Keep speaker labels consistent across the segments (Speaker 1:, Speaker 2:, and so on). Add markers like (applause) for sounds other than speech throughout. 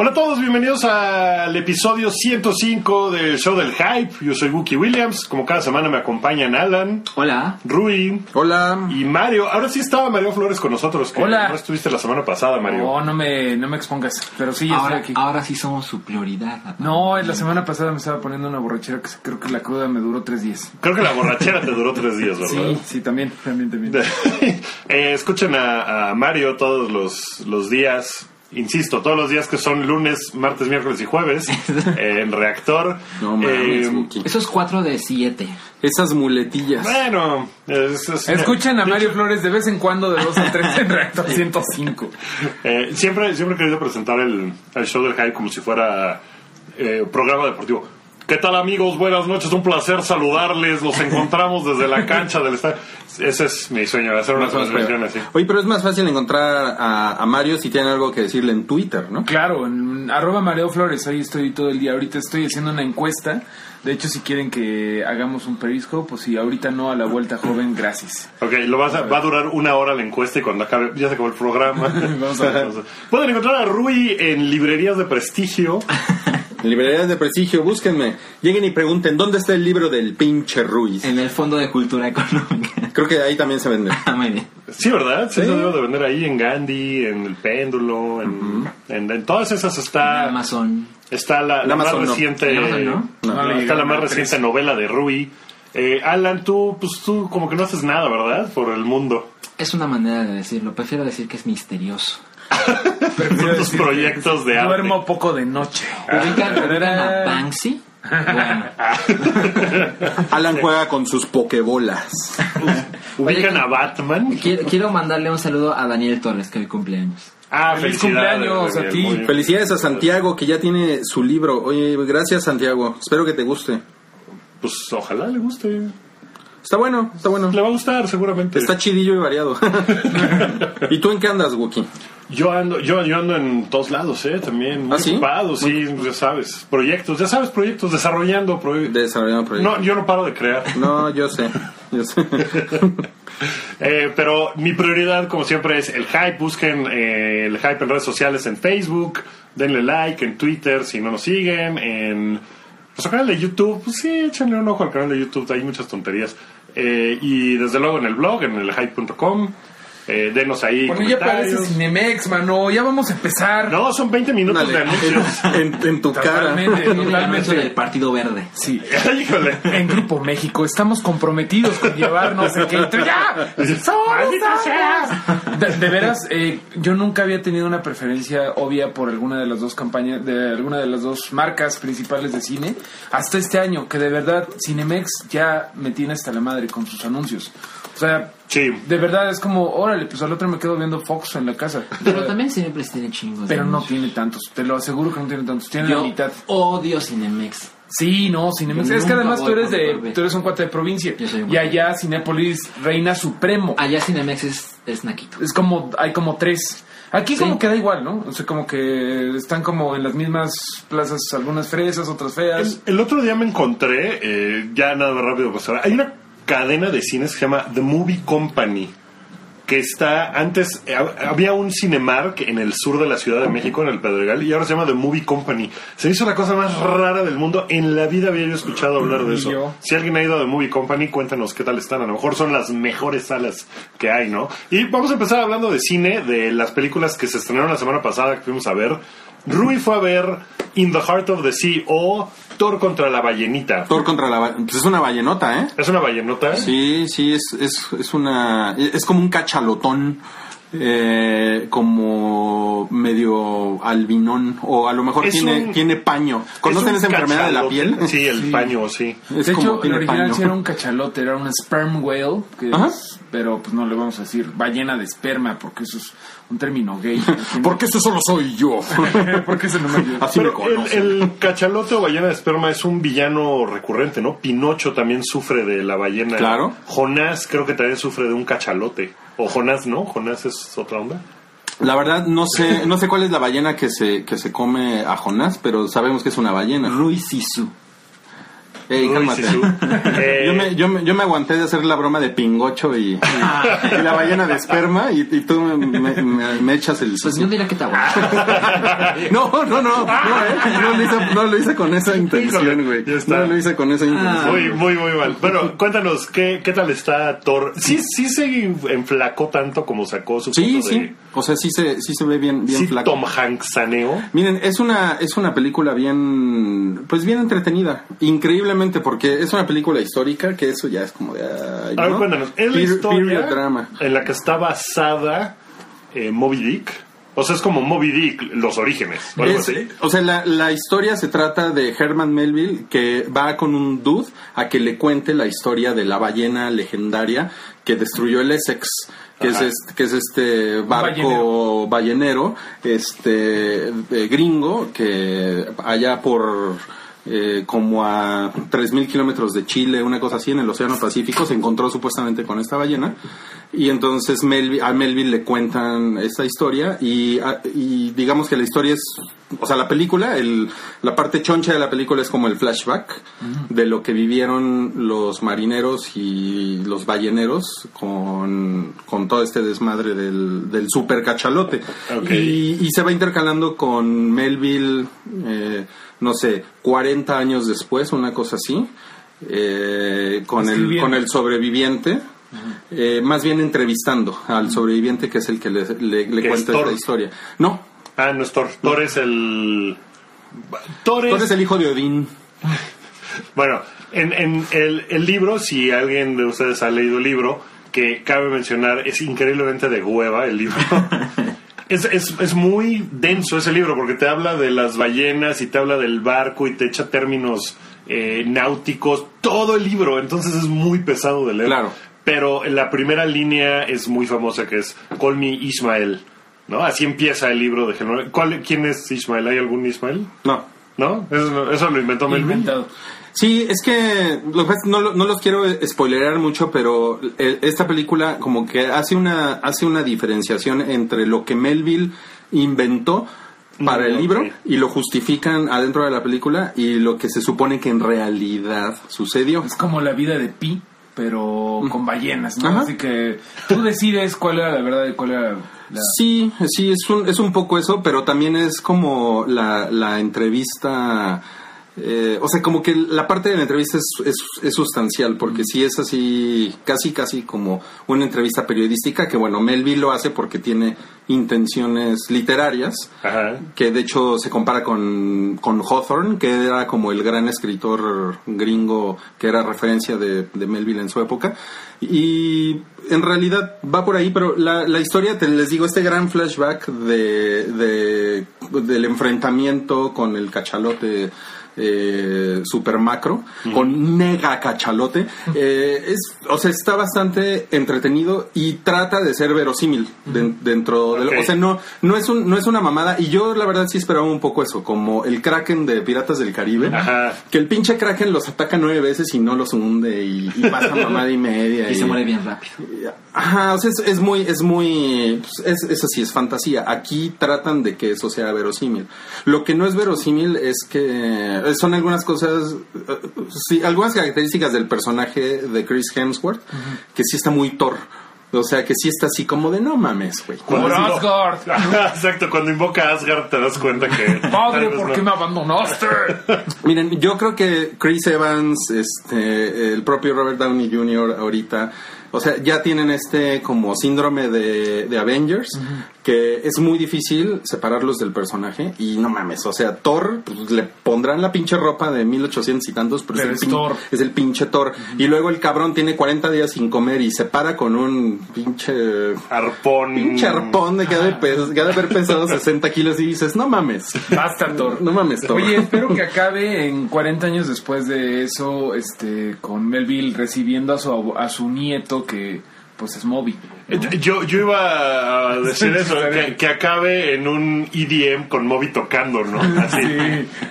Speaker 1: Hola a todos, bienvenidos al episodio 105 del show del hype. Yo soy Wookie Williams, como cada semana me acompañan Alan,
Speaker 2: Hola.
Speaker 1: Rui
Speaker 3: Hola.
Speaker 1: y Mario. Ahora sí estaba Mario Flores con nosotros, que
Speaker 4: Hola.
Speaker 1: no estuviste la semana pasada, Mario.
Speaker 4: No, no me, no me expongas, pero sí, ya
Speaker 2: Ahora,
Speaker 4: estoy aquí.
Speaker 2: ahora sí somos su prioridad. papá.
Speaker 4: No, la semana pasada me estaba poniendo una borrachera que se- creo que la cruda me duró tres días.
Speaker 1: Creo que la borrachera te duró tres días, ¿verdad?
Speaker 4: Sí, sí, también, también, también.
Speaker 1: (laughs) Eh, escuchen a, a Mario todos los, los días, insisto, todos los días que son lunes, martes, miércoles y
Speaker 4: (laughs)
Speaker 1: jueves eh, en Reactor.
Speaker 3: No mames,
Speaker 1: Eh,
Speaker 3: Wookie.
Speaker 2: Eso es 4 de 7.
Speaker 3: Esas muletillas.
Speaker 1: bueno, es- es-
Speaker 4: Escuchen a Mario Flores de vez en cuando de 2 a 3 en Reactor 105.
Speaker 1: Eh, siempre, siempre he querido presentar el, el show del Hype como si fuera eh, programa deportivo. ¿Qué tal amigos? Buenas noches, un placer saludarles. Los encontramos desde la cancha del estadio. Ese es mi sueño, hacer una
Speaker 3: Más o menos,
Speaker 1: transmisión
Speaker 3: pero-
Speaker 1: así.
Speaker 3: Oye, pero es más fácil encontrar a, a Mario si tienen algo que decirle en Twitter, ¿no?
Speaker 4: Claro, en arroba Mario Flores, ahí estoy todo el día. Ahorita estoy haciendo una encuesta. De hecho, si quieren que hagamos un perisco, pues si ahorita no, a la vuelta joven, gracias.
Speaker 1: Ok, lo vas a- va a durar una hora la encuesta y cuando acabe, ya se acabó el programa.
Speaker 4: (laughs) Vamos a ver.
Speaker 1: Pueden encontrar a Rui en librerías de prestigio.
Speaker 3: En Librerías de prestigio, búsquenme. Lleguen y pregunten, ¿dónde está el libro del pinche Ruiz?
Speaker 2: En el Fondo de Cultura (laughs) Económica.
Speaker 3: Creo que ahí también se vende.
Speaker 2: Ah, muy bien.
Speaker 1: Sí, ¿verdad? Sí,
Speaker 3: Sí.
Speaker 1: lo debo de vender ahí en Gandhi, en El Péndulo, en, en- en todas esas
Speaker 4: Ah.
Speaker 1: está...
Speaker 2: Amazon.
Speaker 1: Está la, la más
Speaker 3: Amazon no.
Speaker 1: reciente.
Speaker 2: La Amazon no.
Speaker 4: no le
Speaker 3: No,
Speaker 1: está la
Speaker 4: llegaron
Speaker 1: más
Speaker 4: a
Speaker 1: reciente novela de Rui. Eh, Alan, tú, pues tú como que no haces nada, ¿verdad? Por el mundo.
Speaker 2: Es una manera de decirlo. Prefiero decir que es misterioso.
Speaker 4: Prefiero
Speaker 1: Tus
Speaker 4: decir que
Speaker 1: proyectos de arte.
Speaker 4: Duermo poco de noche.
Speaker 2: ¿Ubican,
Speaker 4: (laughs)
Speaker 2: ubican a Banksy? Bueno.
Speaker 1: Ah.
Speaker 3: (laughs) Alan juega con sus pokebolas.
Speaker 1: Ubican
Speaker 2: Oye,
Speaker 1: a Batman.
Speaker 2: Quiero, quiero mandarle un saludo a Daniel Torres, que hoy cumpleaños.
Speaker 1: Ah,
Speaker 4: Feliz
Speaker 1: felicidades,
Speaker 4: cumpleaños a
Speaker 1: Daniel,
Speaker 4: ti.
Speaker 1: muy bien.
Speaker 3: Felicidades a Santiago, que ya tiene su libro. Oye, gracias Santiago. Espero que te guste.
Speaker 1: Pues ojalá le guste.
Speaker 3: Está bueno, está bueno.
Speaker 1: Le va a gustar, seguramente.
Speaker 3: Está chidillo y (laughs) variado. ¿Y tú en qué andas, Wookie?
Speaker 1: Yo ando, yo, yo ando en todos lados, ¿eh? También. Muy
Speaker 3: ¿Ah, sí?
Speaker 1: ocupado, sí, ya sabes. Proyectos, ya sabes, proyectos, desarrollando. proye-
Speaker 3: Desarrollando proyectos.
Speaker 1: No, yo no paro de crear.
Speaker 3: No, yo sé. Yo sé.
Speaker 1: Eh, pero mi prioridad, como siempre, es el hype. Busquen eh, el hype en redes sociales, en Facebook, denle like, en Twitter, si no nos siguen, en nuestro canal de YouTube. Pues sí, échenle un ojo al canal de YouTube, hay muchas tonterías. Eh, y desde luego en el blog, en el hype.com. Eh, denos ahí
Speaker 4: Bueno, ya parece
Speaker 1: comentarios.
Speaker 4: Cinemex, mano. Ya vamos a empezar.
Speaker 1: No, son 20 minutos
Speaker 3: Ándale.
Speaker 1: de
Speaker 4: (laughs)
Speaker 1: anuncios.
Speaker 3: En, en tu cara.
Speaker 4: Totalmente,
Speaker 2: El anuncio del
Speaker 4: totalmente.
Speaker 2: Partido Verde.
Speaker 4: Sí.
Speaker 1: Híjole.
Speaker 4: En Grupo México estamos comprometidos con llevar no sé qué. Y
Speaker 1: (laughs)
Speaker 4: tú, ¡Ya! ¡Somos
Speaker 1: ¡Maldita
Speaker 4: hombres! De, de veras, eh, yo nunca había tenido una preferencia obvia por alguna de las dos campañas, de alguna de las dos marcas principales de cine, hasta este año, que de verdad Cinemex ya me tiene hasta la madre con sus anuncios. O sea,
Speaker 1: Sí.
Speaker 4: de verdad es como, órale, pues al otro me quedo viendo Fox en la casa.
Speaker 2: Pero también siempre tiene chingos. de
Speaker 4: Pero no
Speaker 2: anuncios.
Speaker 4: tiene tantos, te lo aseguro que no tiene tantos, tiene la
Speaker 2: Yo
Speaker 4: mitad.
Speaker 2: odio Cinemex.
Speaker 4: Sí, no, Cinemex.
Speaker 2: Yo
Speaker 4: Es que
Speaker 2: nunca
Speaker 4: además
Speaker 2: voy
Speaker 4: tú eres
Speaker 2: con
Speaker 4: de,
Speaker 2: Superbe.
Speaker 4: tú eres un cuate de provincia.
Speaker 2: Yo soy un
Speaker 4: Y
Speaker 2: cuate.
Speaker 4: allá Cinépolis reina supremo.
Speaker 2: Allá Cinemex es, es naquito.
Speaker 4: Es como, hay como tres. Aquí
Speaker 2: Sí.
Speaker 4: como que da igual, ¿no? O sea, como que están como en las mismas plazas, algunas fresas, otras feas.
Speaker 1: El, el otro día me encontré, eh, ya nada más rápido, pues ahora, hay una cadena de cines que se llama The Movie Company, que está antes, eh, hab- había un Cinemark en el sur de la Ciudad de México, en el Pedregal, y ahora se llama The Movie Company. Se hizo la cosa más rara del mundo, en la vida había yo escuchado hablar de
Speaker 4: Ni
Speaker 1: eso.
Speaker 4: yo.
Speaker 1: Si alguien ha ido a The Movie Company, cuéntanos qué tal están, a lo mejor son las mejores salas que hay, ¿no? Y vamos a empezar hablando de cine, de las películas que se estrenaron la semana pasada que fuimos a ver. Rui fue a ver In the Heart of the Sea o Thor contra la ballenita.
Speaker 3: Thor contra la... ba- Pues es una ballenota, ¿eh?
Speaker 1: ¿Es una ballenota?
Speaker 3: Sí, sí, es, es, es una... Es como un cachalotón. eh, como medio albinón o a lo mejor
Speaker 1: Es
Speaker 3: tiene
Speaker 1: un-
Speaker 3: tiene paño conocen
Speaker 1: Es
Speaker 3: esa
Speaker 1: un
Speaker 3: enfermedad de la
Speaker 1: cachalote.
Speaker 3: piel
Speaker 1: Sí, el paño, sí.
Speaker 3: es
Speaker 4: de
Speaker 3: como
Speaker 4: hecho, el
Speaker 3: tiene
Speaker 4: original
Speaker 3: paño.
Speaker 4: sí era un cachalote, era un sperm whale, que
Speaker 3: Ajá.
Speaker 4: es- pero pues no le vamos a decir ballena de esperma, porque eso es un término
Speaker 2: (laughs)
Speaker 4: gay.
Speaker 3: porque eso solo soy yo (laughs)
Speaker 4: porque eso no me ayuda.
Speaker 3: así me
Speaker 1: Pero el,
Speaker 3: conocen
Speaker 1: el cachalote o ballena de esperma es un villano recurrente, ¿no? Pinocho también sufre de la ballena.
Speaker 3: Claro.
Speaker 1: Jonás creo que también sufre de un cachalote. O Jonás, ¿no? Jonás es otra onda.
Speaker 3: la verdad no sé no sé cuál es la ballena que se que se come a Jonás pero sabemos que es una ballena
Speaker 2: Ruiz Sisu.
Speaker 3: Ey,
Speaker 1: Uy,
Speaker 3: cálmate. (laughs)
Speaker 1: sí, sí. Eh,
Speaker 3: Yo me, yo, me, yo me aguanté de hacer la broma de pingocho y, y la ballena de esperma y, y tú me, me- me- me echas el...
Speaker 2: Pues yo diría que te
Speaker 4: Ah.
Speaker 2: aguanto.
Speaker 3: No, no, no, no, eh. no, lo hice, no lo hice con esa intención,
Speaker 1: Híjole,
Speaker 3: güey.
Speaker 1: ya está. Ah.
Speaker 3: No lo hice con esa intención.
Speaker 1: Muy, muy, muy mal. Bueno, cuéntanos, ¿qué, qué tal está Thor? Sí, sí se enflacó tanto como sacó su
Speaker 3: Sí,
Speaker 1: foto de-
Speaker 3: sí. O sea, sí se, sí se ve bien, bien
Speaker 1: sí,
Speaker 3: flaco.
Speaker 1: Tom Hanks saneo.
Speaker 3: Miren, es una, es una película bien, pues bien entretenida, increíblemente, porque es una película histórica, que eso ya es como de... ay,
Speaker 1: A ver,
Speaker 3: ¿no?
Speaker 1: cuéntanos, es la
Speaker 3: Peri-
Speaker 1: historia
Speaker 3: period drama.
Speaker 1: en la que está basada eh, Moby Dick. O sea, es como Moby Dick, los orígenes. o algo
Speaker 3: Es-
Speaker 1: así.
Speaker 3: o sea, la, la historia se trata de Herman Melville que va con un dude a que le cuente la historia de la ballena legendaria que destruyó el Essex, que, es
Speaker 1: Ajá.
Speaker 3: este, que es este barco ballenero, este eh, gringo que allá por eh, como a 3.000 kilómetros de Chile, una cosa así, en el Océano Pacífico, se encontró supuestamente con esta ballena. Y entonces Melvi- a Melville le cuentan esta historia y, a- y digamos que la historia es, o sea, la película, el, la parte choncha de la película es como el flashback de lo que vivieron los marineros y los balleneros con, con todo este desmadre del, del super cachalote.
Speaker 1: Ok.
Speaker 3: Y y, y se va intercalando con Melville, eh, no sé, 40 años después, una cosa así, eh, con, el,
Speaker 4: Escribiendo.
Speaker 3: con el sobreviviente, eh, más bien entrevistando al sobreviviente que es el que le, le- le
Speaker 1: Que es
Speaker 3: cuenta
Speaker 1: Thor.
Speaker 3: esta historia. No,
Speaker 1: Ah, no es Thor. Thor es el. Thor es.
Speaker 3: Thor es el hijo de Odín.
Speaker 1: Bueno, en, en el, el libro, si alguien de ustedes ha leído el libro, que cabe mencionar, es increíblemente de hueva el libro. Es, es, es muy denso ese libro porque te habla de las ballenas y te habla del barco y te echa términos eh, náuticos, todo el libro, entonces es muy pesado de leer.
Speaker 3: Claro.
Speaker 1: Pero en la primera línea es muy famosa que es Call me Ismael, ¿no? Así empieza el libro de Helmut. ¿Cuál, ¿Quién es Ismael? ¿Hay algún Ismael?
Speaker 3: No.
Speaker 1: ¿No? Eso, eso lo inventó Melvin.
Speaker 4: Inventado.
Speaker 3: Sí, es que lo que pasa es que no, lo- no los quiero spoilerear mucho, pero eh, esta película como que hace una, hace una diferenciación entre lo que Melville inventó para
Speaker 1: Mm,
Speaker 3: el libro
Speaker 1: ok.
Speaker 3: y lo justifican adentro de la película y lo que se supone que en realidad sucedió.
Speaker 4: Es como la vida de Pi, pero con ballenas, ¿no?
Speaker 3: Ajá.
Speaker 4: Así que tú decides cuál era la verdad y cuál era la...
Speaker 3: Sí, sí, es un, es un poco eso, pero también es como la, la entrevista, eh, o sea, como que la parte de la entrevista es, es- es sustancial, porque sí es así, casi, casi como una entrevista periodística, que bueno, Melville lo hace porque tiene intenciones literarias,
Speaker 1: Ajá.
Speaker 3: que de hecho se compara con, con Hawthorne, que era como el gran escritor gringo que era referencia de, de Melville en su época. Y en realidad va por ahí, pero la, la historia, te les digo, este gran flashback de, de- del enfrentamiento con el cachalote eh, super macro, con nega cachalote, eh, es, o sea, está bastante entretenido y trata de ser verosímil den- dentro de lo-
Speaker 1: Ok.
Speaker 3: o sea, no, no, es un, no es una mamada. Y yo, la verdad, sí esperaba un poco eso, como el Kraken de Piratas del Caribe.
Speaker 1: Ajá.
Speaker 3: Que el pinche Kraken los ataca nueve veces y no los hunde y, y pasa mamada y media.
Speaker 2: (laughs) Y se muere bien rápido.
Speaker 3: Ajá, o sea, es, es muy, es muy, pues, es, eso sí, es fantasía. Aquí tratan de que eso sea verosímil. Lo que no es verosímil es que eh, son algunas cosas, eh, sí, algunas características del personaje de Chris Hemsworth, que sí está muy Thor. O sea, que sí está así como de no mames, güey.
Speaker 1: Cuando
Speaker 4: Por
Speaker 1: invo- (laughs)
Speaker 4: Asgard.
Speaker 1: Ajá, Exacto, cuando invoca a Asgard te das cuenta que.
Speaker 4: (laughs) Padre,
Speaker 1: tal vez
Speaker 4: ¿por
Speaker 1: pues no.
Speaker 4: qué me abandonaste?
Speaker 3: Miren, yo creo que Chris Evans, este, el propio Robert Downey Jr. ahorita, o sea, ya tienen este como síndrome de, de Avengers, que es muy difícil separarlos del personaje y no mames, o sea, Thor pues, le pondrán la pinche ropa de 1800 y tantos, pero,
Speaker 4: Pero
Speaker 3: el
Speaker 4: es
Speaker 3: pin-
Speaker 4: Thor.
Speaker 3: es el pinche Thor. Y luego el cabrón tiene 40 días sin comer y se para con un pinche
Speaker 1: Arpón.
Speaker 3: pinche
Speaker 4: Mm.
Speaker 3: arpón de que ha de,
Speaker 4: Ah.
Speaker 3: pes- que ha de haber pesado 60 kilos y dices, no mames,
Speaker 4: Basta, Thor.
Speaker 3: no mames, Thor.
Speaker 4: Oye, espero que acabe en 40 años después de eso, este, con Melville recibiendo a su, abu- a su nieto que, pues, es Moby.
Speaker 1: Eh, Yo, yo iba a decir eso, que, que acabe en un EDM con Moby tocando, ¿no? Así.
Speaker 4: Sí.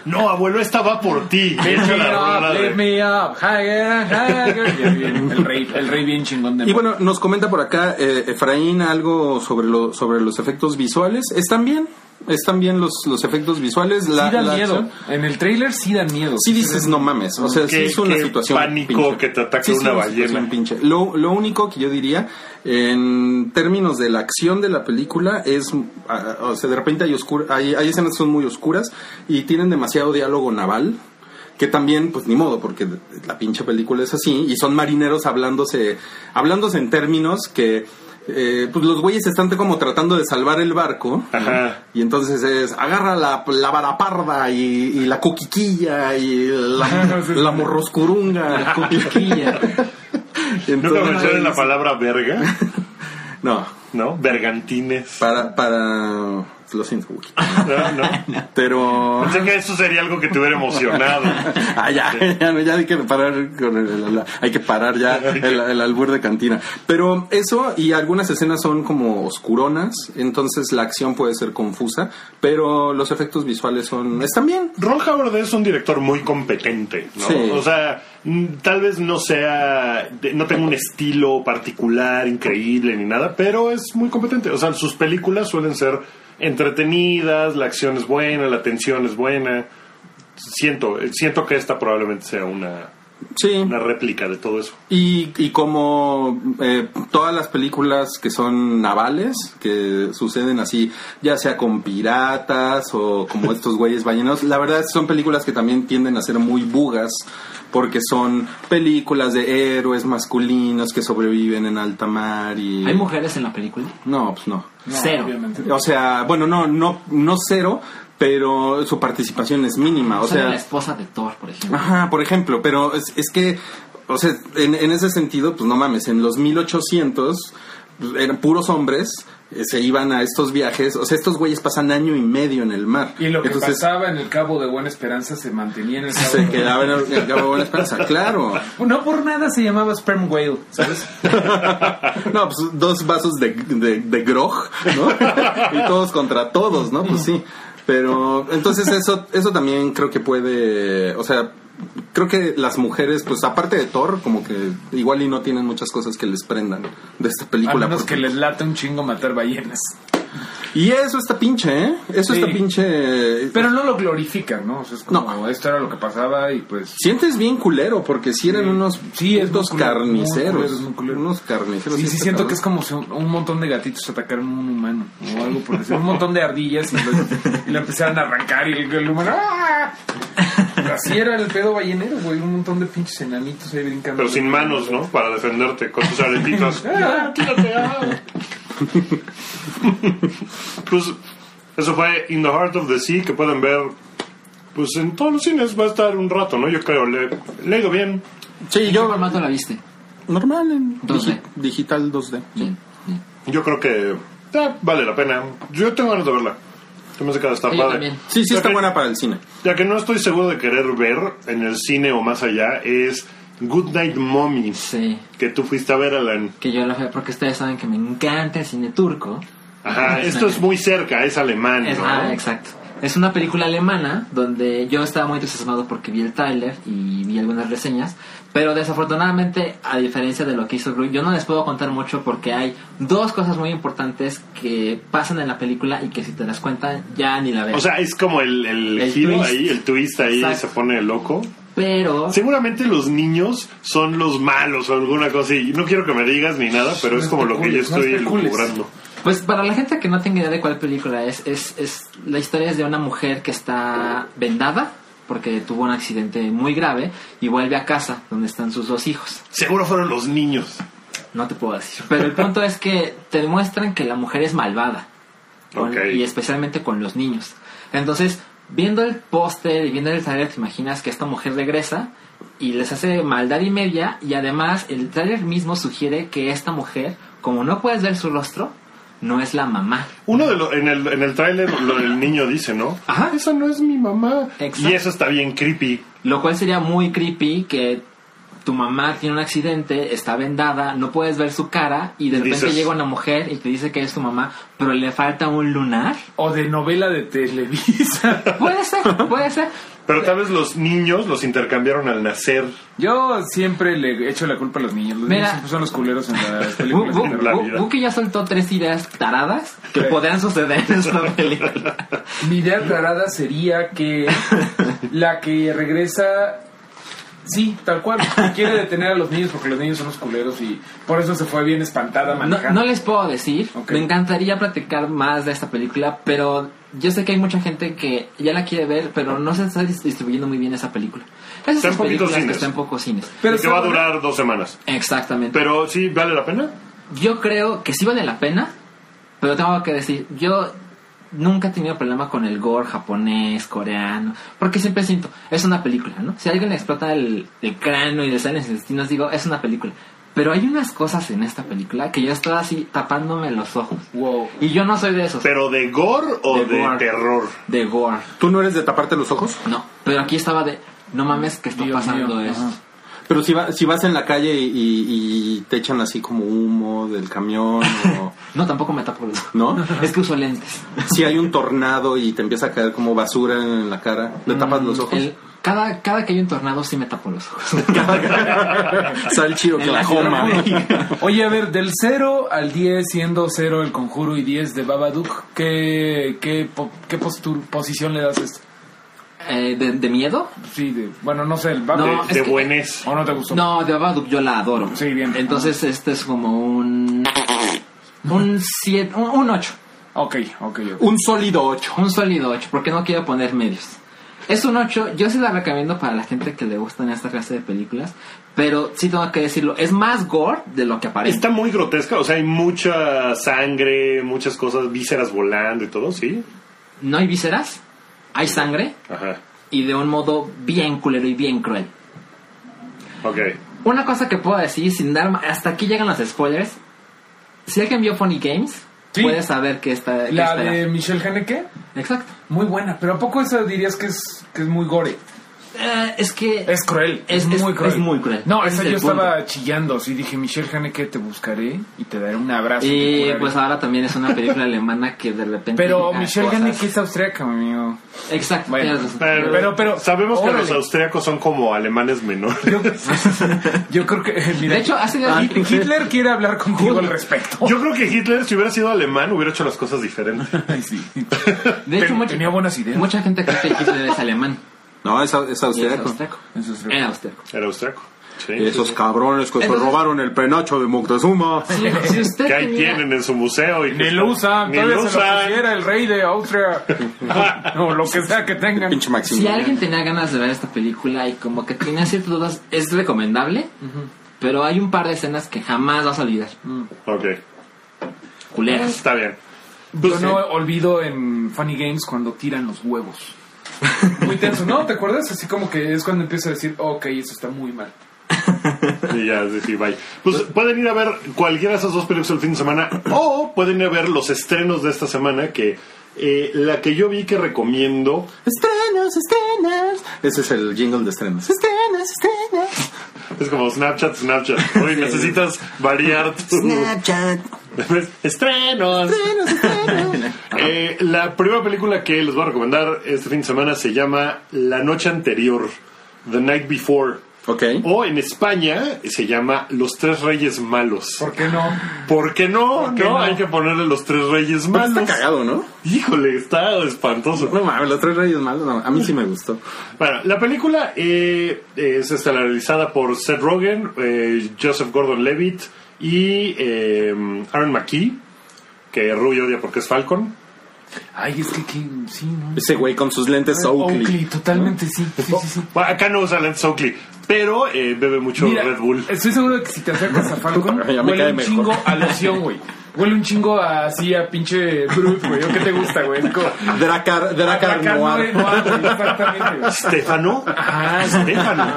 Speaker 1: No, abuelo, esta va por ti. Y
Speaker 4: Lift
Speaker 1: echa
Speaker 4: me
Speaker 1: la rola
Speaker 4: up,
Speaker 1: de-
Speaker 4: lift me up, higher, higher. Y el bien- El rey, el rey bien chingón de
Speaker 3: Y bueno, nos comenta por acá eh, Efraín algo sobre, lo, sobre los efectos visuales. Están bien, están bien los, los efectos visuales. La,
Speaker 4: sí dan
Speaker 3: la
Speaker 4: miedo.
Speaker 3: acción.
Speaker 4: En el trailer sí dan miedo.
Speaker 3: Sí dices, no mames. O sea, sí
Speaker 1: Qué-
Speaker 3: es una
Speaker 1: qué
Speaker 3: situación.
Speaker 1: pánico que te ataque
Speaker 3: Sí es
Speaker 1: una
Speaker 3: situación
Speaker 1: ballena.
Speaker 3: pinche. Lo, lo único que yo diría, en términos de la acción de la película, es. ah, O sea, de repente hay, oscur hay, hay escenas que son muy oscuras y tienen demasiado diálogo naval. Que también, pues ni modo, porque la pinche película es así. Y son marineros hablándose, hablándose en términos que. eh, pues los güeyes están como tratando de salvar el barco.
Speaker 1: Ajá.
Speaker 3: Y entonces es, agarra la, la varaparda y, y la coquiquilla y
Speaker 1: (laughs)
Speaker 3: la, la morroscurunga. La coquiquilla.
Speaker 1: Nunca mencioné la palabra verga,
Speaker 3: No,
Speaker 1: ¿no?
Speaker 3: (laughs)
Speaker 1: Vergantines.
Speaker 3: para, para, lo siento, Wookie.
Speaker 1: No, no.
Speaker 3: Pero,
Speaker 1: Pensé que eso sería algo que te hubiera emocionado.
Speaker 3: (laughs) ah, ya, ya, no, ya hay que parar con el- el- el- hay que parar ya el, el albur de cantina. Pero eso y algunas escenas son como oscuronas, entonces la acción puede ser confusa, pero los efectos visuales son, están bien.
Speaker 1: Ron Howard es un director muy competente, ¿no?
Speaker 3: Sí.
Speaker 1: O sea, mm, tal vez no sea, de- no tenga un estilo particular, increíble ni nada, pero es muy competente. O sea, sus películas suelen ser entretenidas, la acción es buena, la tensión es buena. Siento, eh, siento que esta probablemente sea una,
Speaker 3: Sí.
Speaker 1: una réplica de todo eso.
Speaker 3: Y, y como eh, todas las películas que son navales, que suceden así, ya sea con piratas o como estos güeyes balleneros, la verdad son películas que también tienden a ser muy bugas, porque son películas de héroes masculinos que sobreviven en alta mar y...
Speaker 2: ¿Hay mujeres en la película?
Speaker 3: No, pues no.
Speaker 2: Cero.
Speaker 4: obviamente.
Speaker 3: O sea, bueno, no, no, no cero, pero su participación es mínima. O
Speaker 2: Sale
Speaker 3: sea,
Speaker 2: la esposa de Thor, por ejemplo.
Speaker 3: Ajá, por ejemplo, pero es, es que, o sea, en, en ese sentido, pues no mames, en los 1800 eran puros hombres, eh, se iban a estos viajes, o sea, estos güeyes pasan año y medio en el mar.
Speaker 4: Y lo que
Speaker 3: Entonces,
Speaker 4: pasaba en el Cabo de Buena Esperanza se mantenía en el Cabo
Speaker 3: se
Speaker 4: de Buena
Speaker 3: quedaban en el Cabo de Buena Esperanza, claro.
Speaker 4: No por nada se llamaba Sperm Whale, ¿sabes?
Speaker 3: No, pues dos vasos de, de, de grog,
Speaker 4: (laughs)
Speaker 3: ¿no? y todos contra todos, ¿no? Pues sí. Pero entonces eso, eso también creo que puede, o sea, creo que las mujeres, pues aparte de Thor, como que igual y no tienen muchas cosas que les prendan de esta
Speaker 4: A
Speaker 3: (laughs) película.
Speaker 4: menos
Speaker 3: porque-
Speaker 4: que les lata un chingo matar ballenas.
Speaker 3: Y eso está pinche, ¿eh? Eso
Speaker 4: Sí.
Speaker 3: está pinche.
Speaker 4: Pero no lo glorifican, ¿no? O sea, es como,
Speaker 3: No.
Speaker 4: esto era lo que pasaba y pues...
Speaker 3: Sientes bien culero, porque si eran
Speaker 4: Sí.
Speaker 3: unos
Speaker 4: Sí, es muy
Speaker 3: unos
Speaker 4: culero, muy
Speaker 3: carniceros.
Speaker 4: culero, muy culero.
Speaker 3: Unos carniceros.
Speaker 4: Sí, sí,
Speaker 3: está
Speaker 4: siento
Speaker 3: cabrón.
Speaker 4: que es como si un, un montón de gatitos atacaran a un humano o algo por decir. Un montón de ardillas y lo, y lo empezaron a arrancar y el, el humano... ¡ah! Así era el pedo ballenero, güey. Un montón de pinches enanitos ahí brincando.
Speaker 1: Pero sin manos, ¿no? Para defenderte con tus
Speaker 3: (laughs)
Speaker 1: aretitos. ¡Ah, tírate, ah! (laughs) pues eso fue In the Heart of the Sea, que pueden ver. Pues en todos los cines va a estar un rato, ¿no? Yo creo, le, le ha ido bien.
Speaker 3: Sí,
Speaker 2: ¿En qué
Speaker 3: yo.
Speaker 2: formato la viste?
Speaker 3: Normal, en
Speaker 2: 2D.
Speaker 3: digi- digital 2D.
Speaker 2: Bien, bien.
Speaker 1: Yo creo que eh, vale la pena. Yo tengo ganas de verla. Se me hace que está
Speaker 2: Sí, yo
Speaker 1: padre.
Speaker 2: también.
Speaker 3: Sí, sí,
Speaker 1: Ya
Speaker 3: está
Speaker 1: que-
Speaker 3: buena para el cine.
Speaker 1: Ya que no estoy seguro de querer ver en el cine o más allá, es Good Night Mommy,
Speaker 2: Sí.
Speaker 1: que tú fuiste a ver, Alan.
Speaker 2: Que yo la fui porque ustedes saben que me encanta el cine turco. (laughs)
Speaker 1: Ajá, esto es muy cerca, es alemán,
Speaker 2: Es-
Speaker 1: ¿no?
Speaker 2: ah, exacto. Es una película alemana donde yo estaba muy entusiasmado porque vi el tráiler y vi algunas reseñas, pero desafortunadamente, a diferencia de lo que hizo Grug, yo no les puedo contar mucho porque hay dos cosas muy importantes que pasan en la película y que si te las cuentan ya ni la ves.
Speaker 1: O sea, es como el, el
Speaker 2: El
Speaker 1: giro
Speaker 2: twist.
Speaker 1: ahí, el twist ahí
Speaker 2: Exacto.
Speaker 1: se pone loco.
Speaker 2: pero
Speaker 1: Seguramente los niños son los malos o alguna cosa y no quiero que me digas ni nada, pero
Speaker 4: No
Speaker 1: es como lo que yo
Speaker 4: especules, no
Speaker 1: estoy
Speaker 4: especules.
Speaker 1: lucubrando.
Speaker 2: Pues para la gente que no tenga idea de cuál película es, es, es la historia es de una mujer que está vendada porque tuvo un accidente muy grave y vuelve a casa donde están sus dos hijos.
Speaker 1: Seguro fueron los niños.
Speaker 2: No te puedo decir. Pero el punto es que te demuestran que la mujer es malvada. Con-
Speaker 1: Ok.
Speaker 2: Y especialmente con los niños. Entonces, viendo el póster y viendo el trailer, te imaginas que esta mujer regresa y les hace maldad y media. Y además, el trailer mismo sugiere que esta mujer, como no puedes ver su rostro, no es la mamá.
Speaker 1: Uno de los, en el, en el tráiler lo- el niño dice, ¿no?
Speaker 2: Ajá.
Speaker 1: Esa no es mi mamá.
Speaker 2: Exacto.
Speaker 1: Y eso está bien creepy.
Speaker 2: Lo cual sería muy creepy que tu mamá tiene un accidente, está vendada, no puedes ver su cara y de repente
Speaker 1: Dices-
Speaker 2: llega una mujer y te dice que es tu mamá, pero le falta un lunar.
Speaker 4: O de novela de Televisa.
Speaker 2: Puede ser, puede ser.
Speaker 1: Pero tal vez los niños los intercambiaron al nacer.
Speaker 4: Yo siempre le echo la culpa a los niños. Los
Speaker 2: Mira.
Speaker 4: niños siempre son los culeros
Speaker 1: (laughs)
Speaker 4: en las
Speaker 2: Bu-
Speaker 4: películas. de
Speaker 2: Bu-
Speaker 4: terror.
Speaker 1: la
Speaker 2: Bu-
Speaker 1: vida.
Speaker 2: Buki ya soltó tres ideas taradas que podrían suceder en esta película.
Speaker 4: Mi idea rarada
Speaker 1: (laughs)
Speaker 4: sería que la que regresa. Sí, tal cual. que Quiere detener a los niños porque los niños son los culeros y por eso se fue bien espantada
Speaker 2: No,
Speaker 4: manejando.
Speaker 2: no les puedo decir,
Speaker 4: Ok.
Speaker 2: me encantaría platicar más de esta película, pero yo sé que hay mucha gente que ya la quiere ver, pero no se está dis- distribuyendo muy bien esa película. Es
Speaker 1: Está en
Speaker 2: esas
Speaker 1: poquitos
Speaker 2: películas que
Speaker 1: cines.
Speaker 2: están en pocos cines.
Speaker 1: Y que va a
Speaker 4: está-
Speaker 1: durar dos semanas.
Speaker 2: Exactamente.
Speaker 1: Pero sí, ¿vale la pena?
Speaker 2: Yo creo que sí vale la pena, pero tengo que decir, yo nunca he tenido problema con el gore japonés, coreano, porque siempre siento, es una película, ¿no? Si alguien le explota el, el cráneo y le salen los intestinos, digo, es una película. Pero hay unas cosas en esta película que yo estaba así tapándome los ojos.
Speaker 4: Wow.
Speaker 2: Y yo no soy de esos.
Speaker 1: ¿Pero de gore o de,
Speaker 2: De gore.
Speaker 1: terror?
Speaker 2: de gore.
Speaker 3: ¿Tú no eres de taparte los ojos?
Speaker 2: No, pero aquí estaba de, no mames que está
Speaker 4: Dios
Speaker 2: pasando
Speaker 4: mío,
Speaker 2: esto.
Speaker 4: ajá.
Speaker 3: Pero si, va- si vas en la calle y, y- y te echan así como humo del camión o...
Speaker 2: No, tampoco me tapo los ojos.
Speaker 3: ¿No?
Speaker 2: Es que uso lentes.
Speaker 3: Si hay un tornado y te empieza a caer como basura en la cara, le tapas los ojos.
Speaker 2: Mm, El- cada, cada que hay un tornado sí me tapo los ojos.
Speaker 3: Salchi
Speaker 2: En la
Speaker 3: Oklahoma.
Speaker 4: Oye, a ver, del 0 al 10, siendo 0 el conjuro y 10 de Babadook, ¿qué, qué, po- qué postur- posición le das a esto?
Speaker 2: Eh, de, de miedo?
Speaker 4: Sí, de, bueno, no sé, el Babadook.
Speaker 2: No,
Speaker 1: de
Speaker 2: es
Speaker 1: de
Speaker 2: que-
Speaker 1: buenes.
Speaker 4: ¿O no te gustó?
Speaker 2: No, de Babadook yo la adoro.
Speaker 4: Sí, bien.
Speaker 2: Entonces este es como un... Un 7, un 8.
Speaker 4: Ok, ok, ok.
Speaker 2: Uh,
Speaker 3: Un sólido 8.
Speaker 2: Un sólido 8, porque no quiero poner medios. Es un 8, yo sí la recomiendo para la gente que le gustan esta clase de películas, pero sí tengo que decirlo, es más gore de lo que aparece.
Speaker 1: Está muy grotesca, o sea, hay mucha sangre, muchas cosas, vísceras volando y todo, ¿sí?
Speaker 2: No hay vísceras, hay sangre
Speaker 1: Ajá.
Speaker 2: y de un modo bien culero y bien cruel.
Speaker 1: Ok.
Speaker 2: Una cosa que puedo decir sin dar ma- hasta aquí llegan los spoilers. Si alguien vio Funny Games,
Speaker 4: Sí.
Speaker 2: puede saber que está que
Speaker 4: La
Speaker 2: esperar.
Speaker 4: de Michelle Haneke,
Speaker 2: Exacto.
Speaker 4: muy buena, pero ¿a poco esa dirías que es, que es muy gore?
Speaker 2: Eh, es que
Speaker 4: Es cruel, es,
Speaker 2: Es- es-
Speaker 4: muy cruel.
Speaker 2: es muy cruel.
Speaker 4: No,
Speaker 2: Ese
Speaker 4: esa
Speaker 2: es
Speaker 4: yo
Speaker 2: el punto.
Speaker 4: estaba chillando, así dije, Michelle Haneke, te buscaré y te daré un abrazo. y te
Speaker 2: y
Speaker 4: curaré".
Speaker 2: pues ahora también es una película alemana que de repente
Speaker 4: pero
Speaker 2: ah,
Speaker 4: Michelle
Speaker 2: cosas.
Speaker 4: Haneke es austríaca, amigo.
Speaker 2: Exacto.
Speaker 4: Bueno,
Speaker 2: tienes razón.
Speaker 1: Pero,
Speaker 4: Pero- pero-
Speaker 1: sabemos que
Speaker 4: órale.
Speaker 1: los austríacos son como alemanes menores.
Speaker 4: Yo, (laughs) yo creo que, eh, mira,
Speaker 2: de hecho, hace días-
Speaker 4: Hit- Hitler quiere hablar contigo al
Speaker 2: (laughs)
Speaker 4: respecto.
Speaker 1: Yo creo que Hitler, si hubiera sido alemán, hubiera hecho las cosas diferentes.
Speaker 4: Ay, sí.
Speaker 2: de hecho
Speaker 4: Ten-
Speaker 2: mucha,
Speaker 4: tenía buenas ideas.
Speaker 2: mucha gente cree que Hitler es alemán.
Speaker 3: No, es, es
Speaker 2: Y es
Speaker 3: austriaco.
Speaker 2: austriaco.
Speaker 4: Eso es
Speaker 2: Era
Speaker 4: verdad.
Speaker 2: austriaco.
Speaker 1: Era austriaco. Sí.
Speaker 3: Esos cabrones que se
Speaker 2: Entonces-
Speaker 3: robaron el penacho de Moctezuma.
Speaker 2: Si, si usted
Speaker 1: Que ahí
Speaker 2: tenía-
Speaker 1: tienen en su museo. Y
Speaker 4: Ni lo usan,
Speaker 1: Ni lo
Speaker 4: todavía se lo
Speaker 1: usan.
Speaker 4: pusiera el rey
Speaker 2: (laughs)
Speaker 4: de Austria. o lo que sea que tengan.
Speaker 3: Pinche
Speaker 2: Si
Speaker 3: Maximiliano.
Speaker 2: alguien tenía ganas de ver esta película y como que tenía ciertas dudas, es recomendable, pero hay un par de escenas que jamás vas a olvidar.
Speaker 1: Ok,
Speaker 2: Culeras.
Speaker 1: está bien.
Speaker 4: Yo no olvido en Funny Games cuando tiran los
Speaker 3: (laughs)
Speaker 4: huevos. Muy tenso, ¿no? ¿Te acuerdas? Así como que es cuando empiezo a decir, ok, eso está muy mal.
Speaker 1: Y ya, sí, sí, bye. Pues pueden ir a ver cualquiera de esas dos películas el fin de semana o pueden ir a ver los estrenos de esta semana que eh, la que yo vi que recomiendo
Speaker 3: Estrenos, estrenos. Ese es el jingle de estrenos. Estrenos, estrenos.
Speaker 1: es como Snapchat, Snapchat. Hoy necesitas variar tu...
Speaker 3: Uh. Snapchat.
Speaker 1: (laughs) Estrenos.
Speaker 3: Estrenos, estrenos.
Speaker 1: (laughs) Eh, la primera película que les voy a recomendar este fin de semana se llama La Noche Anterior, The Night Before.
Speaker 3: ok.
Speaker 1: O en España se llama Los Tres Reyes Malos.
Speaker 4: ¿Por qué no?
Speaker 1: ¿Por qué no?
Speaker 4: ¿Por qué
Speaker 1: no?
Speaker 4: no?
Speaker 1: Hay que ponerle los tres reyes
Speaker 3: Pero Está
Speaker 1: malos.
Speaker 3: cagado, ¿no?
Speaker 1: Híjole, está espantoso.
Speaker 3: No mames, los tres reyes malos. no, a mí sí me gustó.
Speaker 1: Bueno, la película eh, es estelarizada por Seth Rogen, eh, Joseph Gordon-Levitt y eh, Aaron McKee, que Rubio odia porque es Falcon.
Speaker 4: Ay, es que, que- sí, ¿no?
Speaker 3: Ese güey con sus lentes Oakley.
Speaker 4: Oakley, totalmente sí. sí, sí, sí.
Speaker 1: Bueno, acá no usa Lance Oakley, pero eh, bebe mucho
Speaker 4: Mira,
Speaker 1: Red
Speaker 4: (laughs)
Speaker 1: Bull.
Speaker 4: Estoy seguro de que si te acercas a
Speaker 3: (laughs)
Speaker 4: Falcon,
Speaker 3: Ya me
Speaker 4: huele
Speaker 3: cae
Speaker 4: un
Speaker 3: mejor.
Speaker 4: chingo a loción, güey. Huele un chingo a, así a pinche brut, güey. ¿O qué te gusta, güey? Es como-
Speaker 3: Dracar, Dracar
Speaker 4: Dracar
Speaker 3: Noir.
Speaker 4: Noir, güey, exactamente, güey.
Speaker 1: Stefano.
Speaker 4: Ah,
Speaker 1: Stefano.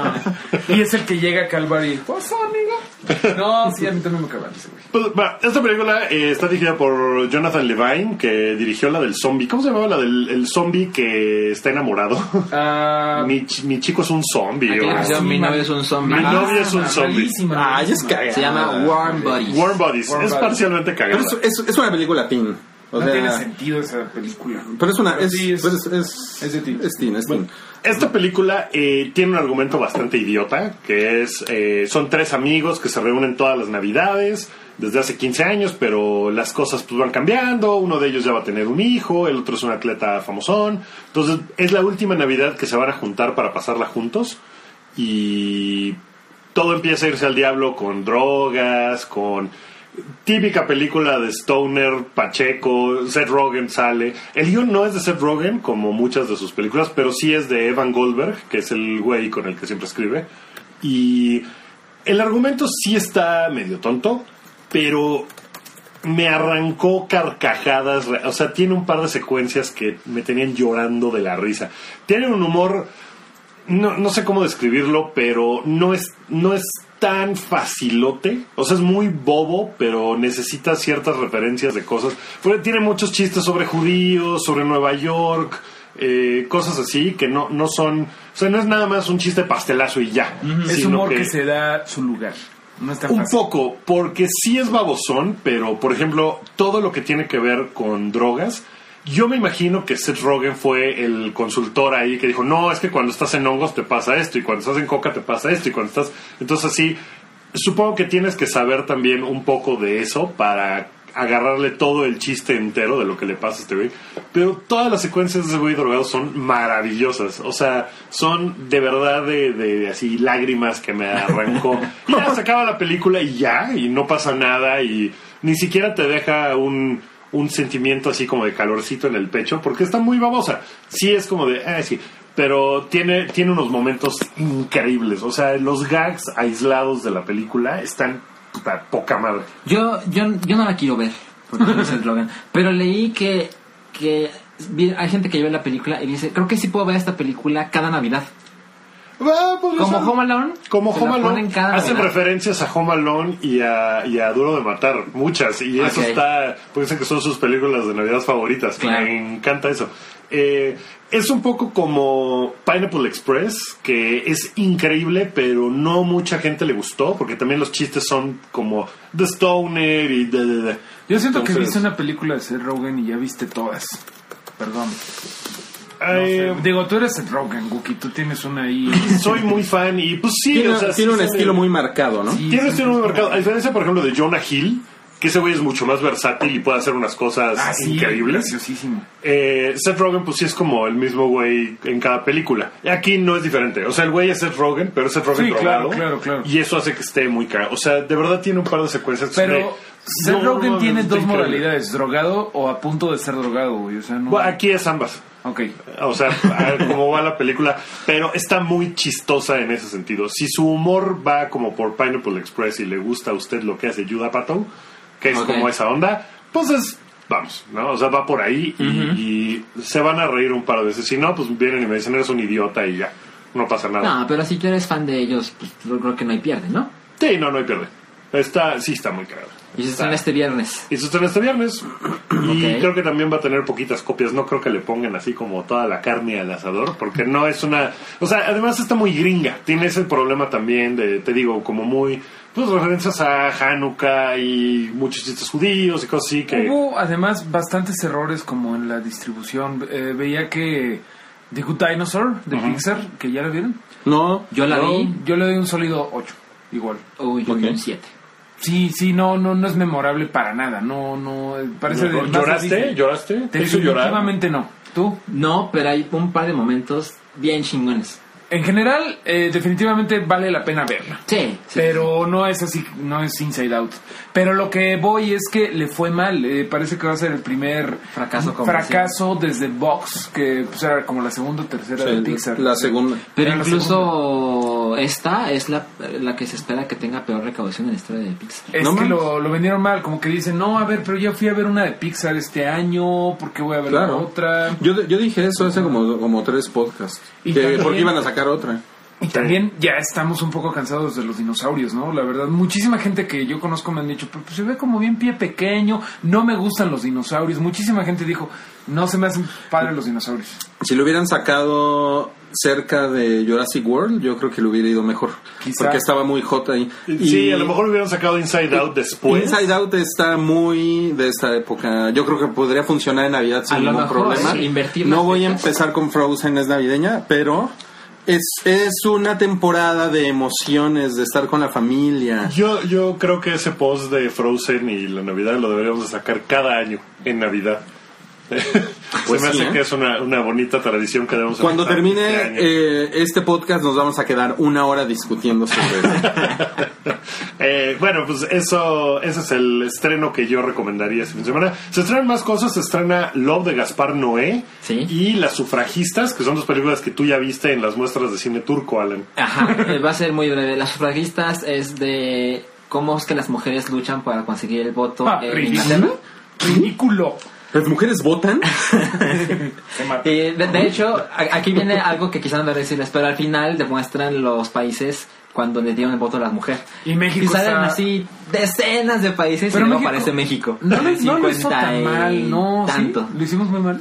Speaker 4: Y es el que llega a Calvary. Pues, amigo.
Speaker 3: (laughs)
Speaker 4: No, sí, a mí también me cagan ese güey.
Speaker 1: Pues, va, esta película eh, está dirigida por Jonathan Levine, que dirigió la del zombie. ¿Cómo se llamaba la del el zombie que está enamorado?
Speaker 4: Ah,
Speaker 1: mi, ch- mi chico es un zombie.
Speaker 2: Aquella
Speaker 1: o-
Speaker 2: que se llama
Speaker 4: sí,
Speaker 2: Mi
Speaker 4: man.
Speaker 2: novio es un zombie.
Speaker 1: Mi novio es un
Speaker 4: malísima,
Speaker 1: zombie.
Speaker 4: malísima,
Speaker 3: Ah, ya es
Speaker 4: malísima.
Speaker 3: cagada.
Speaker 2: Se llama Warm Bodies.
Speaker 1: Warm Bodies.
Speaker 4: Warm
Speaker 1: es
Speaker 4: Bodies.
Speaker 1: parcialmente
Speaker 3: Pero
Speaker 1: cagada.
Speaker 3: es, es- es una película teen. O
Speaker 4: No
Speaker 3: sea,
Speaker 4: tiene sentido esa película.
Speaker 3: Pero es una.
Speaker 4: Pero
Speaker 3: Es,
Speaker 4: sí, es-
Speaker 3: pues es, es,
Speaker 4: es de teen.
Speaker 3: Es teen, es teen.
Speaker 1: Esta película eh, tiene un argumento bastante idiota, que es, eh, son tres amigos que se reúnen todas las navidades, desde hace 15 años, pero las cosas pues van cambiando, uno de ellos ya va a tener un hijo, el otro es un atleta famosón, entonces es la última navidad que se van a juntar para pasarla juntos y todo empieza a irse al diablo con drogas, con típica película de Stoner, Pacheco, Seth Rogen sale. El guión no es de Seth Rogen, como muchas de sus películas, pero sí es de Evan Goldberg, que es el güey con el que siempre escribe. Y el argumento sí está medio tonto, pero me arrancó carcajadas. re- O sea, tiene un par de secuencias que me tenían llorando de la risa. Tiene un humor no, no sé cómo describirlo, pero no es, no es tan facilote. O sea, es muy bobo, pero necesita ciertas referencias de cosas. Porque tiene muchos chistes sobre judíos, sobre Nueva York, eh, cosas así que no, no son. O sea, no es nada más un chiste pastelazo y ya.
Speaker 4: Es
Speaker 1: sino
Speaker 4: humor que... se da su lugar. No es tan
Speaker 1: un
Speaker 4: fácil.
Speaker 1: poco, porque sí es babosón, pero por ejemplo, todo lo que tiene que ver con drogas, yo me imagino que Seth Rogen fue el consultor ahí que dijo, no, es que cuando estás en hongos te pasa esto, y cuando estás en coca te pasa esto, y cuando estás... Entonces sí, supongo que tienes que saber también un poco de eso para agarrarle todo el chiste entero de lo que le pasa a este güey. Pero todas las secuencias de ese güey drogado son maravillosas. O sea, son de verdad de, de- de así lágrimas que me arrancó. Y ya se acaba la película y ya, y no pasa nada y ni siquiera te deja un, un sentimiento así como de calorcito en el pecho porque está muy babosa. Sí es como de, ah, sí. Pero tiene, tiene unos momentos increíbles. O sea, los gags aislados de la película están puta, poca madre.
Speaker 2: Yo, yo, yo no la quiero ver, porque no es el Logan. Pero leí que, que vi- hay gente que ve la película y dice, creo que sí puedo ver esta película cada Navidad. Como Home Alone.
Speaker 1: Como
Speaker 2: se la
Speaker 1: Home Alone.
Speaker 2: ponen cada
Speaker 1: Hacen
Speaker 2: Navidad.
Speaker 1: referencias a Home Alone y a, y a Duro de Matar, muchas. Y eso
Speaker 2: Ok.
Speaker 1: está, porque dicen que son sus películas de Navidad favoritas.
Speaker 2: Claro.
Speaker 1: Me encanta eso. Eh, es un poco como Pineapple Express, que es increíble, pero no mucha gente le gustó, porque también los chistes son como The Stoner y de, de, de.
Speaker 4: Yo siento que
Speaker 1: Entonces-
Speaker 4: viste una película de Seth Rogen y ya viste todas. Perdón. No
Speaker 1: Eh,
Speaker 4: sé. Digo, tú eres Seth Rogen, Guki. Tú tienes
Speaker 1: (clears throat)
Speaker 4: una ahí.
Speaker 1: soy muy fan y pues sí,
Speaker 3: Tiene,
Speaker 1: o sea,
Speaker 3: tiene
Speaker 1: sí
Speaker 3: un
Speaker 1: sale-
Speaker 3: estilo muy marcado, ¿no?
Speaker 4: Sí.
Speaker 1: Tiene un estilo muy marcado. A diferencia, por ejemplo, de Jonah Hill, que ese güey es mucho más versátil y puede hacer unas cosas
Speaker 4: Ah, sí,
Speaker 1: increíbles.
Speaker 4: Graciosísimo.
Speaker 1: Eh, Seth Rogen, pues sí es como el mismo güey en cada película. Aquí no es diferente. O sea, el güey es Seth Rogen, pero es Seth Rogen
Speaker 4: Sí,
Speaker 1: drogado.
Speaker 4: claro, claro, claro.
Speaker 1: Y eso hace que esté muy caro. O sea, de verdad tiene un par de secuencias. de-
Speaker 4: Pero Seth
Speaker 1: No,
Speaker 4: Rogen
Speaker 1: no,
Speaker 4: tiene
Speaker 1: está
Speaker 4: dos
Speaker 1: increíble.
Speaker 4: modalidades: drogado o a punto de ser drogado, güey. O sea, no.
Speaker 1: Bueno, aquí es ambas.
Speaker 4: Ok.
Speaker 1: O sea, a ver cómo va la película. Pero está muy chistosa en ese sentido. Si su humor va como por Pineapple Express y le gusta a usted lo que hace Judah Pato, que es
Speaker 2: Ok.
Speaker 1: como esa onda, pues es, vamos, ¿no? O sea, va por ahí y, y se van a reír un par de veces. Si no, pues vienen y me dicen, eres un idiota y ya. No pasa nada.
Speaker 2: No, pero si tú eres fan de ellos, pues yo creo que no hay pierde, ¿no?
Speaker 1: Sí, no, no hay pierde. Está, sí está muy cagado.
Speaker 2: Y se están este viernes.
Speaker 1: Y se estrena este viernes. Y
Speaker 2: Ok.
Speaker 1: creo que también va a tener poquitas copias. No creo que le pongan así como toda la carne al asador, porque no es una. O sea, además está muy gringa. Tiene ese problema también de, te digo, como muy. Pues referencias a Hanukkah y muchos chistes judíos y cosas así que.
Speaker 4: Hubo además bastantes errores como en la distribución. Eh, veía que The Good Dinosaur de Pixar, que ya lo vieron,
Speaker 3: No.
Speaker 2: Yo la
Speaker 4: yo,
Speaker 2: vi,
Speaker 4: yo le doy un sólido 8, igual.
Speaker 2: uy, yo vi
Speaker 3: Ok.
Speaker 2: un 7.
Speaker 4: Sí, sí, no, no, no es memorable para nada. No, no, eh, parece de- más de
Speaker 1: ¿Lloraste?
Speaker 4: Disney.
Speaker 1: ¿Lloraste? ¿Te hizo llorar?
Speaker 4: Definitivamente no. ¿Tú?
Speaker 2: No, pero hay un par de momentos bien chingones.
Speaker 4: En general, eh, definitivamente vale la pena verla.
Speaker 2: Sí, sí.
Speaker 4: Pero no es así, no es Inside Out. Pero lo que voy es que le fue mal. eh, parece que va a ser el primer
Speaker 2: Fracaso comercial.
Speaker 4: fracaso desde Vox, que pues, era como la segunda o tercera de Pixar.
Speaker 3: La segunda.
Speaker 2: Pero
Speaker 4: Era la
Speaker 2: incluso esta es la, la que se espera que tenga peor recaudación en la historia de Pixar.
Speaker 4: Es
Speaker 3: No
Speaker 4: que
Speaker 3: mames.
Speaker 4: lo, lo vendieron mal, como que dicen, no, a ver, pero yo fui a ver una de Pixar este año, ¿por qué voy a ver
Speaker 3: Claro.
Speaker 4: otra?
Speaker 3: Yo, yo dije eso hace como, como tres podcasts.
Speaker 4: Y
Speaker 3: Que-
Speaker 4: también-
Speaker 3: porque iban a sacar otra.
Speaker 4: Y también ya estamos un poco cansados de los dinosaurios, ¿no? La verdad, muchísima gente que yo conozco me han dicho, pues se ve como bien pie pequeño, no me gustan los dinosaurios. Muchísima gente dijo, no se me hacen padres los dinosaurios.
Speaker 3: Si lo hubieran sacado cerca de Jurassic World, yo creo que lo hubiera ido mejor.
Speaker 4: Quizá.
Speaker 3: Porque estaba muy hot ahí.
Speaker 1: Sí, a lo mejor hubieran sacado Inside Out después.
Speaker 3: Inside Out está muy de esta época. Yo creo que podría funcionar en Navidad sin
Speaker 2: A lo
Speaker 3: ningún
Speaker 2: mejor,
Speaker 3: problema.
Speaker 2: sí, invertir
Speaker 3: no
Speaker 2: las
Speaker 3: voy a
Speaker 2: fechas.
Speaker 3: empezar con Frozen, es navideña, pero es, es una temporada de emociones, de estar con la familia.
Speaker 1: Yo, yo creo que ese post de Frozen y la Navidad lo deberíamos de sacar cada año en Navidad. (laughs)
Speaker 3: Pues
Speaker 1: Se me
Speaker 3: sí,
Speaker 1: hace
Speaker 3: ¿eh?
Speaker 1: que es una, una bonita tradición que debemos
Speaker 3: Cuando
Speaker 1: empezar
Speaker 3: termine
Speaker 1: este año.
Speaker 3: eh, este podcast nos vamos a quedar una hora discutiendo sobre eso.
Speaker 1: Eh, bueno, pues eso, ese es el estreno que yo recomendaría este fin de semana. Se estrenan más cosas, se estrena Love de Gaspar Noé
Speaker 2: Sí.
Speaker 1: y Las Sufragistas, que son dos películas que tú ya viste en las muestras de cine turco, Alan.
Speaker 2: Ajá, eh, va a ser muy breve. Las sufragistas es de cómo es que las mujeres luchan para conseguir el voto
Speaker 4: Ah,
Speaker 2: en
Speaker 4: ridículo.
Speaker 2: Inglaterra.
Speaker 4: Ridículo.
Speaker 3: ¿Las mujeres votan?
Speaker 4: Se mata.
Speaker 2: Y Eh, de, de hecho, a- aquí viene algo que quizás no debería decirles, pero al final demuestran los países cuando le dieron el voto a las mujeres.
Speaker 4: Y México
Speaker 2: Y salen
Speaker 4: está-
Speaker 2: así decenas de países
Speaker 4: Pero
Speaker 2: y no
Speaker 4: México-
Speaker 2: aparece México.
Speaker 4: No, lo- no lo hizo
Speaker 2: 50
Speaker 4: tan
Speaker 2: y
Speaker 4: mal, no. ¿sí?
Speaker 2: Tanto.
Speaker 4: Lo hicimos muy mal.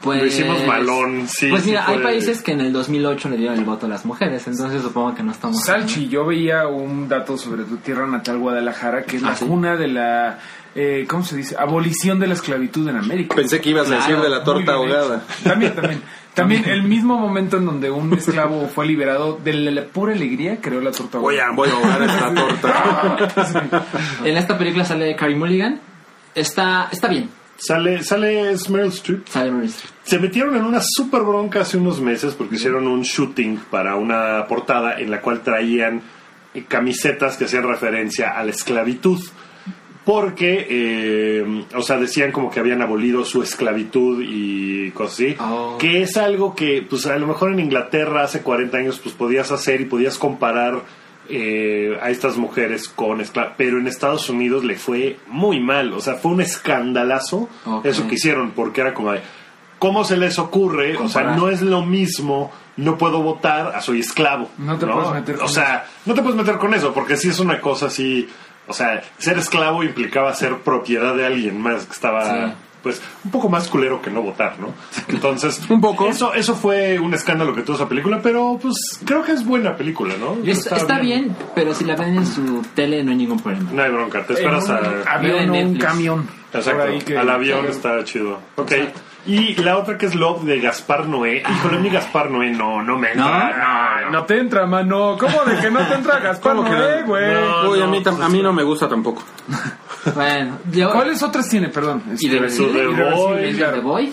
Speaker 2: Pues,
Speaker 1: Lo hicimos malón, sí,
Speaker 2: Pues
Speaker 1: sí
Speaker 2: mira, hay
Speaker 1: fue-
Speaker 2: países que en el 2008 le dieron el voto a las mujeres, entonces supongo que no estamos...
Speaker 4: Salchi, yo veía un dato sobre tu tierra natal, Guadalajara, que es la
Speaker 2: Ah, sí.
Speaker 4: cuna de la. eh, ¿Cómo se dice? Abolición de la esclavitud en América. Ah,
Speaker 3: Pensé que ibas a decir
Speaker 2: Claro,
Speaker 3: de la
Speaker 4: Muy
Speaker 3: torta
Speaker 4: bien
Speaker 3: ahogada.
Speaker 4: hecho. También, también. También el mismo momento en donde un esclavo fue liberado de la, la pura alegría, creó la torta
Speaker 3: Voy
Speaker 4: ahogada.
Speaker 3: a, voy a ahogar esta torta.
Speaker 2: En esta película sale Carrie Mulligan. Está, está bien.
Speaker 1: Sale, sale es Meryl Streep.
Speaker 2: Sale Meryl Streep.
Speaker 1: Se metieron en una super bronca hace unos meses porque hicieron un shooting para una portada en la cual traían eh, camisetas que hacían referencia a la esclavitud. Porque, eh, o sea, decían como que habían abolido su esclavitud y cosas así.
Speaker 2: Oh.
Speaker 1: Que es algo que, pues a lo mejor en Inglaterra hace 40 años, pues podías hacer y podías comparar eh, a estas mujeres con esclavas. Pero en Estados Unidos le fue muy mal. O sea, fue un escandalazo
Speaker 2: Ok.
Speaker 1: eso que hicieron, porque era como de, ¿cómo se les ocurre? O sea,
Speaker 2: Comparar.
Speaker 1: no es lo mismo, no puedo votar, a soy esclavo.
Speaker 4: No te puedes meter
Speaker 1: O
Speaker 4: con
Speaker 1: sea, no te puedes meter con eso, porque sí es una cosa así, o sea, ser esclavo implicaba ser propiedad de alguien más que estaba...
Speaker 2: Sí.
Speaker 1: Pues un poco más culero que no votar, ¿no?
Speaker 4: (laughs)
Speaker 1: Entonces,
Speaker 3: Un poco.
Speaker 1: Eso, eso fue un escándalo que tuvo esa película, pero pues creo que es buena película, ¿no?
Speaker 2: Está, está bien. pero si la ven en su tele no hay ningún problema.
Speaker 1: No hay bronca, te esperas
Speaker 4: En
Speaker 1: a.
Speaker 4: un avión
Speaker 2: en
Speaker 4: o un
Speaker 2: Netflix.
Speaker 4: camión.
Speaker 1: Exacto,
Speaker 4: Por ahí que-
Speaker 1: al avión está chido. Ok. Y la otra que es Love de Gaspar Noé. Híjole, mi Gaspar Noé no, no me entra.
Speaker 4: Ay, no te entra, mano. ¿Cómo de que no te
Speaker 3: (laughs)
Speaker 4: entra Gaspar
Speaker 3: ¿Cómo que no?
Speaker 4: Noé, güey?
Speaker 1: No,
Speaker 3: Uy, a
Speaker 1: no,
Speaker 3: mí, tam-
Speaker 1: pues,
Speaker 3: a mí no me gusta tampoco.
Speaker 2: Bueno, yo...
Speaker 4: ¿Cuáles otras tiene, perdón? Este,
Speaker 2: Irreversible.
Speaker 4: Irreversible,
Speaker 2: Es de The
Speaker 4: claro.
Speaker 2: Boy.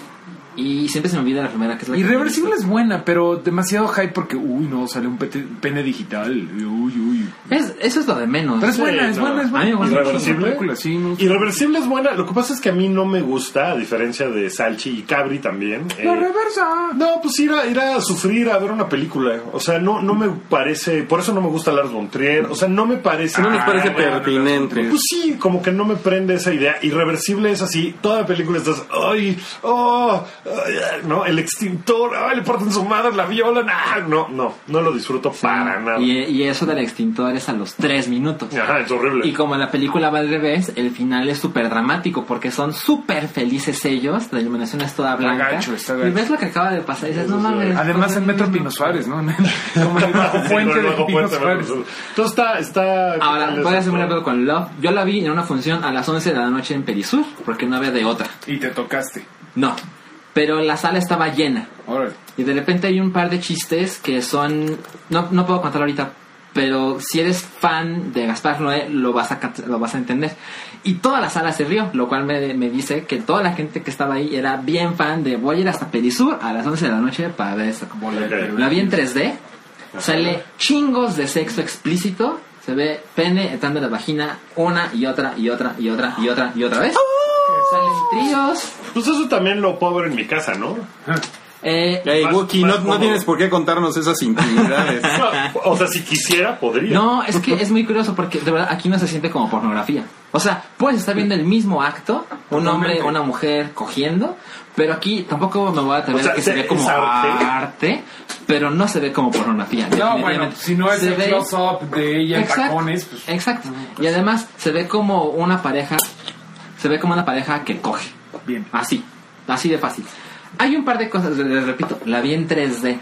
Speaker 2: Y siempre se me olvida la primera que es la que-
Speaker 4: Este, Irreversible es buena, pero demasiado hype porque, uy, no, sale un pete- pene digital. Uy, uy.
Speaker 2: Es- eso es lo de menos.
Speaker 4: Pero es buena, es
Speaker 1: no.
Speaker 4: buena, es
Speaker 2: A mí me
Speaker 4: buena.
Speaker 2: gusta
Speaker 1: Irreversible.
Speaker 4: Película, sí, me gusta.
Speaker 1: Irreversible es buena. Lo que pasa es que a mí no me gusta, a diferencia de Salchi y Cabri también.
Speaker 4: La
Speaker 1: eh,
Speaker 4: reversa.
Speaker 1: no, pues ir a, ir a sufrir a ver una película. O sea, no, no me parece. Por eso no me gusta Lars von Trier. O sea, no me parece.
Speaker 3: No nos parece
Speaker 1: Ah, bueno,
Speaker 3: pertinente.
Speaker 1: Pues sí, como que no me prende esa idea. Irreversible es así. Toda película estás, ay, oh, ay, ah", no, el extintor, ay, le parten su madre, la violan, ah, no, no, no lo disfruto para nada.
Speaker 2: Y, y eso del extintor es a los tres minutos.
Speaker 1: Ajá, es horrible.
Speaker 2: Y como la película va al revés, el final es súper dramático porque son súper felices ellos, la iluminación es toda blanca.
Speaker 4: gacho, está gacho.
Speaker 2: Y ves lo que acaba de pasar y dices, no mames.
Speaker 4: Además
Speaker 2: pues,
Speaker 4: en Metro
Speaker 2: no.
Speaker 4: Pino Suárez, ¿no? (laughs)
Speaker 3: (laughs)
Speaker 4: Como en el bajo
Speaker 1: (laughs) Sí,
Speaker 4: puente
Speaker 1: con el
Speaker 4: de
Speaker 1: bajo
Speaker 4: Pino
Speaker 1: puente, ¿no?
Speaker 4: Suárez.
Speaker 1: Entonces está, está.
Speaker 2: Ahora, voy a hacer un
Speaker 1: está-
Speaker 2: acuerdo con Love. Yo la vi en una función a las 11 de la noche en Perisur porque no había de otra.
Speaker 4: Y te tocaste.
Speaker 2: No. Pero la sala estaba llena.
Speaker 4: Órale.
Speaker 2: Y de repente hay un par de chistes que son... No, no puedo contar ahorita, pero si eres fan de Gaspar Noé, lo vas a, cat- lo vas a entender. Y toda la sala se rió, lo cual me, me dice que toda la gente que estaba ahí era bien fan de voy a ir hasta Perisur a las 11 de la noche para ver esta
Speaker 4: Bola de
Speaker 1: Ok.
Speaker 4: pelo.
Speaker 2: la vi en 3D. Sale chingos de sexo explícito. Se ve pene entrando en la vagina una y otra y otra y otra y otra y otra vez. Salen tríos.
Speaker 1: Pues eso también lo puedo ver en mi casa,
Speaker 2: (laughs)
Speaker 1: ¿no?
Speaker 2: Eh,
Speaker 3: Ey,
Speaker 1: Más-
Speaker 3: Wookie,
Speaker 1: más
Speaker 3: no, no
Speaker 1: cómodo.
Speaker 3: tienes por qué contarnos esas intimidades.
Speaker 1: (laughs) No, o sea, si quisiera, podría.
Speaker 2: no, es que es muy curioso porque de verdad aquí no se siente como pornografía. O sea, puedes estar viendo el mismo acto, un hombre, una mujer cogiendo, pero aquí tampoco me voy a atrever
Speaker 1: O sea,
Speaker 2: a que se
Speaker 1: ¿es
Speaker 2: ve como
Speaker 1: arte?
Speaker 2: arte, pero no se ve como pornografía.
Speaker 4: No, bueno,
Speaker 2: definitivamente.
Speaker 4: si no es
Speaker 2: Se
Speaker 4: el
Speaker 2: ve-
Speaker 4: close-up de ella en
Speaker 2: Exacto,
Speaker 4: tacones, pues...
Speaker 2: exacto. Y además se ve como una pareja, se ve como una pareja que coge.
Speaker 4: Bien.
Speaker 2: Así, así de fácil. Hay un par de cosas, les- les repito, la vi en 3D.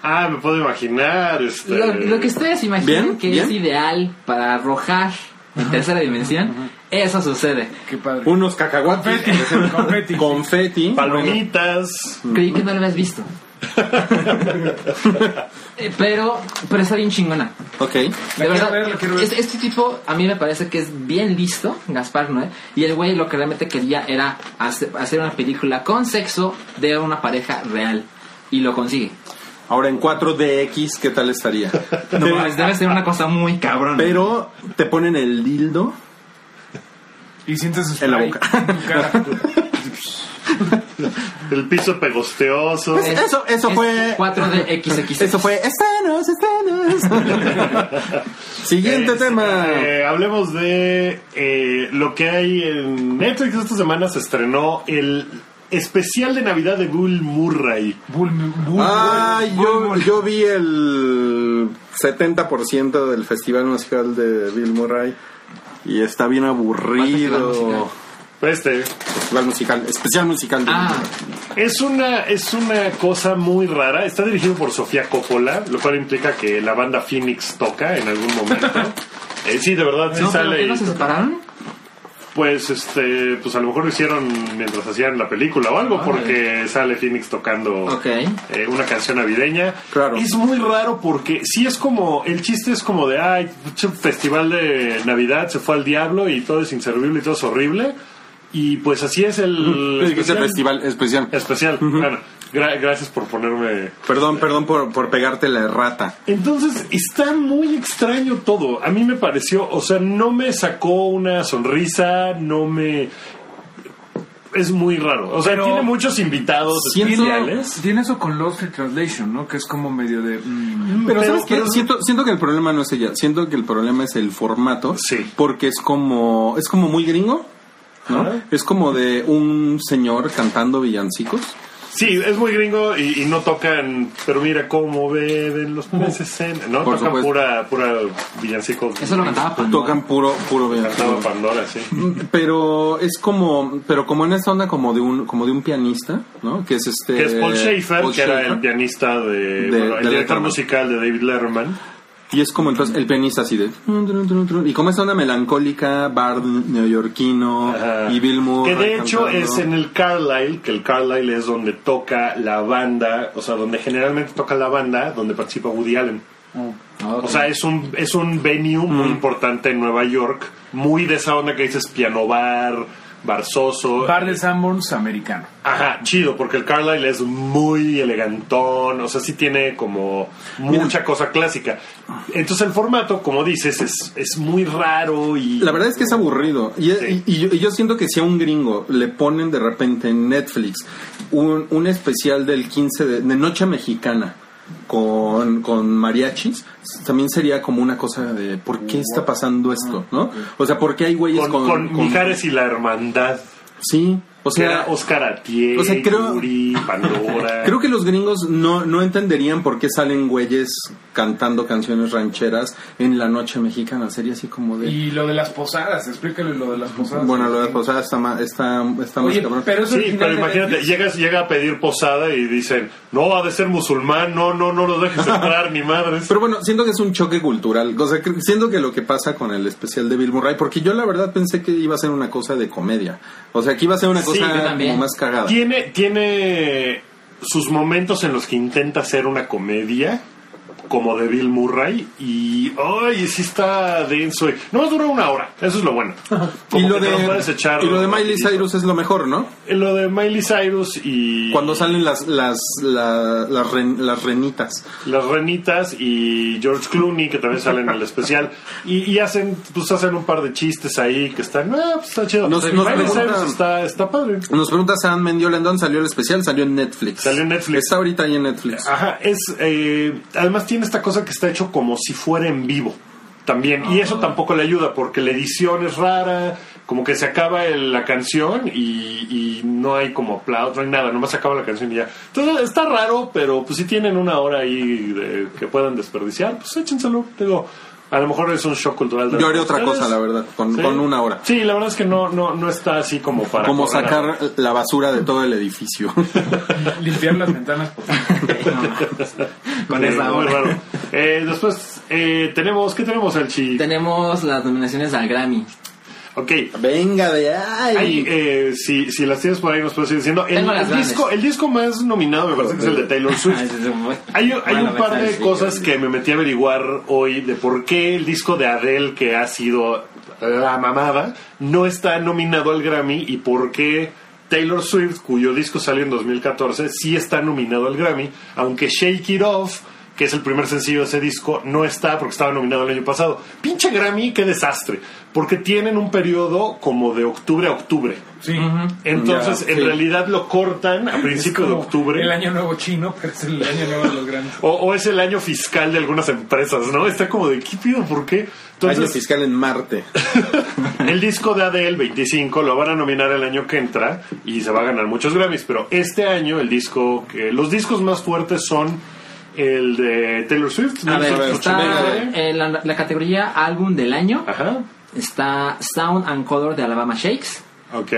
Speaker 1: Ah, me puedo imaginar. Este...
Speaker 2: Lo, lo que ustedes imaginan
Speaker 3: Bien,
Speaker 2: que
Speaker 3: bien.
Speaker 2: es ideal para arrojar en tercera dimensión, eso sucede.
Speaker 4: Qué padre.
Speaker 3: Unos cacahuates.
Speaker 4: Confeti, confeti.
Speaker 3: confeti.
Speaker 1: Palomitas.
Speaker 2: Creí que no lo habías
Speaker 4: (laughs)
Speaker 2: visto. Eh, pero, pero está bien chingona.
Speaker 3: Ok.
Speaker 4: La
Speaker 2: De
Speaker 4: quiero
Speaker 2: verdad,
Speaker 4: ver, la quiero ver.
Speaker 2: Este, este tipo a mí me parece que es bien listo, Gaspar Noé, y el güey lo que realmente quería era hace- hacer una película con sexo de una pareja real. Y lo consigue.
Speaker 3: Ahora en 4DX, ¿qué tal estaría?
Speaker 2: No mames, debe ser una cosa muy cabrona.
Speaker 3: Pero te ponen el dildo.
Speaker 4: Y sientes su
Speaker 3: En la
Speaker 4: spray
Speaker 3: boca.
Speaker 4: en tu
Speaker 3: (laughs)
Speaker 4: cara.
Speaker 1: El piso pegosteoso.
Speaker 3: Pues, eso- eso fue-
Speaker 2: 4D XXX.
Speaker 3: Eso fue estrenos, estrenos. Siguiente
Speaker 1: Este,
Speaker 3: tema.
Speaker 1: eh, hablemos de eh, lo que hay en Netflix. Esta semana se estrenó el especial de Navidad de Bull Murray.
Speaker 4: Bull- bull-
Speaker 3: Ah,
Speaker 4: bull-
Speaker 3: yo,
Speaker 4: bull-
Speaker 3: yo vi el 70% del Festival Musical de Bill Murray y está bien
Speaker 2: ¿Cuál festival
Speaker 3: aburrido.
Speaker 2: musical?
Speaker 1: Este
Speaker 3: Festival musical, especial musical. de
Speaker 2: Ah,
Speaker 1: es una es una cosa muy rara. Está dirigido por Sofía Coppola, lo cual implica que la banda Phoenix toca en algún
Speaker 2: (laughs)
Speaker 1: momento. Eh, sí, de verdad, sí
Speaker 2: ¿no, pero
Speaker 1: sale.
Speaker 2: qué,
Speaker 1: y
Speaker 2: no se separaron?
Speaker 1: Pues este, pues a lo mejor lo hicieron mientras hacían la película o algo, porque sale Phoenix tocando
Speaker 2: Ah, Ok.
Speaker 1: eh, una canción navideña.
Speaker 3: Claro.
Speaker 1: Es muy raro porque sí es como, el chiste es como de, ay, pinche festival de Navidad se fue al diablo y todo es inservible y todo es horrible. Y pues así es el
Speaker 3: Bill Murray. Es el festival Mm, especial.
Speaker 1: Especial, claro. Gra- gracias por ponerme
Speaker 3: Perdón, perdón por, por pegarte la rata.
Speaker 1: entonces, está muy extraño todo. A mí me pareció, o sea, no me sacó una sonrisa, no me... Es muy raro. O sea,
Speaker 4: Pero-
Speaker 1: tiene muchos invitados
Speaker 3: Siento-
Speaker 4: Tiene,
Speaker 1: especiales.
Speaker 4: tiene eso con Lost in Translation, ¿no? Que es como medio de... mm,
Speaker 3: Pero, ¿sabes qué?
Speaker 1: pero-
Speaker 3: siento, siento que el problema no es ella, siento que el problema es el formato.
Speaker 1: Sí.
Speaker 3: Porque es como, es como muy gringo, ¿no?
Speaker 1: Ajá.
Speaker 3: Es como de un señor cantando villancicos.
Speaker 1: Sí, es muy gringo y, y no tocan, pero mira cómo beben los peces en... No,
Speaker 3: Por
Speaker 1: tocan
Speaker 3: supuesto.
Speaker 1: pura, pura villancico.
Speaker 2: Eso lo pues, cantaba Pandora. (laughs)
Speaker 3: Tocan puro, puro
Speaker 1: Ah, pues Cantaba
Speaker 3: villancico. Mm,
Speaker 1: Pandora, sí.
Speaker 3: Pero es como, pero como en esta onda como de un, como de un pianista, ¿no? Que es este.
Speaker 1: Que es Paul Schaefer,
Speaker 3: Paul
Speaker 1: que era
Speaker 3: Schaefer.
Speaker 1: el pianista de...
Speaker 3: De-
Speaker 1: bueno, el
Speaker 3: de
Speaker 1: director
Speaker 3: Letterman.
Speaker 1: musical de David Letterman.
Speaker 3: Y es como entonces el pianista así de... Y como esa onda melancólica, bar neoyorquino
Speaker 1: Ajá.
Speaker 3: y Bill Murray.
Speaker 1: Que de hecho
Speaker 3: cantando.
Speaker 1: es en el Carlisle, que el Carlisle es donde toca la banda, o sea, donde generalmente toca la banda, donde participa Woody Allen.
Speaker 2: Ok.
Speaker 1: O sea, es un, es un venue muy importante en Nueva York, muy de esa onda que dices piano bar, barzoso.
Speaker 4: Bar de Sanborns americano.
Speaker 1: Ajá, chido, porque el Carlisle es muy elegantón, o sea, sí tiene como mucha cosa clásica. Entonces el formato, como dices, es, es muy raro y...
Speaker 3: La verdad es que es aburrido. Y,
Speaker 1: Sí.
Speaker 3: y- y yo, y yo siento que si a un gringo le ponen de repente en Netflix un, un especial del 15 de, de Noche Mexicana con, con mariachis, también sería como una cosa de ¿por qué está pasando esto? ¿No? O sea, ¿por qué hay güeyes
Speaker 1: con,
Speaker 3: con...
Speaker 1: con
Speaker 3: con-
Speaker 1: Mijares y la Hermandad.
Speaker 3: Sí. O
Speaker 1: O sea,
Speaker 3: sea,
Speaker 1: Oscar Atié,
Speaker 3: o sea, creo-
Speaker 1: Yuri, Pandora.
Speaker 3: (laughs) Creo que los gringos no, no entenderían por qué salen güeyes cantando canciones rancheras en la noche mexicana. Sería así como de...
Speaker 4: Y lo de las posadas, explícale lo de las posadas.
Speaker 3: Bueno, lo de posada está más, está, está más
Speaker 4: Oye,
Speaker 3: cabrón.
Speaker 4: pero es
Speaker 1: Sí,
Speaker 4: original
Speaker 1: pero
Speaker 4: de
Speaker 1: imagínate,
Speaker 4: Netflix.
Speaker 1: llegas, llega a pedir posada y dicen, no, ha de ser musulmán, no, no, no lo dejes entrar, ni madres.
Speaker 3: Pero bueno, siento que es un choque cultural. O sea, que- siento que lo que pasa con el especial de Bill Murray, porque yo la verdad pensé que iba a ser una cosa de comedia. O sea, que iba a ser una
Speaker 1: Sí, yo
Speaker 3: cosa
Speaker 2: también.
Speaker 3: como más cagada.
Speaker 1: Tiene, tiene sus momentos en los que intenta hacer una comedia, como de Bill Murray, y, ay, sí está denso. No dura una hora, eso es lo bueno. Como
Speaker 3: (laughs) Y lo,
Speaker 1: que te lo
Speaker 3: de,
Speaker 1: puedes echar
Speaker 3: y lo de Miley
Speaker 1: rapidito.
Speaker 3: Cyrus es lo mejor, ¿no?
Speaker 1: Lo de Miley Cyrus y...
Speaker 3: Cuando salen las las la- las, ren- las renitas.
Speaker 1: las renitas y George Clooney que también salen en el especial y, y hacen pues hacen un par de chistes ahí que están ah pues está chido
Speaker 3: Nos-
Speaker 1: Miley
Speaker 3: nos
Speaker 1: Cyrus
Speaker 3: preguntan-
Speaker 1: está está padre
Speaker 3: Nos pregunta Sam Mendiola en dónde salió el especial, salió en Netflix.
Speaker 1: Salió en Netflix. Ah,
Speaker 3: Está ahorita ahí en Netflix.
Speaker 1: ajá es eh, además tiene esta cosa que está hecho como si fuera en vivo también y eso tampoco le ayuda porque la edición es rara como que se acaba el- la canción y, y no hay como aplausos, no hay nada, nomás se acaba la canción y ya. Entonces está raro, pero pues si tienen una hora ahí de- que puedan desperdiciar, pues échenselo. Digo, a lo mejor es un shock cultural. de
Speaker 3: Yo haría otra
Speaker 1: ustedes.
Speaker 3: cosa, la verdad, con,
Speaker 1: Sí.
Speaker 3: con una hora.
Speaker 1: Sí, la verdad es que no, no, no está así como para...
Speaker 3: Como
Speaker 1: correr a-
Speaker 3: sacar la basura de todo el edificio.
Speaker 4: Limpiar las ventanas, por favor.
Speaker 1: (laughs)
Speaker 2: Con
Speaker 1: Eh,
Speaker 2: esa
Speaker 1: muy
Speaker 2: hora.
Speaker 1: raro. (laughs) Eh, después eh, tenemos, ¿qué tenemos, Alchi?
Speaker 2: Tenemos las nominaciones al Grammy.
Speaker 1: Ok.
Speaker 3: (laughs) Venga de ahí.
Speaker 1: Ahí, eh, si, si las tienes por ahí, nos puedes ir diciendo. El,
Speaker 2: Tengo las
Speaker 1: el
Speaker 2: grandes. Ah,
Speaker 1: disco, el disco más nominado me parece que es el de Taylor Swift. Hay, hay
Speaker 2: Bueno,
Speaker 1: un par de
Speaker 2: sí,
Speaker 1: cosas
Speaker 2: sí.
Speaker 1: que me metí a averiguar hoy de por qué el disco de Adele, que ha sido la mamada, no está nominado al Grammy y por qué Taylor Swift, cuyo disco salió en 2014, sí está nominado al Grammy, aunque Shake It Off, que es el primer sencillo de ese disco, no está porque estaba nominado el año pasado. Pinche Grammy, qué desastre, porque tienen un periodo como de octubre a octubre.
Speaker 4: Sí.
Speaker 1: Entonces,
Speaker 3: Ya,
Speaker 1: en
Speaker 3: sí.
Speaker 1: realidad lo cortan a
Speaker 4: Es
Speaker 1: principios de
Speaker 4: como
Speaker 1: octubre.
Speaker 4: El año nuevo chino, (laughs) pero es el año nuevo de los grandes.
Speaker 1: O, o es el año fiscal de algunas empresas, ¿no? Está como de, ¿qué pido? ¿Por qué?
Speaker 3: Año
Speaker 1: Entonces,
Speaker 3: fiscal en Marte.
Speaker 1: el disco de Adele, 25, lo van a nominar el año que entra y se va a ganar muchos Grammys. Pero este año, el disco, que los discos más fuertes son el de Taylor Swift.
Speaker 2: A
Speaker 1: ¿no?
Speaker 2: ver,
Speaker 1: Entonces, venga,
Speaker 2: está
Speaker 1: venga.
Speaker 2: en la, la categoría álbum del año.
Speaker 1: Ajá,
Speaker 2: Está Sound and Color de Alabama Shakes.
Speaker 1: ok.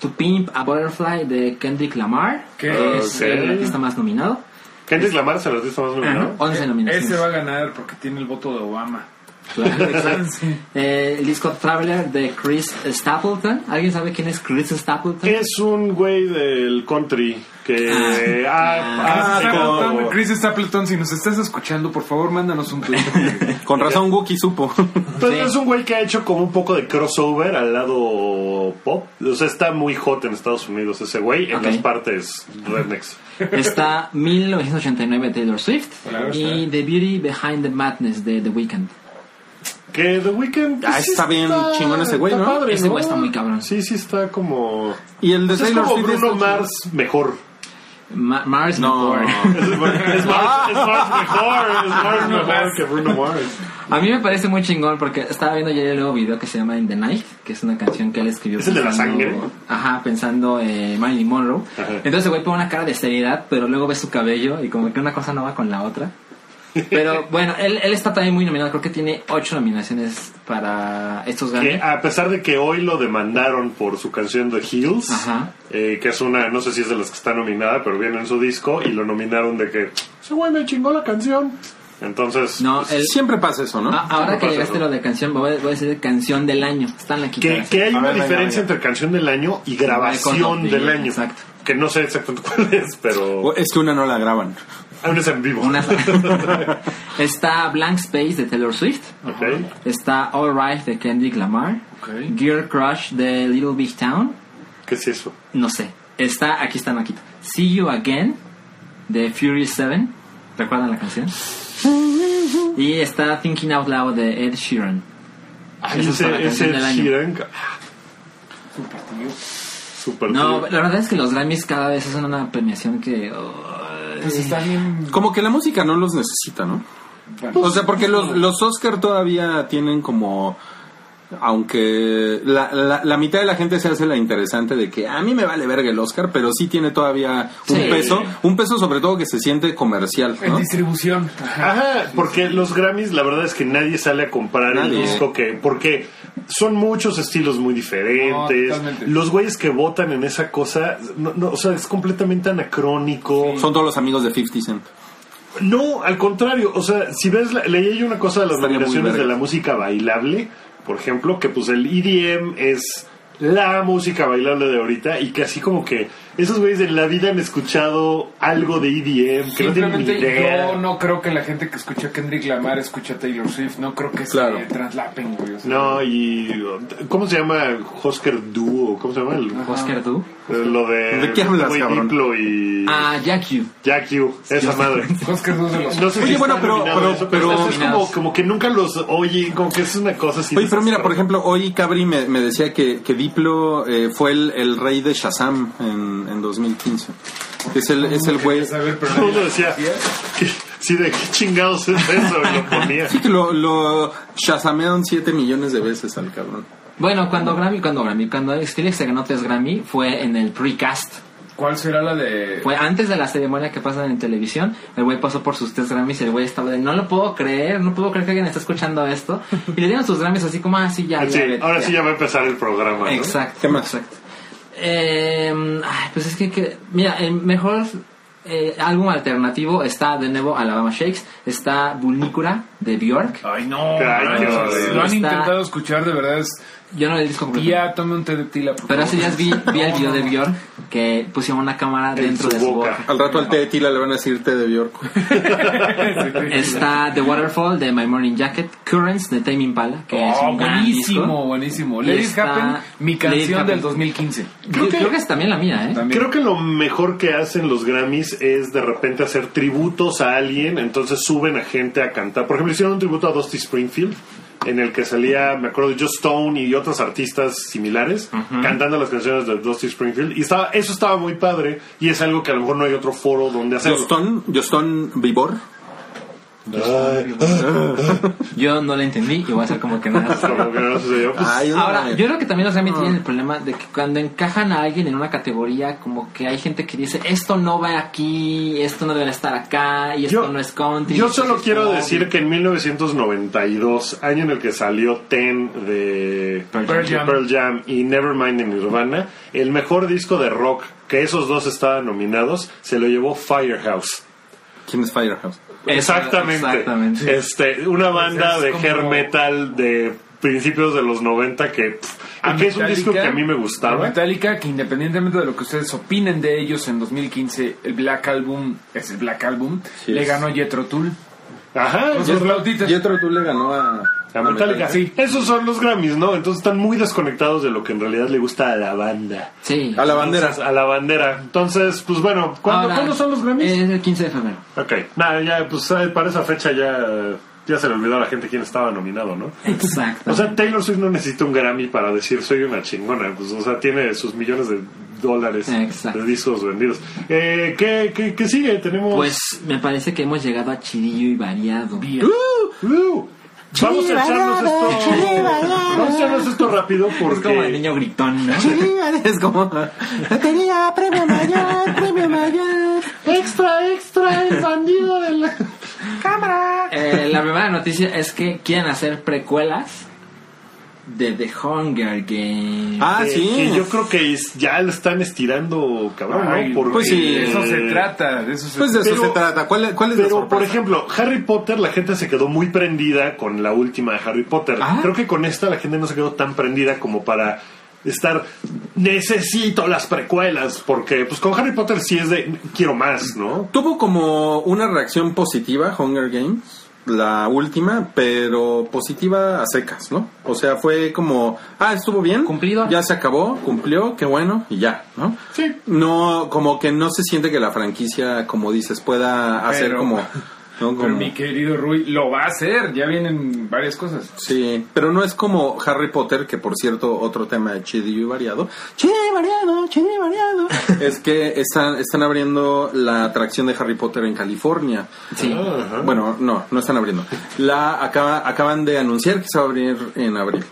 Speaker 2: To Pimp a Butterfly de Kendrick Lamar.
Speaker 4: ¿Qué?
Speaker 2: Que es
Speaker 1: Ah, Ok.
Speaker 2: el artista más nominado.
Speaker 1: Kendrick Lamar se los discos más nominados.
Speaker 2: Ajá, 11 nominaciones.
Speaker 4: Ese va a ganar porque tiene el voto de Obama. (laughs)
Speaker 2: Claro, exacto.
Speaker 4: Sí.
Speaker 2: Eh, el disco Traveler de Chris Stapleton. ¿Alguien sabe quién es Chris Stapleton?
Speaker 1: Es un güey del country que ha, ha
Speaker 4: Ah, Stapleton,
Speaker 1: hecho-
Speaker 4: Chris Stapleton, si nos estás escuchando, por favor, mándanos un tweet.
Speaker 3: (laughs) Con razón Wookie supo. (laughs)
Speaker 1: Pero
Speaker 2: Sí.
Speaker 1: es un güey que ha hecho como un poco de crossover al lado pop. O sea, está muy hot en Estados Unidos ese güey, en
Speaker 2: Ok.
Speaker 1: las partes rednecks.
Speaker 2: Está 1989 de Taylor Swift.
Speaker 4: Claro,
Speaker 2: y The Beauty Behind the Madness de The Weeknd.
Speaker 1: Que The Weeknd... pues,
Speaker 3: Ah,
Speaker 1: sí
Speaker 3: está bien chingón ese güey,
Speaker 1: está
Speaker 3: ¿no?
Speaker 1: padre,
Speaker 2: Ese güey
Speaker 1: ¿no?
Speaker 2: está muy cabrón.
Speaker 1: Sí, sí está como...
Speaker 3: Y el de
Speaker 1: Es
Speaker 3: Pues Taylor
Speaker 1: como
Speaker 3: Swift
Speaker 1: Bruno
Speaker 3: está chido.
Speaker 1: Mars mejor.
Speaker 2: Ma- Mars
Speaker 3: No.
Speaker 2: Before. (laughs)
Speaker 1: Es, es Mars, es Mars mejor, es Mars mejor que Bruno Mars.
Speaker 2: A mí me parece muy chingón porque estaba viendo ayer el nuevo video que se llama In the Night, que es una canción que él escribió.
Speaker 1: ¿Es el de la sangre?
Speaker 2: Ajá, pensando eh, Marilyn Monroe.
Speaker 1: Ajá.
Speaker 2: Entonces el güey pone una cara de seriedad, pero luego ves su cabello y como que una cosa no va con la otra.
Speaker 1: (laughs)
Speaker 2: Pero bueno, él, él está también muy nominado, creo que tiene ocho nominaciones para estos
Speaker 1: Que
Speaker 2: Grammy.
Speaker 1: a pesar de que hoy lo demandaron por su canción The Hills,
Speaker 2: Ajá.
Speaker 1: eh, que es una, no sé si es de las que está nominada, pero viene en su disco, y lo nominaron de que, ese güey me chingó la canción. Entonces,
Speaker 2: No,
Speaker 1: pues,
Speaker 2: él-
Speaker 3: Siempre pasa eso, ¿no?
Speaker 2: Ah, ahora que
Speaker 1: pasa
Speaker 2: llegaste
Speaker 1: eso.
Speaker 2: lo de canción, voy a, voy a decir canción del año. Están aquí.
Speaker 1: que,
Speaker 2: caras.
Speaker 1: que hay
Speaker 3: A
Speaker 1: una
Speaker 3: ver, venga,
Speaker 1: diferencia
Speaker 3: venga.
Speaker 1: entre canción del año y grabación
Speaker 2: Record of the
Speaker 1: del
Speaker 2: year,
Speaker 1: año.
Speaker 2: exacto.
Speaker 1: Que no sé exactamente (laughs) cuál es, pero
Speaker 3: O Es que una no la graban.
Speaker 1: aún es en vivo.
Speaker 2: Una- (laughs) está Blank Space de Taylor Swift.
Speaker 1: Ok.
Speaker 2: Está All Right de Kendrick Lamar.
Speaker 4: Ok.
Speaker 2: Girl Crush de Little Big Town.
Speaker 1: ¿Qué es eso?
Speaker 2: No sé. Está, aquí está Maquito. See You Again de Fury 7. ¿Recuerdan la canción? Y está Thinking Out Loud de Ed Sheeran. Esa es para
Speaker 1: Ese- ese
Speaker 2: canción del año.
Speaker 1: Sheeran, ah, Super
Speaker 2: No,
Speaker 1: tío.
Speaker 2: la verdad es que los Grammys cada vez hacen una premiación que... oh,
Speaker 4: Pues está bien.
Speaker 3: Como que la música no los necesita, ¿no?
Speaker 4: Bueno,
Speaker 3: O sea, porque los, los Oscar todavía tienen como... Aunque la, la, la mitad de la gente se hace la interesante de que a mí me vale verga el Oscar, pero sí tiene todavía un
Speaker 2: Sí.
Speaker 3: peso, un peso sobre todo que se siente comercial,
Speaker 4: en
Speaker 3: ¿no?
Speaker 4: distribución. Ajá.
Speaker 1: Ajá, porque los Grammys, la verdad es que nadie sale a comprar el
Speaker 3: Nadie.
Speaker 1: disco que. Porque son muchos estilos muy
Speaker 4: No,
Speaker 1: diferentes.
Speaker 4: totalmente.
Speaker 1: los güeyes que votan en esa cosa, no, no, o sea, es completamente anacrónico.
Speaker 3: Son todos los amigos de 50 Cent.
Speaker 1: No, al contrario, o sea, si ves, la- leí yo una cosa de las
Speaker 3: Estaría muy
Speaker 1: nominaciones de
Speaker 3: verga.
Speaker 1: la música bailable, por ejemplo, que pues el EDM es la música bailable de ahorita y que así como que esos güeyes en la vida han escuchado algo de EDM que no tienen ni
Speaker 4: Simplemente
Speaker 1: idea.
Speaker 4: yo no creo que la gente que escucha a Kendrick Lamar escucha a Taylor Swift. No creo que
Speaker 3: Claro.
Speaker 4: se traslapen, güey. o sea.
Speaker 1: No, y. ¿Cómo se llama? Hosker Duo. ¿Cómo se llama? El,
Speaker 2: Oscar, tú.
Speaker 1: eh, lo de.
Speaker 3: Ah. ¿De qué hablas,
Speaker 1: güey
Speaker 3: cabrón?
Speaker 1: Diplo y.
Speaker 2: Ah, Jack U.
Speaker 1: Jack U. Esa madre.
Speaker 4: Oscar es de los.
Speaker 1: No sé
Speaker 3: Oye,
Speaker 1: si
Speaker 3: bueno,
Speaker 1: está
Speaker 3: pero-
Speaker 1: nominado
Speaker 3: pero-
Speaker 1: eso,
Speaker 3: pero-
Speaker 1: eso es como, como que nunca los oye, como que es una cosa así.
Speaker 3: Oye, pero mira, por
Speaker 1: desastrosa.
Speaker 3: ejemplo, hoy Cabri me, me decía que, que Diplo eh, fue el, el rey de Shazam en, en 2015. Es el, es el güey...
Speaker 4: Quería saber, pero
Speaker 1: Todo el
Speaker 4: nadie-
Speaker 1: mundo decía, ¿qué- sí, ¿de qué chingados es eso? Y lo ponía.
Speaker 3: Sí que lo, lo shazamearon 7 millones de veces al cabrón.
Speaker 2: Bueno, cuando Grammy, cuando Grammy, cuando Alex Skrillex se ganó tres Grammy fue en el precast.
Speaker 4: ¿Cuál será la de...?
Speaker 2: Fue antes de la ceremonia que pasan en televisión. El güey pasó por sus tres Grammys y el güey estaba de, no lo puedo creer, no puedo creer que alguien está escuchando esto. Y le dieron sus Grammys así como, así ya.
Speaker 1: Ah, Sí,
Speaker 2: ya,
Speaker 1: ahora sí ya va a empezar el programa. ¿no?
Speaker 2: Exacto.
Speaker 3: ¿Qué más?
Speaker 2: Exacto. Eh, ay, pues es que, que- mira, el mejor eh, álbum alternativo está de nuevo Alabama Shakes, está Vulnícula de Bjork.
Speaker 4: Ay, no.
Speaker 1: Ay,
Speaker 4: manches,
Speaker 1: qué horrible.
Speaker 4: Lo han
Speaker 2: Está-
Speaker 4: intentado escuchar, de verdad. Es...
Speaker 2: Yo no le disco completo.
Speaker 4: Tía, tome un té de tila, por
Speaker 2: Pero
Speaker 4: favor.
Speaker 2: hace días vi, vi el
Speaker 4: No, (laughs)
Speaker 2: video de
Speaker 4: no.
Speaker 2: Bjork que pusieron una cámara
Speaker 1: En
Speaker 2: dentro
Speaker 1: su
Speaker 2: de su
Speaker 1: boca.
Speaker 2: boca.
Speaker 3: Al rato al té de Tila le van a decir té de Bjork.
Speaker 2: Está The Waterfall de My Morning Jacket, Currents de Tame Impala, que es
Speaker 4: Oh,
Speaker 2: un gran
Speaker 4: buenísimo,
Speaker 2: disco.
Speaker 4: buenísimo.
Speaker 2: Y
Speaker 4: Ladies
Speaker 2: está-
Speaker 4: Happen, mi
Speaker 2: Ladies
Speaker 4: canción
Speaker 2: Happen.
Speaker 4: del 2015.
Speaker 2: Creo que, creo que es también la mía,
Speaker 1: (laughs)
Speaker 2: ¿eh?
Speaker 4: También.
Speaker 1: Creo que lo mejor que hacen los Grammys es de repente hacer tributos a alguien, entonces suben a gente a cantar. Por ejemplo, hicieron un tributo a Dusty Springfield, en el que salía, me acuerdo, Joe Stone y otros artistas similares cantando las canciones de Dusty Springfield. Y estaba, eso estaba muy padre, y es algo que a lo mejor no hay otro foro donde hacerlo.
Speaker 3: Juston, Juston Vibor.
Speaker 1: Ay,
Speaker 2: Yo no la entendí y voy a hacer como
Speaker 1: (laughs)
Speaker 2: que nada.
Speaker 1: como que no sucedió. Pues,
Speaker 3: Ay, una-
Speaker 2: Ahora, yo creo que también los Grammy tienen el problema de que cuando encajan a alguien en una categoría, como que hay gente que dice, esto no va aquí, esto no debe estar acá, y esto no es country.
Speaker 1: yo
Speaker 2: esto
Speaker 1: solo
Speaker 2: es
Speaker 1: quiero
Speaker 2: pop".
Speaker 1: decir que en 1992, año en el que salió Ten de
Speaker 2: Pearl
Speaker 1: de
Speaker 4: Jam.
Speaker 1: Pearl Jam y Nevermind en Nirvana, el mejor disco de rock que esos dos estaban nominados se lo llevó Firehouse.
Speaker 3: ¿Quién es Firehouse?
Speaker 1: Exactamente.
Speaker 2: Exactamente.
Speaker 1: Este, una banda
Speaker 4: es
Speaker 1: de
Speaker 4: como-
Speaker 1: hair metal de principios de los 90 que, pff, que es un disco que a mí me gustaba.
Speaker 4: Metallica, que independientemente de lo que ustedes opinen de ellos en 2015, el Black Album es el Black Album.
Speaker 3: Sí,
Speaker 4: le
Speaker 3: es.
Speaker 4: ganó Jethro Tull.
Speaker 1: Ajá,
Speaker 4: Los
Speaker 1: esos-
Speaker 4: aplaudites.
Speaker 3: Jethro Tull le ganó a,
Speaker 1: a Metallica, sí. Esos son los Grammys, ¿no? Entonces están muy desconectados de lo que en realidad le gusta a la banda.
Speaker 2: Sí.
Speaker 3: A la bandera.
Speaker 1: Entonces, a la bandera. Entonces, pues bueno, ¿cuándo,
Speaker 2: Ahora,
Speaker 1: ¿cuándo son los Grammys?
Speaker 2: Es el 15 de febrero.
Speaker 1: Ok, nada, ya, pues eh, para esa fecha ya, ya se le olvidó a la gente quién estaba nominado, ¿no?
Speaker 2: Exacto.
Speaker 1: O sea, Taylor Swift no necesita un Grammy para decir soy una chingona, pues, o sea, tiene sus millones de dólares
Speaker 2: Exacto.
Speaker 1: de discos vendidos. Eh, ¿qué, qué, qué sigue? Tenemos...
Speaker 2: pues me parece que hemos llegado a chidillo y variado.
Speaker 4: Bien.
Speaker 1: ¡Uh! ¡Uh! Vamos a echarnos (laughs) esto... Vamos a echarnos esto rápido
Speaker 2: Es como el
Speaker 1: porque...
Speaker 2: niño gritón, ¿no? (laughs)
Speaker 3: es como tenía premio mayor, premio mayor.
Speaker 1: Extra, extra, el bandido de la...
Speaker 2: Eh, la primera noticia es que quieren hacer precuelas de The Hunger Game.
Speaker 3: Ah,
Speaker 1: Eh,
Speaker 3: sí.
Speaker 1: que yo creo que es- ya lo están estirando, cabrón,
Speaker 4: Ay,
Speaker 1: Ah, ¿no? Porque,
Speaker 3: pues sí,
Speaker 4: De eso se
Speaker 1: eh,
Speaker 4: trata. De eso se
Speaker 3: Pues de eso
Speaker 1: Pero-
Speaker 3: se trata. ¿Cuál, es- cuál es la
Speaker 1: Pero, por
Speaker 3: sorpresa?
Speaker 1: ejemplo, Harry Potter, la gente se quedó muy prendida con la última de Harry Potter.
Speaker 2: Ah.
Speaker 1: Creo que con esta la gente no se quedó tan prendida como para estar necesito las precuelas porque pues con Harry Potter sí es de quiero más no
Speaker 3: Tuvo como una reacción positiva Hunger Games, la última, pero positiva a secas, ¿no? O sea, fue como, ah, estuvo bien,
Speaker 2: Cumplido.
Speaker 3: ya se acabó, cumplió, qué bueno, y ya, ¿no?
Speaker 1: Sí.
Speaker 3: No, como que no se siente que la franquicia, como dices, pueda hacer
Speaker 4: Pero-
Speaker 3: como...
Speaker 1: (laughs)
Speaker 3: ¿no?
Speaker 4: Pero
Speaker 3: Como-
Speaker 4: mi querido Rui lo va a hacer. Ya vienen varias cosas.
Speaker 3: Sí, pero no es como Harry Potter, que por cierto, otro tema de chido y variado. Chido y variado, chido y variado. es que están, están abriendo la atracción de Harry Potter en California.
Speaker 2: Sí.
Speaker 1: Ah, Ajá.
Speaker 3: Bueno, no, no están abriendo. La acaba, acaban de anunciar que se va a abrir en abril,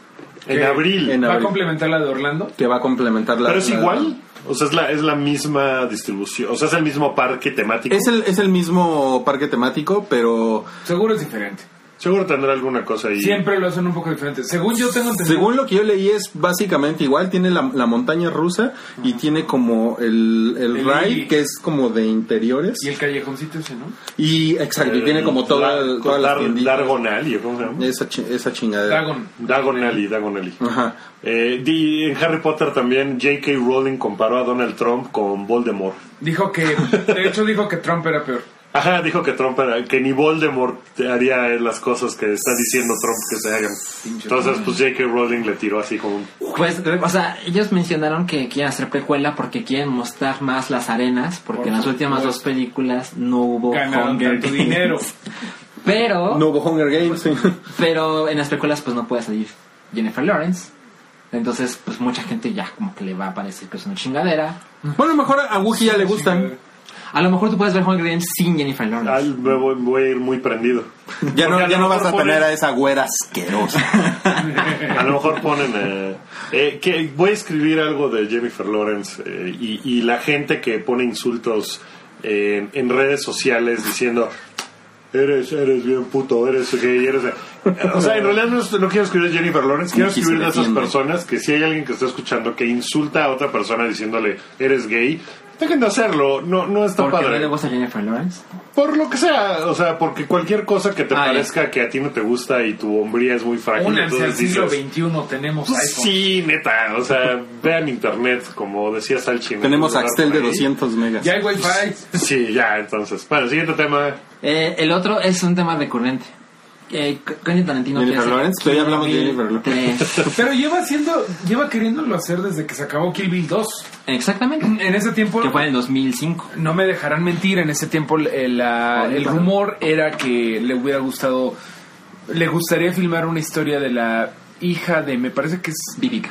Speaker 1: en
Speaker 4: Que-
Speaker 1: abril
Speaker 3: En
Speaker 4: ¿Va a
Speaker 3: abril.
Speaker 4: complementar la de Orlando?
Speaker 3: que va a complementar la.
Speaker 1: pero es
Speaker 3: la-
Speaker 1: igual o sea es la es la misma distribución o sea es el mismo parque temático
Speaker 3: Es el, es el mismo parque temático, pero
Speaker 4: Seguro es diferente.
Speaker 1: seguro tendrá alguna cosa ahí
Speaker 4: Siempre lo hacen un poco diferente. Según yo tengo entendido.
Speaker 3: según lo que yo leí es básicamente igual. Tiene la, la montaña rusa y tiene como el, el
Speaker 4: El-
Speaker 3: ride que es como de interiores.
Speaker 4: Y el callejoncito ese, ¿no?
Speaker 3: Y exacto, y
Speaker 1: Eh,
Speaker 3: tiene como toda,
Speaker 1: Dar-
Speaker 3: todas las
Speaker 1: Dar-
Speaker 3: tienditas.
Speaker 1: Dargon Alley, ¿cómo se llama?
Speaker 3: Esa, chi- esa chingadera.
Speaker 4: Dragon.
Speaker 1: Dargon Alley, Dargon Alley.
Speaker 3: Ajá.
Speaker 1: Eh, di- en Harry Potter también J.K. Rowling comparó a Donald Trump con Voldemort.
Speaker 4: Dijo que. De hecho, dijo que Trump era peor.
Speaker 1: Ajá, dijo que Trump era- que ni Voldemort haría las cosas que está diciendo Trump que se hagan. Entonces, pues J.K. Rowling le tiró así como un...
Speaker 2: Pues, o sea, ellos mencionaron que quieren hacer precuela porque quieren mostrar más las arenas, porque
Speaker 4: Por
Speaker 2: en las
Speaker 4: supuesto.
Speaker 2: últimas dos películas no hubo
Speaker 4: Ganaron
Speaker 2: Hunger
Speaker 4: tanto
Speaker 2: Games.
Speaker 4: dinero.
Speaker 2: (laughs) Pero,
Speaker 3: No hubo Hunger Games. sí.
Speaker 2: pero en las precuelas pues no puede salir Jennifer Lawrence. Entonces, pues mucha gente ya como que le va a parecer que es una chingadera.
Speaker 3: bueno, a lo mejor a Wookiee ya le gustan.
Speaker 2: A lo mejor tú puedes ver Hunger Games sin Jennifer Lawrence.
Speaker 1: Ay, me voy, voy a ir muy prendido.
Speaker 3: Ya no,
Speaker 1: Porque a
Speaker 3: ya
Speaker 1: lo
Speaker 3: no vas
Speaker 1: mejor
Speaker 3: a
Speaker 1: ponen-
Speaker 3: tener a esa
Speaker 1: (laughs)
Speaker 3: güera asquerosa.
Speaker 1: A lo mejor ponen. eh, eh, que voy a escribir algo de Jennifer Lawrence eh, y, y la gente que pone insultos en, en redes sociales diciendo. Eres, eres bien puto, eres gay, eres... O sea, en realidad no, es- no quiero escribir a Jennifer Lawrence, quiero
Speaker 3: Ni que se
Speaker 1: escribir a esas
Speaker 3: defiende.
Speaker 1: personas que si hay alguien que está escuchando que insulta a otra persona diciéndole eres gay, dejen de hacerlo, no, no está
Speaker 2: Porque no
Speaker 1: padre.
Speaker 2: le gusta Jennifer Lawrence.
Speaker 1: Por lo que sea, o sea, porque cualquier cosa que te
Speaker 2: Ah, ya.
Speaker 1: parezca que a ti no te gusta y tu hombría es muy frágil,
Speaker 4: Únanse al
Speaker 1: entonces
Speaker 4: siglo
Speaker 1: dices,
Speaker 4: XXI, tenemos
Speaker 1: pues
Speaker 4: iPhone.
Speaker 1: sí, neta, o sea, vean internet, como decía Salchi. en
Speaker 3: Tenemos
Speaker 1: algún
Speaker 3: Axtel de
Speaker 1: lugar por ahí.
Speaker 3: 200 megas.
Speaker 4: Ya hay
Speaker 2: (laughs)
Speaker 4: Wi-Fi.
Speaker 1: Sí, ya, entonces. Bueno, siguiente tema.
Speaker 2: Eh, el otro es un tema recurrente. Eh, C- Quentin Tarantino quiere
Speaker 3: Jennifer
Speaker 2: hacer
Speaker 3: Lawrence, pero ya
Speaker 2: Kill
Speaker 3: hablamos de
Speaker 2: Bill
Speaker 3: Jennifer Lawrence.
Speaker 2: 3.
Speaker 4: Pero lleva haciendo, lleva queriéndolo hacer desde que se acabó Kill Bill 2.
Speaker 2: Exactamente.
Speaker 4: En ese tiempo,
Speaker 2: Que fue en el 2005.
Speaker 4: no me dejarán mentir, en ese tiempo eh,
Speaker 2: Oh,
Speaker 4: la- el rumor era que le hubiera gustado, le gustaría filmar una historia de la hija de, me parece que es,
Speaker 2: Vivica.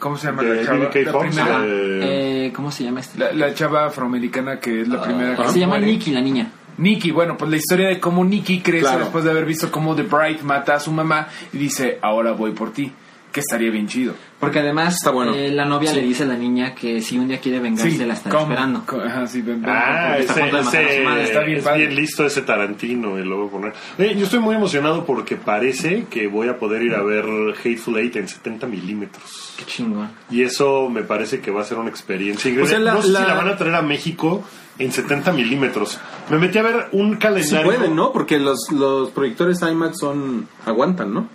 Speaker 4: ¿cómo se llama?
Speaker 1: De
Speaker 4: la chava,
Speaker 1: BBK
Speaker 4: la
Speaker 1: Fox,
Speaker 4: primera-
Speaker 2: Ajá.
Speaker 1: Eh,
Speaker 2: Eh, ¿Cómo se llama este?
Speaker 4: la, la chava afroamericana que es la primera que
Speaker 2: Ah. se llama
Speaker 4: muere.
Speaker 2: Nikki, la niña.
Speaker 4: Nikki, bueno, pues la historia de cómo Nikki crece
Speaker 3: Claro.
Speaker 4: después de haber visto cómo The Bright mata a su mamá y dice, ahora voy por ti, que estaría bien chido.
Speaker 2: Porque además
Speaker 3: Está Ah, bueno.
Speaker 2: eh, la novia
Speaker 3: Sí.
Speaker 2: le dice a la niña que si un día quiere vengarse la está
Speaker 4: ¿cómo?
Speaker 2: esperando.
Speaker 4: Co- ajá, sí, ven, ven,
Speaker 1: Ah,
Speaker 2: está a
Speaker 1: ese,
Speaker 2: punto de matar a su
Speaker 1: ese-
Speaker 2: madre,
Speaker 4: está bien
Speaker 1: es
Speaker 4: padre.
Speaker 1: bien listo ese Tarantino y luego poner. Eh, yo estoy muy emocionado porque parece que voy a poder ir a ver Hateful Eight en 70 milímetros.
Speaker 2: Qué chingón.
Speaker 1: Y eso me parece que va a ser una experiencia increíble.
Speaker 3: O sea, la-
Speaker 1: no sé
Speaker 3: la-
Speaker 1: si la van a traer a México en 70 milímetros. Me metí a ver un
Speaker 3: Si
Speaker 1: calendario.
Speaker 3: pueden, ¿no? Porque los, los proyectores IMAX son aguantan, ¿no?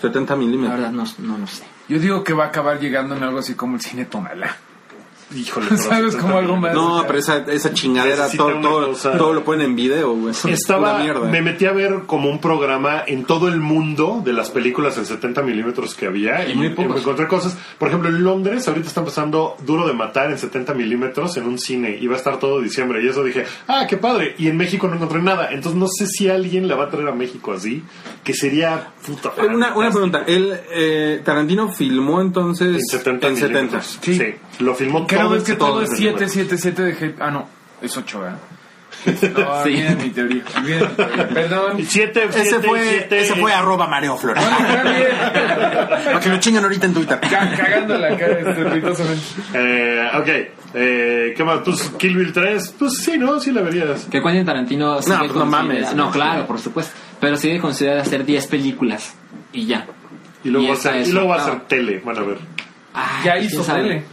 Speaker 3: 70
Speaker 2: La
Speaker 3: milímetros.
Speaker 2: verdad no, no lo sé.
Speaker 4: Yo digo que va a acabar llegando en algo así como el cine Tonalá.
Speaker 1: Híjole, pero
Speaker 4: (laughs) ¿Sabes?
Speaker 1: 70
Speaker 4: Como algo más.
Speaker 3: No, pero esa, esa chingadera,
Speaker 1: Necesita
Speaker 3: todo,
Speaker 1: una
Speaker 3: todo,
Speaker 1: cosa.
Speaker 3: todo lo ponen en video, güey. (laughs) Una
Speaker 1: Estaba,
Speaker 3: mierda.
Speaker 1: me metí a ver como un programa en todo el mundo de las películas en 70 milímetros que había y,
Speaker 2: muy
Speaker 1: y me
Speaker 2: pocos.
Speaker 1: encontré cosas. Por ejemplo, en Londres ahorita están pasando Duro de Matar en 70 milímetros en un cine y va a estar todo diciembre. Y eso dije, ah, qué padre. Y en México no encontré nada. Entonces no sé si alguien la va a traer a México así, que sería puta.
Speaker 3: Eh, Una, una pregunta. El eh, Tarantino filmó entonces
Speaker 1: En 70
Speaker 3: en 70.
Speaker 1: milímetros. Sí. Lo filmó
Speaker 4: Creo
Speaker 1: todo
Speaker 4: es
Speaker 1: en
Speaker 4: que todo
Speaker 1: 70
Speaker 4: es
Speaker 1: milímetros.
Speaker 4: 777 de Hate. Ah, no, es
Speaker 1: (laughs)
Speaker 4: 8, ¿verdad? No,
Speaker 2: Sí.
Speaker 4: viene mi teoría. viene mi teoría. Perdón.
Speaker 1: Siete,
Speaker 3: Ese
Speaker 1: siete,
Speaker 3: fue,
Speaker 1: siete,
Speaker 3: ese fue arroba Mareo Flores. Para que lo chingan ahorita en Twitter.
Speaker 4: Ca- Cagando la cara este ruidosamente.
Speaker 1: Eh, ok. Eh, ¿Qué más? Pues Kill Bill 3. Pues sí, ¿no? Sí la verías.
Speaker 2: Que Quentin Tarantino sigue
Speaker 3: pues, no
Speaker 2: considera-
Speaker 3: mames.
Speaker 2: No, claro, por supuesto. Pero sigue considerando hacer 10 películas y ya.
Speaker 1: Y luego,
Speaker 2: Y
Speaker 1: va, a
Speaker 2: esta
Speaker 1: ser,
Speaker 2: es
Speaker 1: y luego va a
Speaker 2: octava.
Speaker 1: ser tele, van a ver.
Speaker 2: Ay,
Speaker 4: Ya
Speaker 2: pues,
Speaker 4: hizo
Speaker 2: quién sabe.
Speaker 4: tele.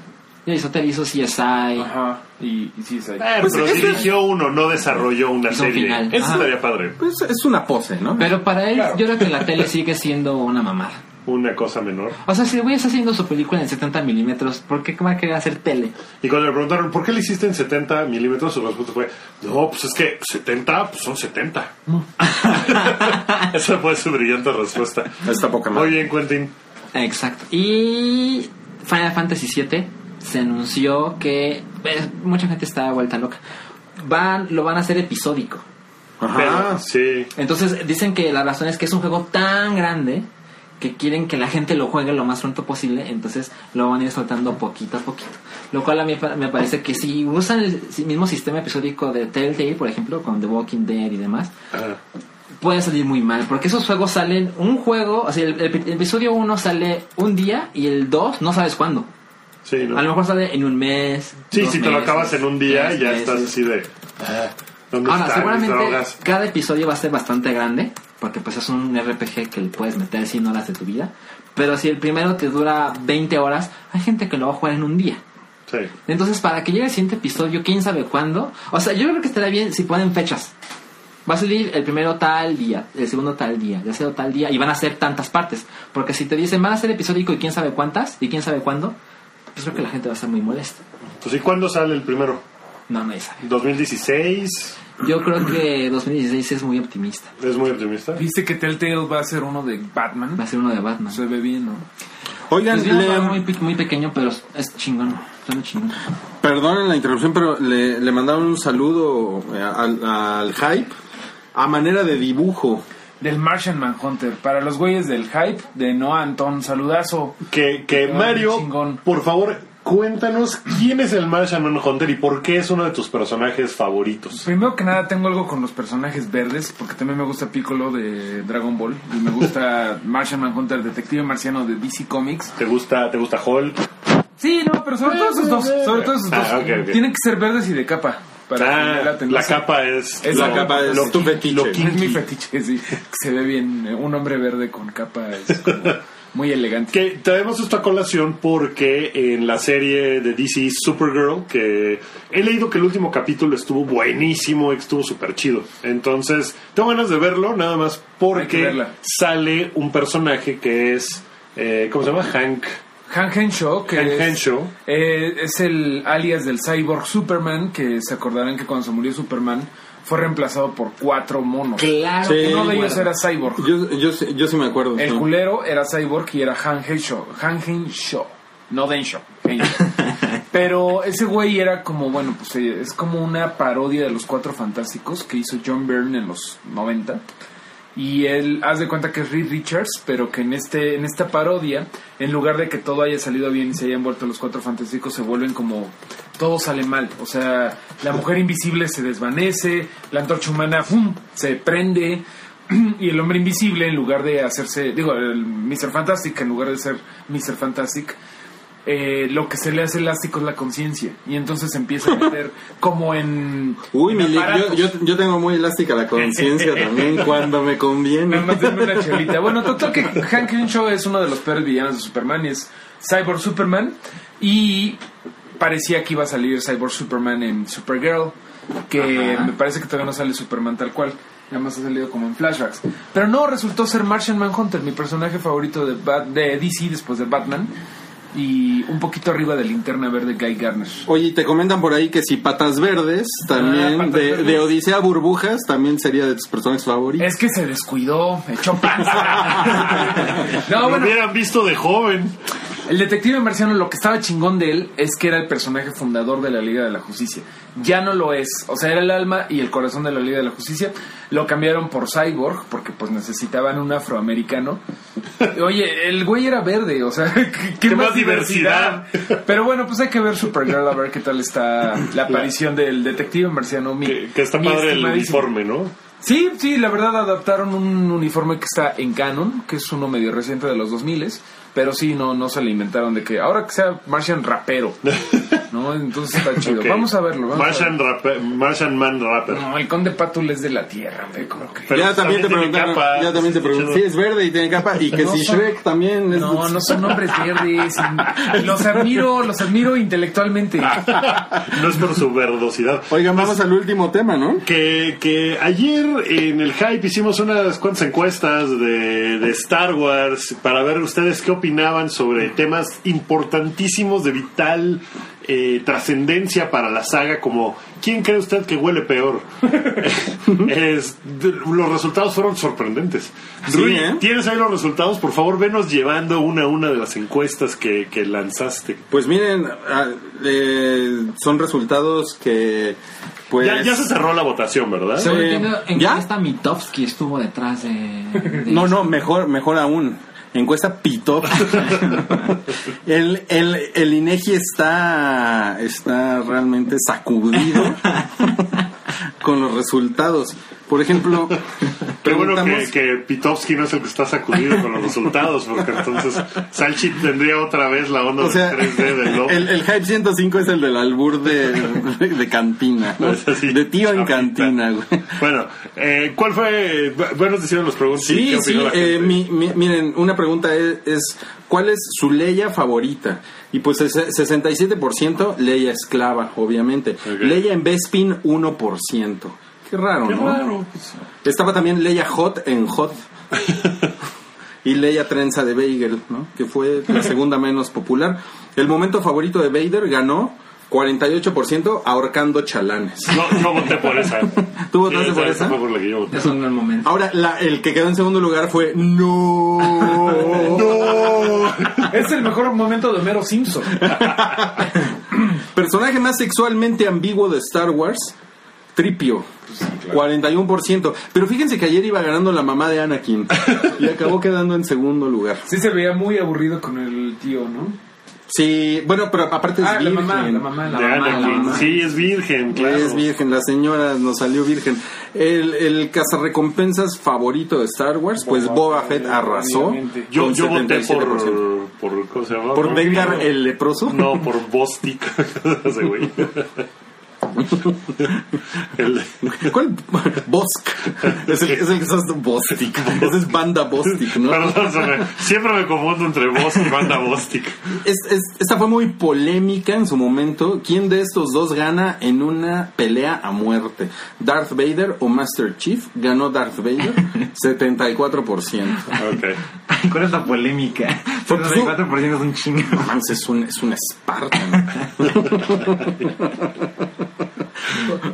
Speaker 2: Ya hizo tele, hizo CSI.
Speaker 4: Ajá. Y, y sí, es ahí.
Speaker 1: Eh,
Speaker 3: Pues
Speaker 1: pero
Speaker 3: ese-
Speaker 1: dirigió uno, no desarrolló una
Speaker 2: Hizo un
Speaker 1: serie.
Speaker 2: final.
Speaker 1: Eso
Speaker 2: Ajá.
Speaker 1: estaría padre.
Speaker 3: Pues es una pose, ¿no?
Speaker 2: Pero para él,
Speaker 4: Claro.
Speaker 2: yo creo que la tele sigue siendo una mamada.
Speaker 1: Una cosa menor.
Speaker 2: O sea, si el güey está haciendo su película en 70 milímetros, ¿por qué va a querer hacer tele?
Speaker 1: Y cuando le preguntaron, ¿por qué le hiciste en 70 milímetros? Su respuesta fue, no, pues es que 70 pues son 70. (laughs) Esa fue su brillante respuesta.
Speaker 3: Está poca
Speaker 1: Muy
Speaker 3: madre.
Speaker 1: bien, Quentin.
Speaker 2: Exacto. Y Final Fantasy VII se anunció que eh, mucha gente está vuelta loca. Van, lo van a hacer episódico.
Speaker 1: Pero, sí.
Speaker 2: Entonces dicen que la razón es que es un juego tan grande que quieren que la gente lo juegue lo más pronto posible, entonces lo van a ir soltando poquito a poquito. Lo cual a mí pa- me parece que si usan el mismo sistema episódico de Telltale, por ejemplo, con The Walking Dead y demás,
Speaker 1: Ah.
Speaker 2: puede salir muy mal, porque esos juegos salen un juego, o sea, el, el episodio 1 sale un día y el 2 no sabes cuándo.
Speaker 1: Sí, ¿no?
Speaker 2: A lo mejor sale en un mes.
Speaker 1: Sí,
Speaker 2: dos
Speaker 1: si te lo
Speaker 2: meses,
Speaker 1: acabas en un día,
Speaker 2: tres
Speaker 1: ya estás
Speaker 2: meses.
Speaker 1: así de. ah, ¿Dónde están
Speaker 2: Ahora,
Speaker 1: mis
Speaker 2: seguramente
Speaker 1: drogas?
Speaker 2: cada episodio va a ser bastante grande, porque pues es un RPG que le puedes meter 100 horas de tu vida. Pero si el primero te dura 20 horas, hay gente que lo va a jugar en un día.
Speaker 1: Sí.
Speaker 2: Entonces, para que llegue el siguiente episodio, quién sabe cuándo. O sea, yo creo que estaría bien si ponen fechas. Va a salir el primero tal día, el segundo tal día, el tercero tal día, y van a ser tantas partes. Porque si te dicen van a ser episódico y quién sabe cuántas y quién sabe cuándo, pues creo que la gente va a estar muy molesta.
Speaker 1: Pues, ¿y cuándo sale el primero?
Speaker 2: No, nadie sabe.
Speaker 1: ¿2016?
Speaker 2: Yo creo que 2016 es muy optimista.
Speaker 1: ¿Es muy optimista?
Speaker 4: ¿Viste que Telltale va a ser uno de
Speaker 2: Va
Speaker 4: Batman?
Speaker 2: a ser uno de Batman.
Speaker 4: Se ve bien, ¿no?
Speaker 3: Oigan,
Speaker 4: Pues
Speaker 2: Es un
Speaker 3: le-
Speaker 2: juego Pues muy, pe- muy pequeño, pero es chingón. Suena chingón.
Speaker 3: perdonen la interrupción, pero le, le mandaron un saludo eh, al, al hype a manera de dibujo.
Speaker 4: Del Martian Manhunter. Para los güeyes del hype, de Noah Anton, saludazo.
Speaker 1: Que, que
Speaker 4: Ah,
Speaker 1: Mario,
Speaker 4: chingón.
Speaker 1: por favor, Cuéntanos quién es el Martian Manhunter y por qué es uno de tus personajes favoritos.
Speaker 4: Primero que nada tengo algo con los personajes verdes, porque también me gusta Piccolo de Dragon Ball y me (laughs) gusta Martian Manhunter, Detective Marciano de DC Comics.
Speaker 1: ¿Te gusta, te gusta Hulk?
Speaker 4: Sí, no, pero sobre todo esos dos, sobre todo esos dos,
Speaker 1: Ah, ok, ok.
Speaker 4: tienen que ser verdes y de capa. Para
Speaker 1: Ah,
Speaker 4: que me laten, no
Speaker 1: la
Speaker 4: sé.
Speaker 1: capa es,
Speaker 4: Es
Speaker 1: lo-
Speaker 4: la capa,
Speaker 1: lo-
Speaker 3: es tu fetiche.
Speaker 1: lo
Speaker 4: (laughs) Es mi
Speaker 1: kinky.
Speaker 4: fetiche, sí. Que se ve bien. eh, Un hombre verde con capa es (laughs) como muy elegante.
Speaker 1: Que traemos esto a colación porque en la serie de DC Supergirl, que he leído que el último capítulo estuvo buenísimo, estuvo súper chido. Entonces, tengo ganas de verlo, nada más
Speaker 4: Hay que
Speaker 1: porque
Speaker 4: verla.
Speaker 1: sale un personaje que es, eh, ¿cómo se llama? Hank.
Speaker 4: Han Henshaw, que
Speaker 1: Hank
Speaker 4: es,
Speaker 1: Henshaw.
Speaker 4: eh, es el alias del cyborg Superman, que se acordarán que cuando se murió Superman fue reemplazado por cuatro monos.
Speaker 2: Claro.
Speaker 3: Sí.
Speaker 2: que
Speaker 4: Uno de
Speaker 2: me
Speaker 4: ellos
Speaker 2: acuerdo.
Speaker 4: era cyborg.
Speaker 3: Yo, yo, sí- yo sí me acuerdo.
Speaker 4: El
Speaker 3: sí.
Speaker 4: culero era Cyborg y era Han Henshaw. Han Henshaw. No Denshaw. Henshaw. Pero ese güey era como, bueno, pues eh, es como una parodia de los Cuatro Fantásticos que hizo John Byrne en los 90. Y él, haz de cuenta que es Reed Richards, pero que en este en esta parodia, en lugar de que todo haya salido bien y se hayan vuelto los Cuatro Fantásticos, se vuelven como todo sale mal. O sea, la mujer invisible se desvanece, la antorcha humana ¡fum! se prende, (clears throat) y el hombre invisible, en lugar de hacerse, digo, el Mr. Fantastic, en lugar de ser Mr. Fantastic, eh, lo que se le hace elástico es la conciencia. Y entonces se empieza a meter como en.
Speaker 3: Uy,
Speaker 4: en
Speaker 3: Milik, yo,
Speaker 4: aparatos.
Speaker 3: yo, yo tengo muy elástica
Speaker 4: (laughs)
Speaker 3: la conciencia también cuando me
Speaker 4: Nada
Speaker 3: conviene.
Speaker 4: más denme una chelita. Bueno, total que Hank Henshaw es uno de los peores villanos de Superman y es Cyborg Superman. Y parecía que iba a salir Cyborg Superman en Supergirl, que
Speaker 2: Ajá.
Speaker 4: me parece que todavía no sale Superman tal cual. Nada más ha salido como en flashbacks. Pero no, resultó ser Martian Manhunter, mi personaje favorito de, Bat- de DC después de Batman. Y un poquito arriba de Linterna Verde Guy Garner.
Speaker 3: Oye, y te comentan por ahí que si Patas Verdes,
Speaker 4: Ah,
Speaker 3: también
Speaker 4: Patas
Speaker 3: de,
Speaker 4: Verdes.
Speaker 3: de Odisea Burbujas, también sería de tus personajes favoritos.
Speaker 4: Es que se descuidó, echó panza. (laughs) no,
Speaker 1: Lo
Speaker 4: bueno,
Speaker 1: hubieran visto de joven.
Speaker 4: El detective marciano, lo que estaba chingón de él es que era el personaje fundador de la Liga de la Justicia. Ya no lo es. O sea, era el alma y el corazón de la Liga de la Justicia. Lo cambiaron por Cyborg porque pues necesitaban un afroamericano. (laughs) Oye, el güey era verde, o sea, (laughs) ¿qué, qué
Speaker 1: Qué más diversidad.
Speaker 4: diversidad? Pero bueno, pues hay que ver Supergirl a ver qué tal está
Speaker 1: (laughs)
Speaker 4: la aparición del detective marciano. mi-
Speaker 1: Que, que está
Speaker 4: mi
Speaker 1: padre el
Speaker 4: estimadísimo.
Speaker 1: uniforme, ¿no?
Speaker 4: Sí, sí, la verdad adaptaron un uniforme que está en Canon, que es uno medio reciente de los 2000, pero sí, no, no se le inventaron de que ahora que sea Martian rapero, ¿no? Entonces está chido.
Speaker 1: Ok.
Speaker 4: Vamos a verlo. Vamos
Speaker 1: Martian, rape- Martian Man
Speaker 4: a
Speaker 1: Rapper.
Speaker 4: verlo. No, el conde Patul es de la tierra, ve como que...
Speaker 1: Pero pues,
Speaker 3: ya también, te
Speaker 1: tiene
Speaker 3: preguntaron,
Speaker 1: capa.
Speaker 3: ya también te preguntaron. Sí, es verde y tiene capa.
Speaker 1: Pues
Speaker 3: Y que
Speaker 4: No
Speaker 3: si
Speaker 4: son-
Speaker 3: Shrek también es.
Speaker 4: No, no son hombres verdes. Los admiro, los admiro intelectualmente.
Speaker 1: No es por su verdosidad.
Speaker 3: Oigan, vamos al último tema, ¿no?
Speaker 1: Que, que ayer en el hype hicimos unas cuantas encuestas de, de Star Wars para ver ustedes qué opinaban sobre temas importantísimos de vital eh, trascendencia para la saga, como ¿quién cree usted que huele
Speaker 3: (laughs)
Speaker 1: peor? Es- de- los resultados fueron sorprendentes.
Speaker 3: Sí,
Speaker 1: Rui,
Speaker 3: ¿eh?
Speaker 1: ¿tienes ahí los resultados? Por favor, venos llevando una a una de las encuestas que, que lanzaste.
Speaker 3: Pues miren, ah, eh, son resultados que. Pues,
Speaker 1: Ya, ya se cerró la votación, ¿verdad?
Speaker 3: Sí.
Speaker 2: Según entiendo, en
Speaker 3: ¿Ya?
Speaker 2: esta Mitofsky estuvo detrás de. de-
Speaker 3: No, no, mejor, mejor aún. Encuesta Pitop. (laughs) el, el, el INEGI está, está realmente sacudido
Speaker 1: (laughs)
Speaker 3: con los resultados. Por ejemplo,
Speaker 1: Qué bueno que,
Speaker 3: preguntamos-
Speaker 1: que Pitofsky no es el que está sacudido con los resultados, porque entonces Salchi tendría otra vez la onda
Speaker 3: o sea,
Speaker 1: del 3D
Speaker 3: (laughs)
Speaker 1: del lobo. (laughs)
Speaker 3: el, el Hype 105 es el del albur de, de cantina. ¿no?
Speaker 1: No, es así.
Speaker 3: De tío en
Speaker 1: Chapita.
Speaker 3: cantina, güey.
Speaker 1: Bueno, eh, ¿cuál fue? eh, Bueno, te hicieron los preguntas.
Speaker 3: Sí,
Speaker 1: ¿qué
Speaker 3: sí,
Speaker 1: opinó la
Speaker 3: eh,
Speaker 1: gente?
Speaker 3: mi- mi- miren, una pregunta es, es, ¿cuál es su Leia favorita? Y pues el se- 67% Leia esclava, obviamente.
Speaker 1: Ok.
Speaker 3: Leia en Bespin 1%. Qué raro,
Speaker 1: Qué
Speaker 3: ¿no?
Speaker 1: raro, pues.
Speaker 3: Estaba también Leia Hot en Hot. y Leia Trenza de Bagel, ¿no? Que fue la segunda menos popular. El momento favorito de Vader ganó 48% ahorcando chalanes.
Speaker 1: No, no voté por esa.
Speaker 3: ¿Tú votaste
Speaker 1: Sí,
Speaker 3: por esa?
Speaker 1: fue por la que yo voté.
Speaker 2: Es un gran momento.
Speaker 3: Ahora, la- el que quedó en segundo lugar fue no.
Speaker 4: Es el mejor momento de Homero Simpson.
Speaker 3: Personaje más sexualmente ambiguo de Star Wars, Tripio. 41%. Pero fíjense que ayer iba ganando la mamá de Anakin y acabó quedando en segundo lugar.
Speaker 4: Sí se veía muy aburrido con el tío, ¿no?
Speaker 3: Sí, bueno, pero aparte es
Speaker 4: Ah, la
Speaker 3: virgen.
Speaker 4: mamá, la mamá, la
Speaker 1: de
Speaker 4: mamá, la
Speaker 1: Anakin.
Speaker 4: mamá.
Speaker 1: Sí, es virgen, claro.
Speaker 3: Es virgen, la señora nos salió virgen. El, el cazarrecompensas favorito de Star Wars, pues Boba Fett arrasó.
Speaker 4: Obviamente.
Speaker 1: Yo,
Speaker 3: con
Speaker 1: yo voté
Speaker 3: 77%.
Speaker 1: por, por. ¿Cómo se llama?
Speaker 3: ¿Por
Speaker 1: No,
Speaker 3: Dengar el leproso?
Speaker 1: No, por Bostic. (laughs) Ese güey. El-
Speaker 3: (laughs) ¿Cuál?
Speaker 1: (laughs)
Speaker 3: Bosk. Es el, es el que estás Bostic. Esa es banda Bostic, ¿no?
Speaker 1: Perdón, se me- siempre me confundo entre Bostic y banda Bostic.
Speaker 3: Es- es- esta fue muy polémica en su momento. ¿Quién de estos dos gana en una pelea a muerte? ¿Darth Vader o Master Chief? Ganó
Speaker 1: (laughs)
Speaker 3: Darth Vader 74%.
Speaker 1: Ok.
Speaker 2: ¿Cuál es la polémica?
Speaker 3: Pues,
Speaker 2: 74% es un chingo.
Speaker 3: Mans es un, es un Spartan. (laughs)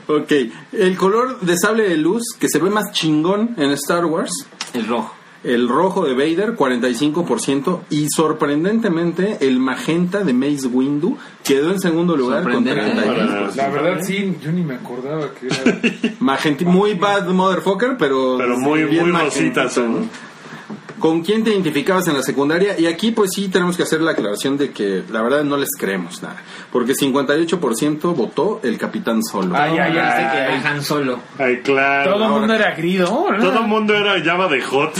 Speaker 3: ok, el color de sable de luz que se ve más chingón en Star Wars,
Speaker 2: El rojo.
Speaker 3: el rojo de Vader, 45%, y sorprendentemente el magenta de Mace Windu quedó en segundo lugar con
Speaker 2: Sorprendente.
Speaker 3: 32%.
Speaker 1: Pues,
Speaker 4: La verdad, sí, yo ni me acordaba que era.
Speaker 3: Magenti- muy bad motherfucker, pero,
Speaker 1: Pero muy, muy
Speaker 3: bien
Speaker 1: ¿eh?
Speaker 3: magentita,
Speaker 1: rosita
Speaker 3: ¿no?
Speaker 1: son.
Speaker 3: ¿Con quién te identificabas en la secundaria? Y aquí pues sí tenemos que hacer la aclaración de que la verdad no les creemos nada. Porque 58% votó el capitán solo.
Speaker 4: Ay, ay, ay.
Speaker 2: Este que era Han Solo.
Speaker 1: Ay, claro.
Speaker 4: Todo el mundo era grido. ¿verdad?
Speaker 1: Todo el mundo era llama de hot.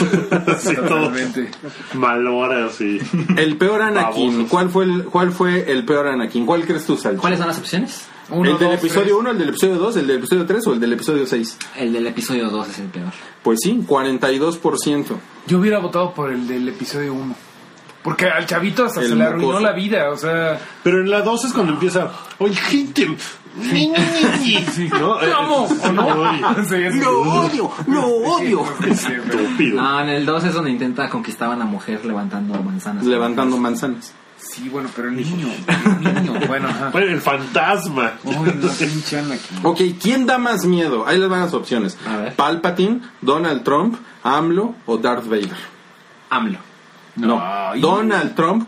Speaker 1: (laughs) Así todo
Speaker 4: Totalmente.
Speaker 1: malora, así.
Speaker 3: El peor Anakin.
Speaker 1: Babosos.
Speaker 3: ¿Cuál fue el, cuál fue el peor Anakin? ¿Cuál crees tú, Salchi?
Speaker 2: ¿Cuáles son las opciones? Uh,
Speaker 4: Uno,
Speaker 3: ¿El del
Speaker 4: dos,
Speaker 3: episodio 1, el del episodio 2, el del episodio 3 o el del episodio 6?
Speaker 2: El del episodio 2 es el peor.
Speaker 3: Pues sí, 42%.
Speaker 4: tres. Yo hubiera votado por el del episodio 1. Porque al chavito hasta
Speaker 3: El
Speaker 4: se le arruinó
Speaker 3: mocoso.
Speaker 4: la vida, o sea.
Speaker 1: Pero en la 2 es cuando empieza. Oye, gente. ni,
Speaker 4: (laughs)
Speaker 1: ni, ni". ¿No?
Speaker 4: ¡Te amo! ¿O no? (laughs) Sí, es-
Speaker 3: odio! ¡Lo odio!
Speaker 4: Sí, güey.
Speaker 3: Ah.
Speaker 1: Estúpido.
Speaker 2: No, en el 2 es donde intenta conquistar a una mujer levantando manzanas.
Speaker 3: Levantando manzanas.
Speaker 4: Sí, bueno, pero el niño. El niño. Bueno, ajá.
Speaker 1: Bueno, el fantasma.
Speaker 4: Uy, no, pinche Anakin.
Speaker 3: Ok, ¿quién da más miedo? Ahí les van las opciones.
Speaker 2: A ver.
Speaker 3: Palpatine, Donald Trump, AMLO o Darth Vader.
Speaker 2: AMLO.
Speaker 3: No,
Speaker 4: Ay.
Speaker 3: Donald Trump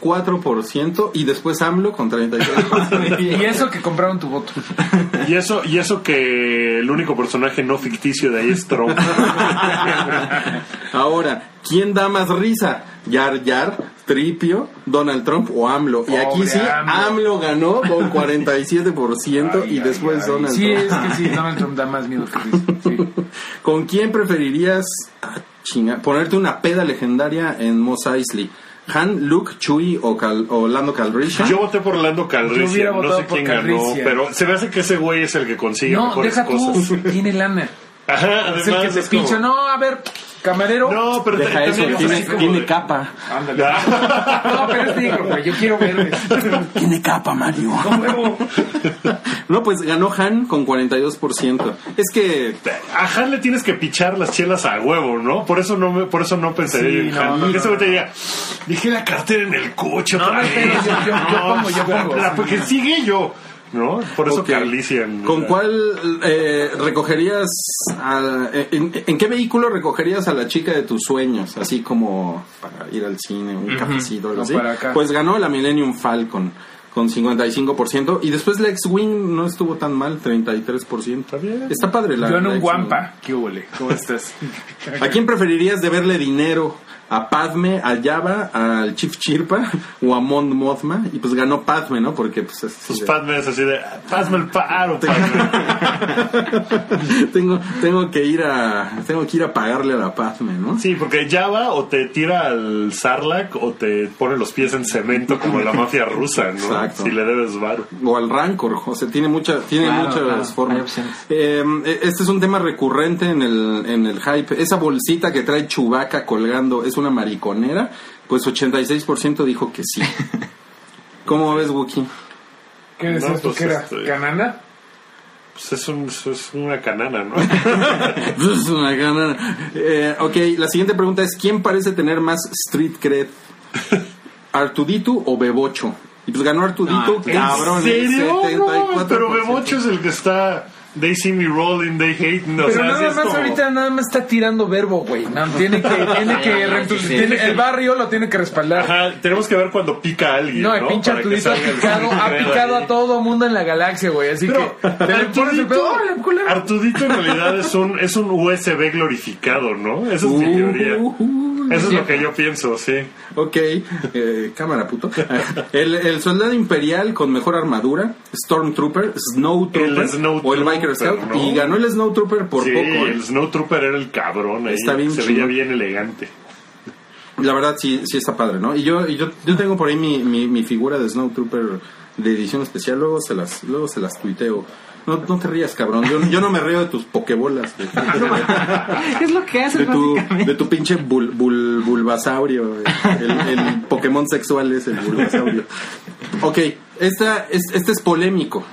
Speaker 3: 44% y después AMLO
Speaker 4: (laughs)
Speaker 3: con 33%.
Speaker 4: Y eso que compraron tu voto.
Speaker 1: Y eso, y eso que el único personaje no ficticio de ahí es Trump.
Speaker 3: Ahora, ¿quién da más risa? Yar Yar, Tripio, Donald Trump o AMLO. Y aquí
Speaker 4: Pobre
Speaker 3: sí,
Speaker 4: AMLO.
Speaker 3: AMLO ganó con 47% y
Speaker 4: Ay,
Speaker 3: después
Speaker 4: ay, ay.
Speaker 3: Donald
Speaker 4: Sí,
Speaker 3: Trump.
Speaker 4: es que sí, Donald Trump da más miedo que risa. Sí.
Speaker 3: ¿Con quién preferirías ah, chinga, ponerte una peda legendaria en Mos Eisley? ¿Han, Luke, Chewie o, Cal- o Lando Calrissian?
Speaker 1: Yo voté por Orlando
Speaker 4: Ah. Yo hubiera
Speaker 1: Calrissian, no
Speaker 4: votado
Speaker 1: sé
Speaker 4: por
Speaker 1: quién ganó,
Speaker 4: Calrissian.
Speaker 1: pero se me hace que ese güey es el que consigue
Speaker 4: No,
Speaker 1: mejores
Speaker 4: deja (laughs)
Speaker 1: cosas.
Speaker 4: tú. Tiene lana.
Speaker 1: Ajá,
Speaker 4: Es el que
Speaker 1: además
Speaker 4: te
Speaker 1: es como-
Speaker 4: pincha. No, a ver, camarero.
Speaker 1: No, pero
Speaker 3: Deja
Speaker 1: te-
Speaker 3: eso,
Speaker 1: también es
Speaker 3: tiene,
Speaker 1: así como
Speaker 3: tiene
Speaker 1: de-
Speaker 3: capa.
Speaker 1: (laughs)
Speaker 4: Ándale.
Speaker 1: Ya.
Speaker 4: No, pero es negro, güey. Yo quiero ver.
Speaker 3: Tiene
Speaker 2: (laughs)
Speaker 3: capa, Mario. No, pues ganó Han con 42%. Es que
Speaker 1: A Han le tienes que pichar las chelas a huevo, ¿no? Por eso no, me, por eso no pensaría
Speaker 4: Sí,
Speaker 1: en
Speaker 4: no,
Speaker 1: Han.
Speaker 4: no,
Speaker 1: Porque ese
Speaker 4: no,
Speaker 1: güey te diría, dejé la cartera en el coche otra
Speaker 4: no,
Speaker 1: vez.
Speaker 4: yo- yo- yo
Speaker 1: No,
Speaker 4: pongo, yo
Speaker 1: (laughs) la-
Speaker 4: pongo.
Speaker 1: la- Porque sigue yo, ¿no? Por eso
Speaker 3: Ok.
Speaker 1: Calrissian.
Speaker 3: ¿Con cuál eh, recogerías, a- en, en qué vehículo recogerías a la chica de tus sueños? Así como para ir al cine, un cafecito, algo
Speaker 4: O
Speaker 3: así.
Speaker 4: para acá.
Speaker 3: Pues ganó la Millennium Falcon con 55% y después la X-Wing no estuvo tan mal, 33%. Está
Speaker 1: bien.
Speaker 3: Está padre la
Speaker 4: Yo en
Speaker 3: la
Speaker 4: un
Speaker 3: X-Wing.
Speaker 4: guampa. ¿Qué huele? ¿Cómo estás?
Speaker 3: ¿A quién preferirías deberle dinero? ¿A Padme, a Java, al Chief Chirpa o a Mon Mothma? Y pues ganó Padme, ¿no? Porque pues... es-
Speaker 1: Pues Padme es así de, hazme el paro,
Speaker 3: (laughs)
Speaker 1: Padme.
Speaker 3: tengo, tengo que ir a tengo que ir a pagarle a la Padme, ¿no?
Speaker 1: Sí, porque ya va o te tira al Sarlacc o te pone los pies en cemento como la mafia rusa, ¿no?
Speaker 3: Exacto.
Speaker 1: Si le debes varo.
Speaker 3: O al Rancor, o sea, tiene, mucha, tiene
Speaker 2: Claro,
Speaker 3: muchas
Speaker 2: claro, hay
Speaker 3: formas.
Speaker 2: opciones.
Speaker 3: Eh, este es un tema recurrente en el, en el hype. Esa bolsita que trae Chubaca colgando, ¿es una mariconera? Pues 86% dijo que
Speaker 2: (laughs)
Speaker 3: sí. ¿Cómo ves, Wookie?
Speaker 4: ¿Qué decías
Speaker 1: No,
Speaker 4: tú
Speaker 1: pues,
Speaker 4: que era?
Speaker 1: este-
Speaker 4: ¿Canana?
Speaker 1: Pues es, un- es una canana, ¿no?
Speaker 3: Es una gana. Eh, ok, la siguiente pregunta es: ¿quién parece tener más street cred? ¿Artudito o Bebocho? Y pues ganó Artudito,
Speaker 2: No, ¿en
Speaker 3: (laughs) cabrón.
Speaker 1: Ah,
Speaker 3: eh,
Speaker 1: ¿En
Speaker 3: el
Speaker 1: serio? No,
Speaker 3: 74%.
Speaker 1: pero Bebocho es el que está. They see me rolling, they hate me. O
Speaker 4: Pero
Speaker 1: sea, sí
Speaker 4: nada
Speaker 1: es
Speaker 4: más
Speaker 1: como-
Speaker 4: ahorita nada más está tirando verbo, güey. No,
Speaker 1: (laughs)
Speaker 4: tiene que, tiene que,
Speaker 2: Sí, sí,
Speaker 4: rentu-
Speaker 2: sí.
Speaker 4: tiene- el barrio lo tiene que respaldar.
Speaker 1: Ajá, tenemos que ver cuando pica a alguien.
Speaker 4: No,
Speaker 1: No,
Speaker 4: el pinche
Speaker 1: Para que
Speaker 4: Arturito ha
Speaker 1: salga el
Speaker 4: picado, ha
Speaker 1: Fred
Speaker 4: picado
Speaker 1: ahí.
Speaker 4: a todo mundo en la galaxia, güey. Así
Speaker 1: Pero
Speaker 4: que te le pones el pedo, órale,
Speaker 1: Artudito,
Speaker 4: culero.
Speaker 1: Artudito en realidad es un, es un USB glorificado, ¿no? Esa es mi teoría.
Speaker 3: Uh, uh, uh,
Speaker 1: Eso es lo que yo pienso, sí.
Speaker 3: Ok, eh, cámara puto. El, el soldado imperial con mejor armadura, Stormtrooper, Snowtrooper
Speaker 1: El Snow
Speaker 3: o el
Speaker 1: Trooper,
Speaker 3: Biker Scout.
Speaker 1: ¿no?
Speaker 3: Y ganó el Snowtrooper por
Speaker 1: sí,
Speaker 3: poco. ¿eh?
Speaker 1: el Snowtrooper era el cabrón ahí.
Speaker 3: Está bien
Speaker 1: se veía
Speaker 3: chido.
Speaker 1: bien elegante.
Speaker 3: La verdad sí, sí está padre, ¿no? Y yo, y yo, yo tengo por ahí mi, mi, mi figura de Snowtrooper de edición especial, luego se las, luego se las tuiteo. No, no te rías, cabrón. Yo, yo no me río de tus pokebolas, güey.
Speaker 2: es lo que hace
Speaker 3: de tu,
Speaker 2: básicamente.
Speaker 3: de tu pinche bul, bul- bulbasaurio, güey. el, el Pokémon sexual es el bulbasaurio. Ok, esta es, este es polémico.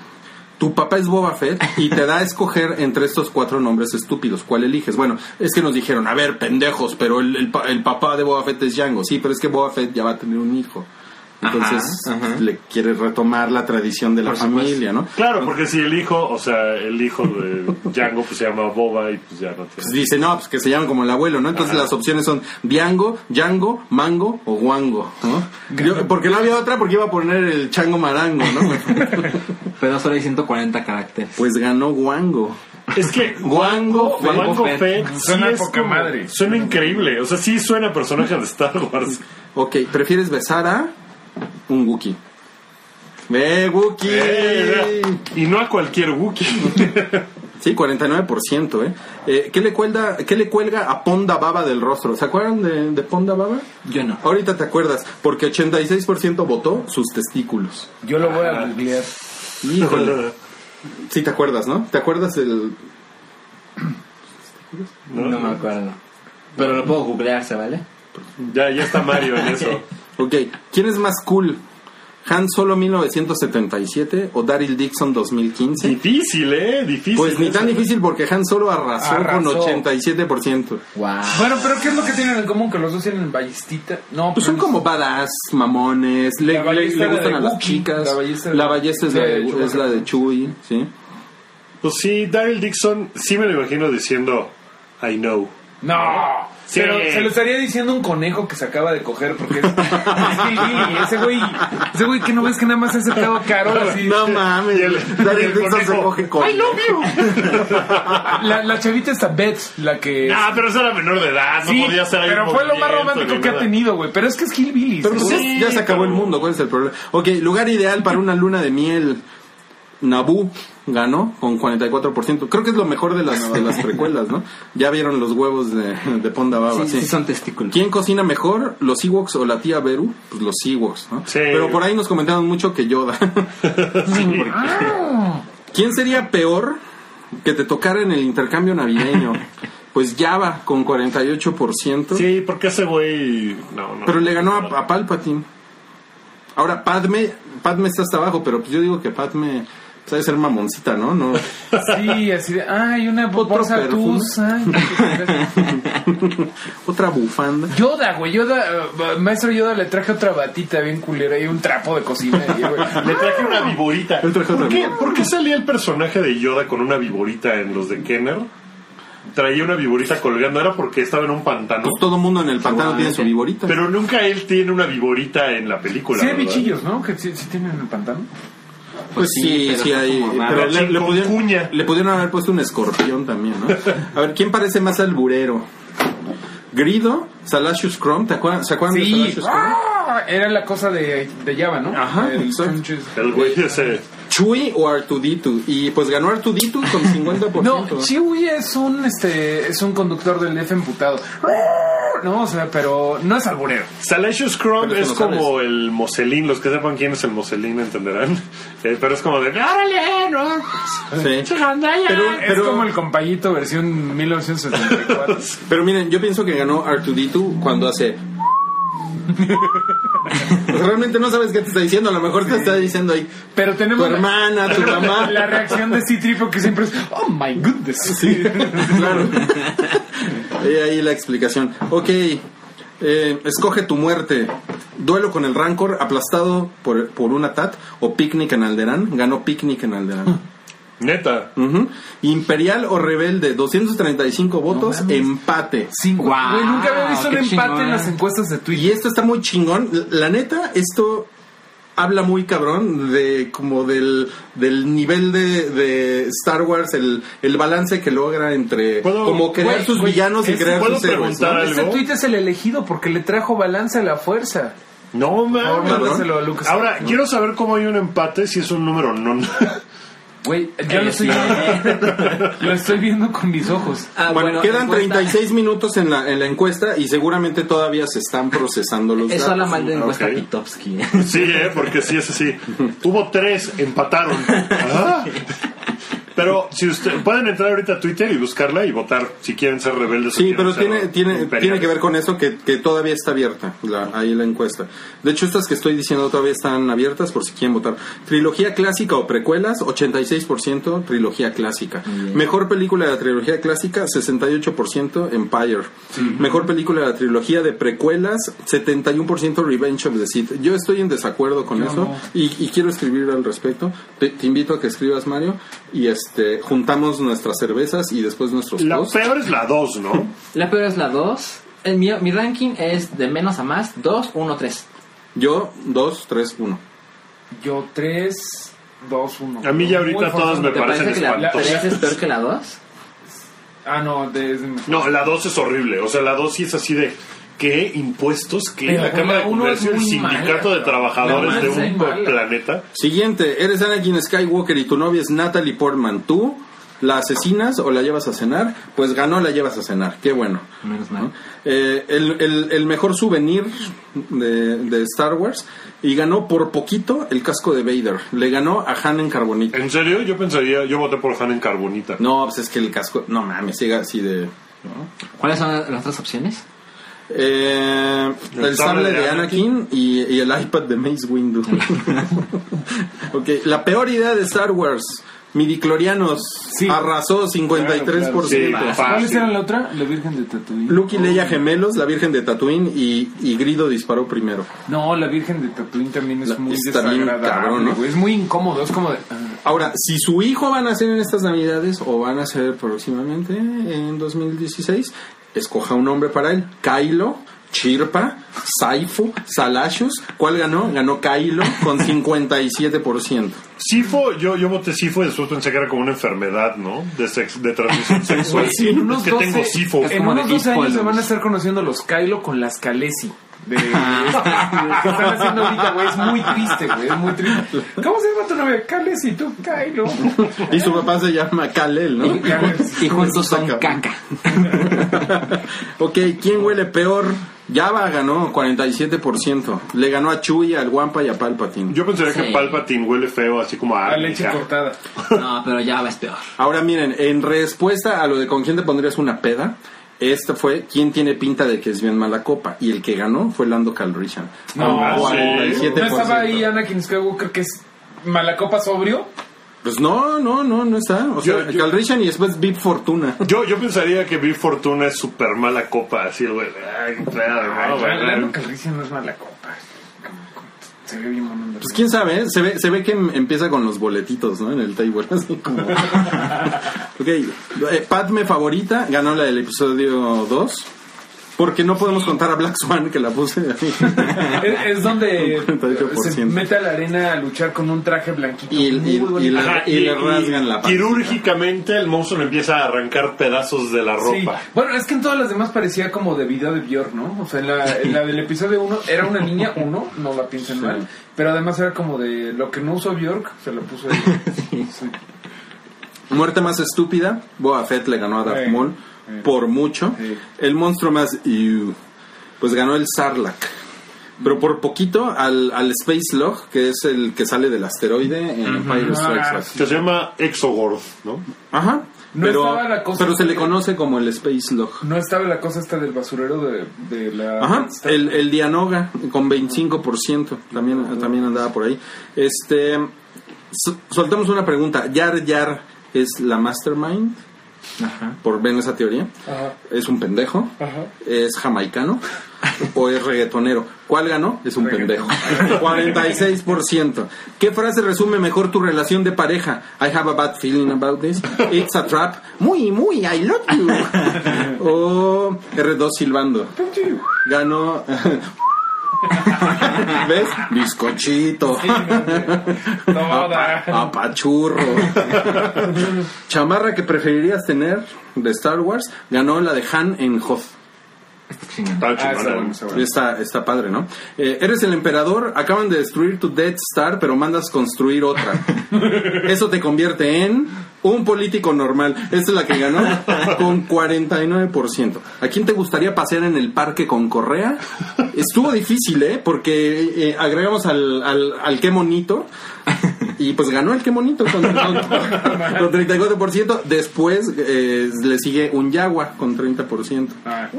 Speaker 3: Tu papá es Boba Fett y te da a escoger entre estos cuatro nombres estúpidos. ¿Cuál eliges? Bueno, es que nos dijeron, a ver, pendejos, pero el, el pa- el papá de Boba Fett es Django. Sí, pero es que Boba Fett ya va a tener un hijo. Entonces
Speaker 2: Ajá, ajá.
Speaker 3: le quiere retomar la tradición de la
Speaker 2: Por supuesto.
Speaker 3: familia, ¿no?
Speaker 1: Claro, porque si el hijo, o sea, el hijo de Django pues se llama Boba y pues ya no
Speaker 3: Pues
Speaker 1: tiene.
Speaker 3: dice, no, pues que se llama como el abuelo, ¿no? Entonces las opciones son Diango, Django, Mango o Guango, ¿no? Yo- porque no había otra porque iba a poner el chango marango, ¿no? (laughs)
Speaker 2: Pero solo hay 140 caracteres.
Speaker 3: Pues ganó Guango.
Speaker 1: Es que
Speaker 3: Guango fue-
Speaker 1: Guango
Speaker 2: Fett.
Speaker 1: Fett sí
Speaker 4: Suena
Speaker 1: es
Speaker 4: poca
Speaker 1: como-
Speaker 4: madre.
Speaker 1: Suena increíble, o sea, sí suena a personaje de Star Wars.
Speaker 3: Ok, ¿prefieres besar a un Wookiee? ¡Ve,
Speaker 1: Eh,
Speaker 3: Wookiee!
Speaker 1: y no a cualquier Wookiee.
Speaker 3: Sí, 49%, ¿eh? eh qué le cuelga, ¿Qué le cuelga a Ponda Baba del rostro? ¿Se acuerdan de, de Ponda Baba?
Speaker 2: Yo no.
Speaker 3: Ahorita te acuerdas, porque 86% votó sus testículos.
Speaker 4: Yo lo voy a googlear.
Speaker 3: Híjole. Sí, te acuerdas, ¿no? ¿Te acuerdas del,
Speaker 2: No, me acuerdo. Pero lo puedo googlearse, ¿vale?
Speaker 1: (laughs) ya, ya está Mario en eso.
Speaker 3: Ok, ¿quién es más cool? ¿Han Solo 1977 o Daryl Dixon 2015?
Speaker 1: Difícil, ¿eh? Difícil.
Speaker 3: Pues ni tan
Speaker 1: Eso.
Speaker 3: difícil porque Han Solo arrasó,
Speaker 4: Arrasó.
Speaker 3: con 87%.
Speaker 2: Wow.
Speaker 4: Bueno, pero ¿qué es lo que tienen en común? Que los dos tienen ballistita. No,
Speaker 3: Pues son
Speaker 4: pero-
Speaker 3: como badass, mamones, le,
Speaker 4: La ballesta es la
Speaker 3: le- le gustan
Speaker 4: de
Speaker 3: a las
Speaker 4: Wookiee,
Speaker 3: chicas.
Speaker 4: la ballesta es
Speaker 3: La
Speaker 4: la-
Speaker 3: ballesta es la
Speaker 4: de
Speaker 3: de, es la de Chewie, ¿sí?
Speaker 1: Pues sí, Daryl Dixon sí me lo imagino diciendo I know.
Speaker 4: No.
Speaker 1: Sí.
Speaker 4: Pero se lo estaría diciendo un conejo que se acaba de coger porque es, (laughs) es Bill Gilly. Ese güey, ese güey que no ves que nada más ha aceptado Carol así. (laughs)
Speaker 3: No mames,
Speaker 1: Y el- y
Speaker 3: Daryl
Speaker 1: el
Speaker 3: Dixon se
Speaker 1: conejo,
Speaker 3: coge con...
Speaker 4: La, la chavita está Beth, la que.
Speaker 1: Ah, pero eso era menor de edad, no
Speaker 4: Este, Sí,
Speaker 1: podía ser ahí
Speaker 4: pero
Speaker 1: un
Speaker 4: fue lo más
Speaker 1: movimiento
Speaker 4: romántico
Speaker 1: ni
Speaker 4: que ha
Speaker 1: nada.
Speaker 4: tenido, güey. Pero es que es Hillbilly.
Speaker 3: Pero pues
Speaker 1: Sí,
Speaker 3: ya- ya se acabó
Speaker 1: pero-
Speaker 3: el mundo, ¿cuál es el problema? Ok, lugar ideal para una luna de miel. Naboo ganó con 44%. Creo que es lo mejor de las, de las
Speaker 1: (laughs)
Speaker 3: precuelas, ¿no? Ya vieron los huevos de, de Ponda Baba.
Speaker 2: Sí,
Speaker 3: Sí,
Speaker 2: sí son testículos.
Speaker 3: ¿Quién cocina mejor, los Ewoks o la tía Beru? Pues los Ewoks, ¿no?
Speaker 1: Sí.
Speaker 3: Pero por ahí nos comentaron mucho que Yoda. (laughs)
Speaker 1: Sí.
Speaker 3: ¿Quién sería peor que te tocara en el
Speaker 1: (laughs)
Speaker 3: intercambio navideño? Pues Java con 48%.
Speaker 1: Sí, porque ese güey. No, no.
Speaker 3: Pero le ganó a, a Palpatine. Ahora, Padme, Padme está hasta abajo, pero pues yo digo que Padme sabe ser mamoncita, ¿no? No.
Speaker 4: Sí, así de. Ay, una
Speaker 3: Otro
Speaker 4: bolsa
Speaker 3: perfume.
Speaker 4: tus. ay, qué-
Speaker 3: (laughs) Otra bufanda.
Speaker 4: Yoda, güey. Yoda, eh, maestro Yoda le traje otra batita bien culera y un trapo de cocina.
Speaker 1: (laughs)
Speaker 4: y, güey,
Speaker 1: Le traje una viborita.
Speaker 3: Le traje
Speaker 1: ¿Por
Speaker 3: otra
Speaker 1: qué,
Speaker 3: víbora.
Speaker 1: por qué salía el personaje de Yoda con una viborita en los de Kenner? Traía una viborita colgando, era porque estaba en un pantano.
Speaker 3: Pues todo mundo en el pantano tiene su viborita.
Speaker 1: Pero nunca él tiene una viborita en la película.
Speaker 4: Sí hay
Speaker 1: ¿verdad?
Speaker 4: bichillos, ¿no? Que sí, sí tienen en el pantano.
Speaker 3: pues sí, sí,
Speaker 2: pero son
Speaker 3: hay.
Speaker 2: como
Speaker 3: Pero
Speaker 1: raros.
Speaker 3: le, le
Speaker 1: Con
Speaker 3: pudieron,
Speaker 1: Ah, cuña.
Speaker 3: le pudieron haber puesto un escorpión también, ¿no? A ver, ¿quién parece más alburero? Grido, Salacious Crumb, ¿te acuerdan, ¿se acuerdan de
Speaker 4: Sí.
Speaker 3: Salacious Crumb?
Speaker 4: Ah, Era la cosa de, de Java, ¿no?
Speaker 3: Ajá,
Speaker 4: El
Speaker 3: exacto.
Speaker 4: crunches.
Speaker 1: El güey ese.
Speaker 3: Chuy o Artuditu. Y pues ganó Artuditu con 50%.
Speaker 4: No, Chewie es un este es un conductor del F emputado. No, o sea, pero no es alburero.
Speaker 1: Salacious Crumb
Speaker 3: Pero
Speaker 1: es
Speaker 3: es que no
Speaker 1: como el Moselín, los que sepan quién es el Moselín entenderán. (laughs) Eh, pero es como de, ¡órale! ¡No!
Speaker 3: Sí.
Speaker 1: ¡Pinche gandalla!
Speaker 3: Pero-
Speaker 4: Es como el compañito versión (laughs) 1974.
Speaker 3: Pero miren, yo pienso que ganó R2D2
Speaker 4: (laughs)
Speaker 3: cuando hace. O sea, Realmente no sabes qué te está diciendo, a lo mejor te está diciendo ahí
Speaker 4: Pero
Speaker 3: tu
Speaker 4: tenemos la-
Speaker 3: hermana, tu mamá.
Speaker 4: (laughs) la
Speaker 3: (laughs)
Speaker 4: reacción de C-Tripo que siempre es Oh my goodness.
Speaker 3: Sí,
Speaker 4: (laughs)
Speaker 3: claro. Y ahí la explicación. Ok, eh, escoge tu muerte. Duelo con el Rancor, aplastado por, por una TAT o picnic en Alderán. Ganó picnic en
Speaker 4: (laughs)
Speaker 3: Alderán.
Speaker 1: Neta.
Speaker 3: Ujú. Imperial o rebelde, 235 votos, empate.
Speaker 4: Cinco.
Speaker 2: Guau,
Speaker 4: Güey, nunca había visto un
Speaker 2: Ah, qué
Speaker 4: empate
Speaker 2: chingón.
Speaker 4: en las encuestas de Twitter.
Speaker 3: Y esto está muy chingón. La neta, esto habla muy cabrón de como del, del nivel de, de Star Wars, el, el balance que logra entre
Speaker 1: ¿Puedo-
Speaker 3: como crear
Speaker 4: güey,
Speaker 3: sus
Speaker 4: güey,
Speaker 3: villanos y
Speaker 1: es-
Speaker 3: crear
Speaker 1: ¿puedo
Speaker 3: sus héroes. ¿no? Ah,
Speaker 1: preguntar algo?
Speaker 4: Este tweet es el elegido porque le trajo balance a la fuerza.
Speaker 1: No,
Speaker 4: Ahora
Speaker 1: mames.
Speaker 3: cabrón.
Speaker 4: mándaselo a Lucas.
Speaker 1: Ahora, quiero saber cómo hay un empate si es un número no. (laughs)
Speaker 4: Güey, yo lo estoy, viendo, (laughs) lo estoy viendo con mis ojos.
Speaker 2: Ah,
Speaker 3: Bueno, quedan
Speaker 2: encuesta-
Speaker 3: 36 minutos en la, en la encuesta y seguramente todavía se están procesando los
Speaker 2: Eso
Speaker 3: datos.
Speaker 2: habla mal de encuesta
Speaker 1: ok.
Speaker 2: Pitofsky. (laughs)
Speaker 1: Sí, ¿eh? porque sí es así. Hubo tres, empataron. Ah. Pero si usted, pueden entrar ahorita a Twitter y buscarla y votar si quieren ser rebeldes. o
Speaker 3: Sí,
Speaker 1: quieren
Speaker 3: pero
Speaker 1: ser
Speaker 3: tiene, tiene,
Speaker 1: imperiales.
Speaker 3: tiene que ver con eso que, que todavía está abierta la, ahí la encuesta. De hecho, estas que estoy diciendo todavía están abiertas por si quieren votar. Trilogía clásica o precuelas, 86% trilogía clásica. Mejor película de la trilogía clásica, 68% Empire. Mejor película de la trilogía de precuelas, 71% Revenge of the Sith. Yo estoy en desacuerdo con eso y, y quiero escribir al respecto. Te, te invito a que escribas, Mario, y este juntamos nuestras cervezas y después nuestros
Speaker 1: La
Speaker 3: posts.
Speaker 1: peor es la 2, ¿no?
Speaker 2: La peor es la 2. El mío, mi ranking es de menos a más 2, 1, 3.
Speaker 3: Yo, dos, tres, uno.
Speaker 4: Yo 3, 2, 1.
Speaker 1: A mí ya ahorita todas me
Speaker 2: ¿Te parece,
Speaker 1: parecen
Speaker 2: que la
Speaker 1: espantosas.
Speaker 2: 3 es peor que la 2?
Speaker 4: Ah, no, desde...
Speaker 1: No, la 2 es horrible. O sea, la 2 sí es así de. ¿Qué impuestos? ¿Qué?
Speaker 4: Pero
Speaker 1: la
Speaker 4: con
Speaker 1: Cámara
Speaker 4: la
Speaker 1: de
Speaker 4: uno es
Speaker 1: Comercio, el
Speaker 4: muy
Speaker 1: sindicato
Speaker 4: mala,
Speaker 1: de trabajadores
Speaker 2: La
Speaker 1: de
Speaker 2: más
Speaker 1: un
Speaker 2: es
Speaker 4: mala.
Speaker 1: planeta.
Speaker 3: Siguiente, eres Anakin Skywalker y tu novia es Natalie Portman. ¿Tú la asesinas o la llevas a cenar? Pues ganó, la llevas a cenar. Qué bueno.
Speaker 2: Menos mal.
Speaker 3: Eh, el, el- el mejor souvenir de, de Star Wars y ganó por poquito el casco de Vader. Le ganó a Han en Carbonita.
Speaker 1: ¿En serio? Yo pensaría, yo voté por Han en Carbonita.
Speaker 3: No, pues es que el casco, no mames, sigue así de... ¿no?
Speaker 2: ¿Cuáles son las otras opciones?
Speaker 3: Eh, el, sable de, Anakin, y, y el iPad de Mace Windu. (laughs) ok, la peor idea de Star Wars. Midiclorianos
Speaker 4: Sí.
Speaker 3: arrasó 53%.
Speaker 1: Claro, claro. Sí,
Speaker 4: ¿Cuál
Speaker 1: Fácil.
Speaker 4: era la otra? La Virgen de Tatooine.
Speaker 3: Luke y Leia gemelos, la Virgen de Tatooine y, y Grido disparó primero.
Speaker 4: No, la Virgen de Tatooine también es
Speaker 3: La-
Speaker 4: muy
Speaker 3: está bien
Speaker 4: desagradable.
Speaker 3: cabrón, ¿no?
Speaker 4: güey. Es muy incómodo, es como de...
Speaker 3: Ahora, si su hijo van a ser en estas Navidades o van a ser próximamente en 2016, escoja un nombre para él. Kylo, Chirpa, Saifu, Salashus. ¿Cuál ganó? Ganó Kylo con 57%.
Speaker 1: Sifo, yo, yo voté Sifo y después pensé que era como una enfermedad, ¿no? De, sex- de transmisión sexual.
Speaker 4: Sí, en unos
Speaker 1: es que
Speaker 4: 12
Speaker 1: tengo Sifo.
Speaker 2: Es
Speaker 4: En
Speaker 2: como
Speaker 4: unos
Speaker 2: de
Speaker 4: 12 años
Speaker 2: Eastpoilers.
Speaker 4: se van a estar conociendo los Kylo con las Kalesi. De, este, que están haciendo ahorita, güey. Es muy triste, güey. Es muy triste. ¿Cómo se llama tu novia? Kalesi, tú, Kylo.
Speaker 3: Y su papá se llama
Speaker 2: (laughs)
Speaker 3: Kalel, ¿no?
Speaker 2: Y juntos son
Speaker 3: Saca.
Speaker 2: caca.
Speaker 3: ok, ¿quién huele peor? Java ganó 47%. Le ganó a Chuy, al Guampa y a Palpatine.
Speaker 1: Yo pensaría que
Speaker 2: Sí.
Speaker 1: Palpatine huele feo, así como a
Speaker 4: A Ah, leche
Speaker 1: árnica.
Speaker 4: cortada.
Speaker 2: No, pero ya va es peor.
Speaker 3: Ahora miren, en respuesta a lo de con quién te pondrías una peda, esta fue quién tiene pinta de que es bien mala copa. Y el que ganó fue Lando Calrissian.
Speaker 4: No,
Speaker 1: Ah, sí.
Speaker 4: ¿No estaba ahí
Speaker 3: 47%.
Speaker 4: Anakin Skywalker que es malacopa sobrio?
Speaker 3: Pues no, no, no, no está. O sea,
Speaker 1: Yo- yo-
Speaker 3: Calrissian y después Big Fortuna.
Speaker 1: Yo, yo pensaría que Big Fortuna es súper mala copa, así, güey. Ay, qué pedo, ¿no? Güey,
Speaker 4: Lando Calrissian no es malacopa. Se ve bien mono.
Speaker 3: Pues quién sabe, ¿eh? se ve, se ve que em- empieza con los boletitos, ¿no? En el table, (laughs) así
Speaker 1: (laughs)
Speaker 3: como... ok, eh, Padme favorita, ganó la del episodio 2, porque no podemos contar a Black Swan que la puse
Speaker 4: es, es donde
Speaker 3: Un 48%.
Speaker 4: se mete a la arena a luchar con un traje blanquito.
Speaker 3: Y el-
Speaker 4: Muy
Speaker 3: y-
Speaker 4: bonito.
Speaker 3: y la-
Speaker 1: Ajá,
Speaker 3: y le rasgan la panza.
Speaker 1: Quirúrgicamente el monstruo le empieza a arrancar pedazos de la
Speaker 4: Sí.
Speaker 1: ropa.
Speaker 4: Bueno, es que en todas las demás parecía como de video de Björk, ¿no? O sea, en la, en la del episodio 1 era una niña,
Speaker 3: (laughs)
Speaker 4: uno, no la piensen
Speaker 3: Sí.
Speaker 4: mal, pero además era como de lo que no usó Björk, se lo puso
Speaker 3: (laughs)
Speaker 4: ahí. Sí.
Speaker 3: Muerte más estúpida, Boa Fett le ganó a Darth
Speaker 4: Sí.
Speaker 3: Maul
Speaker 4: Sí.
Speaker 3: por mucho.
Speaker 4: Sí.
Speaker 3: El monstruo más... "Ew", pues ganó el Sarlacc. Pero por poquito al, al Space Log, que es el que sale del asteroide en Empire Strikes
Speaker 4: Ah,
Speaker 3: Back.
Speaker 1: Que se llama Exogorth, ¿no?
Speaker 3: Ajá.
Speaker 4: No
Speaker 3: pero,
Speaker 4: estaba la cosa
Speaker 3: pero se le
Speaker 4: que-
Speaker 3: conoce como el Space Log.
Speaker 4: No estaba la cosa esta del basurero de, de la...
Speaker 3: Ajá, el, el Dianoga con 25% también, también andaba por ahí. Este, su- soltamos una pregunta. ¿Yar Yar es la mastermind?
Speaker 2: Ajá.
Speaker 3: Por ven esa teoría.
Speaker 4: Ajá.
Speaker 3: ¿Es un pendejo? (laughs)
Speaker 4: Ajá.
Speaker 3: ¿Es jamaicano? ¿O es reggaetonero? ¿Cuál ganó? Es un pendejo. 46%. ¿Qué frase resume mejor tu relación de pareja? I have a bad feeling about this. It's a trap. Muy, muy, I love you. O R2 silbando. Ganó (laughs) ¿Ves? Bizcochito. Apa-
Speaker 4: Toda.
Speaker 3: Apachurro. Chamarra que preferirías tener de Star Wars ganó la de Han en Hoth.
Speaker 2: Está chingando.
Speaker 1: Está
Speaker 4: Ah,
Speaker 1: chingón,
Speaker 4: está
Speaker 1: güey.
Speaker 4: bueno, está bueno.
Speaker 3: Está, está padre, ¿no? Eh, eres el emperador, acaban de destruir tu Death Star, pero mandas construir otra. Eso te convierte en un político normal. Esta es la que ganó con 49%. ¿A quién te gustaría pasear en el parque con Correa? Estuvo difícil, ¿eh? Porque eh, agregamos al, al, al qué monito. Y pues ganó el qué monito con, con- con 34%. Después eh, le sigue un Yagua con 30%.
Speaker 4: Ah,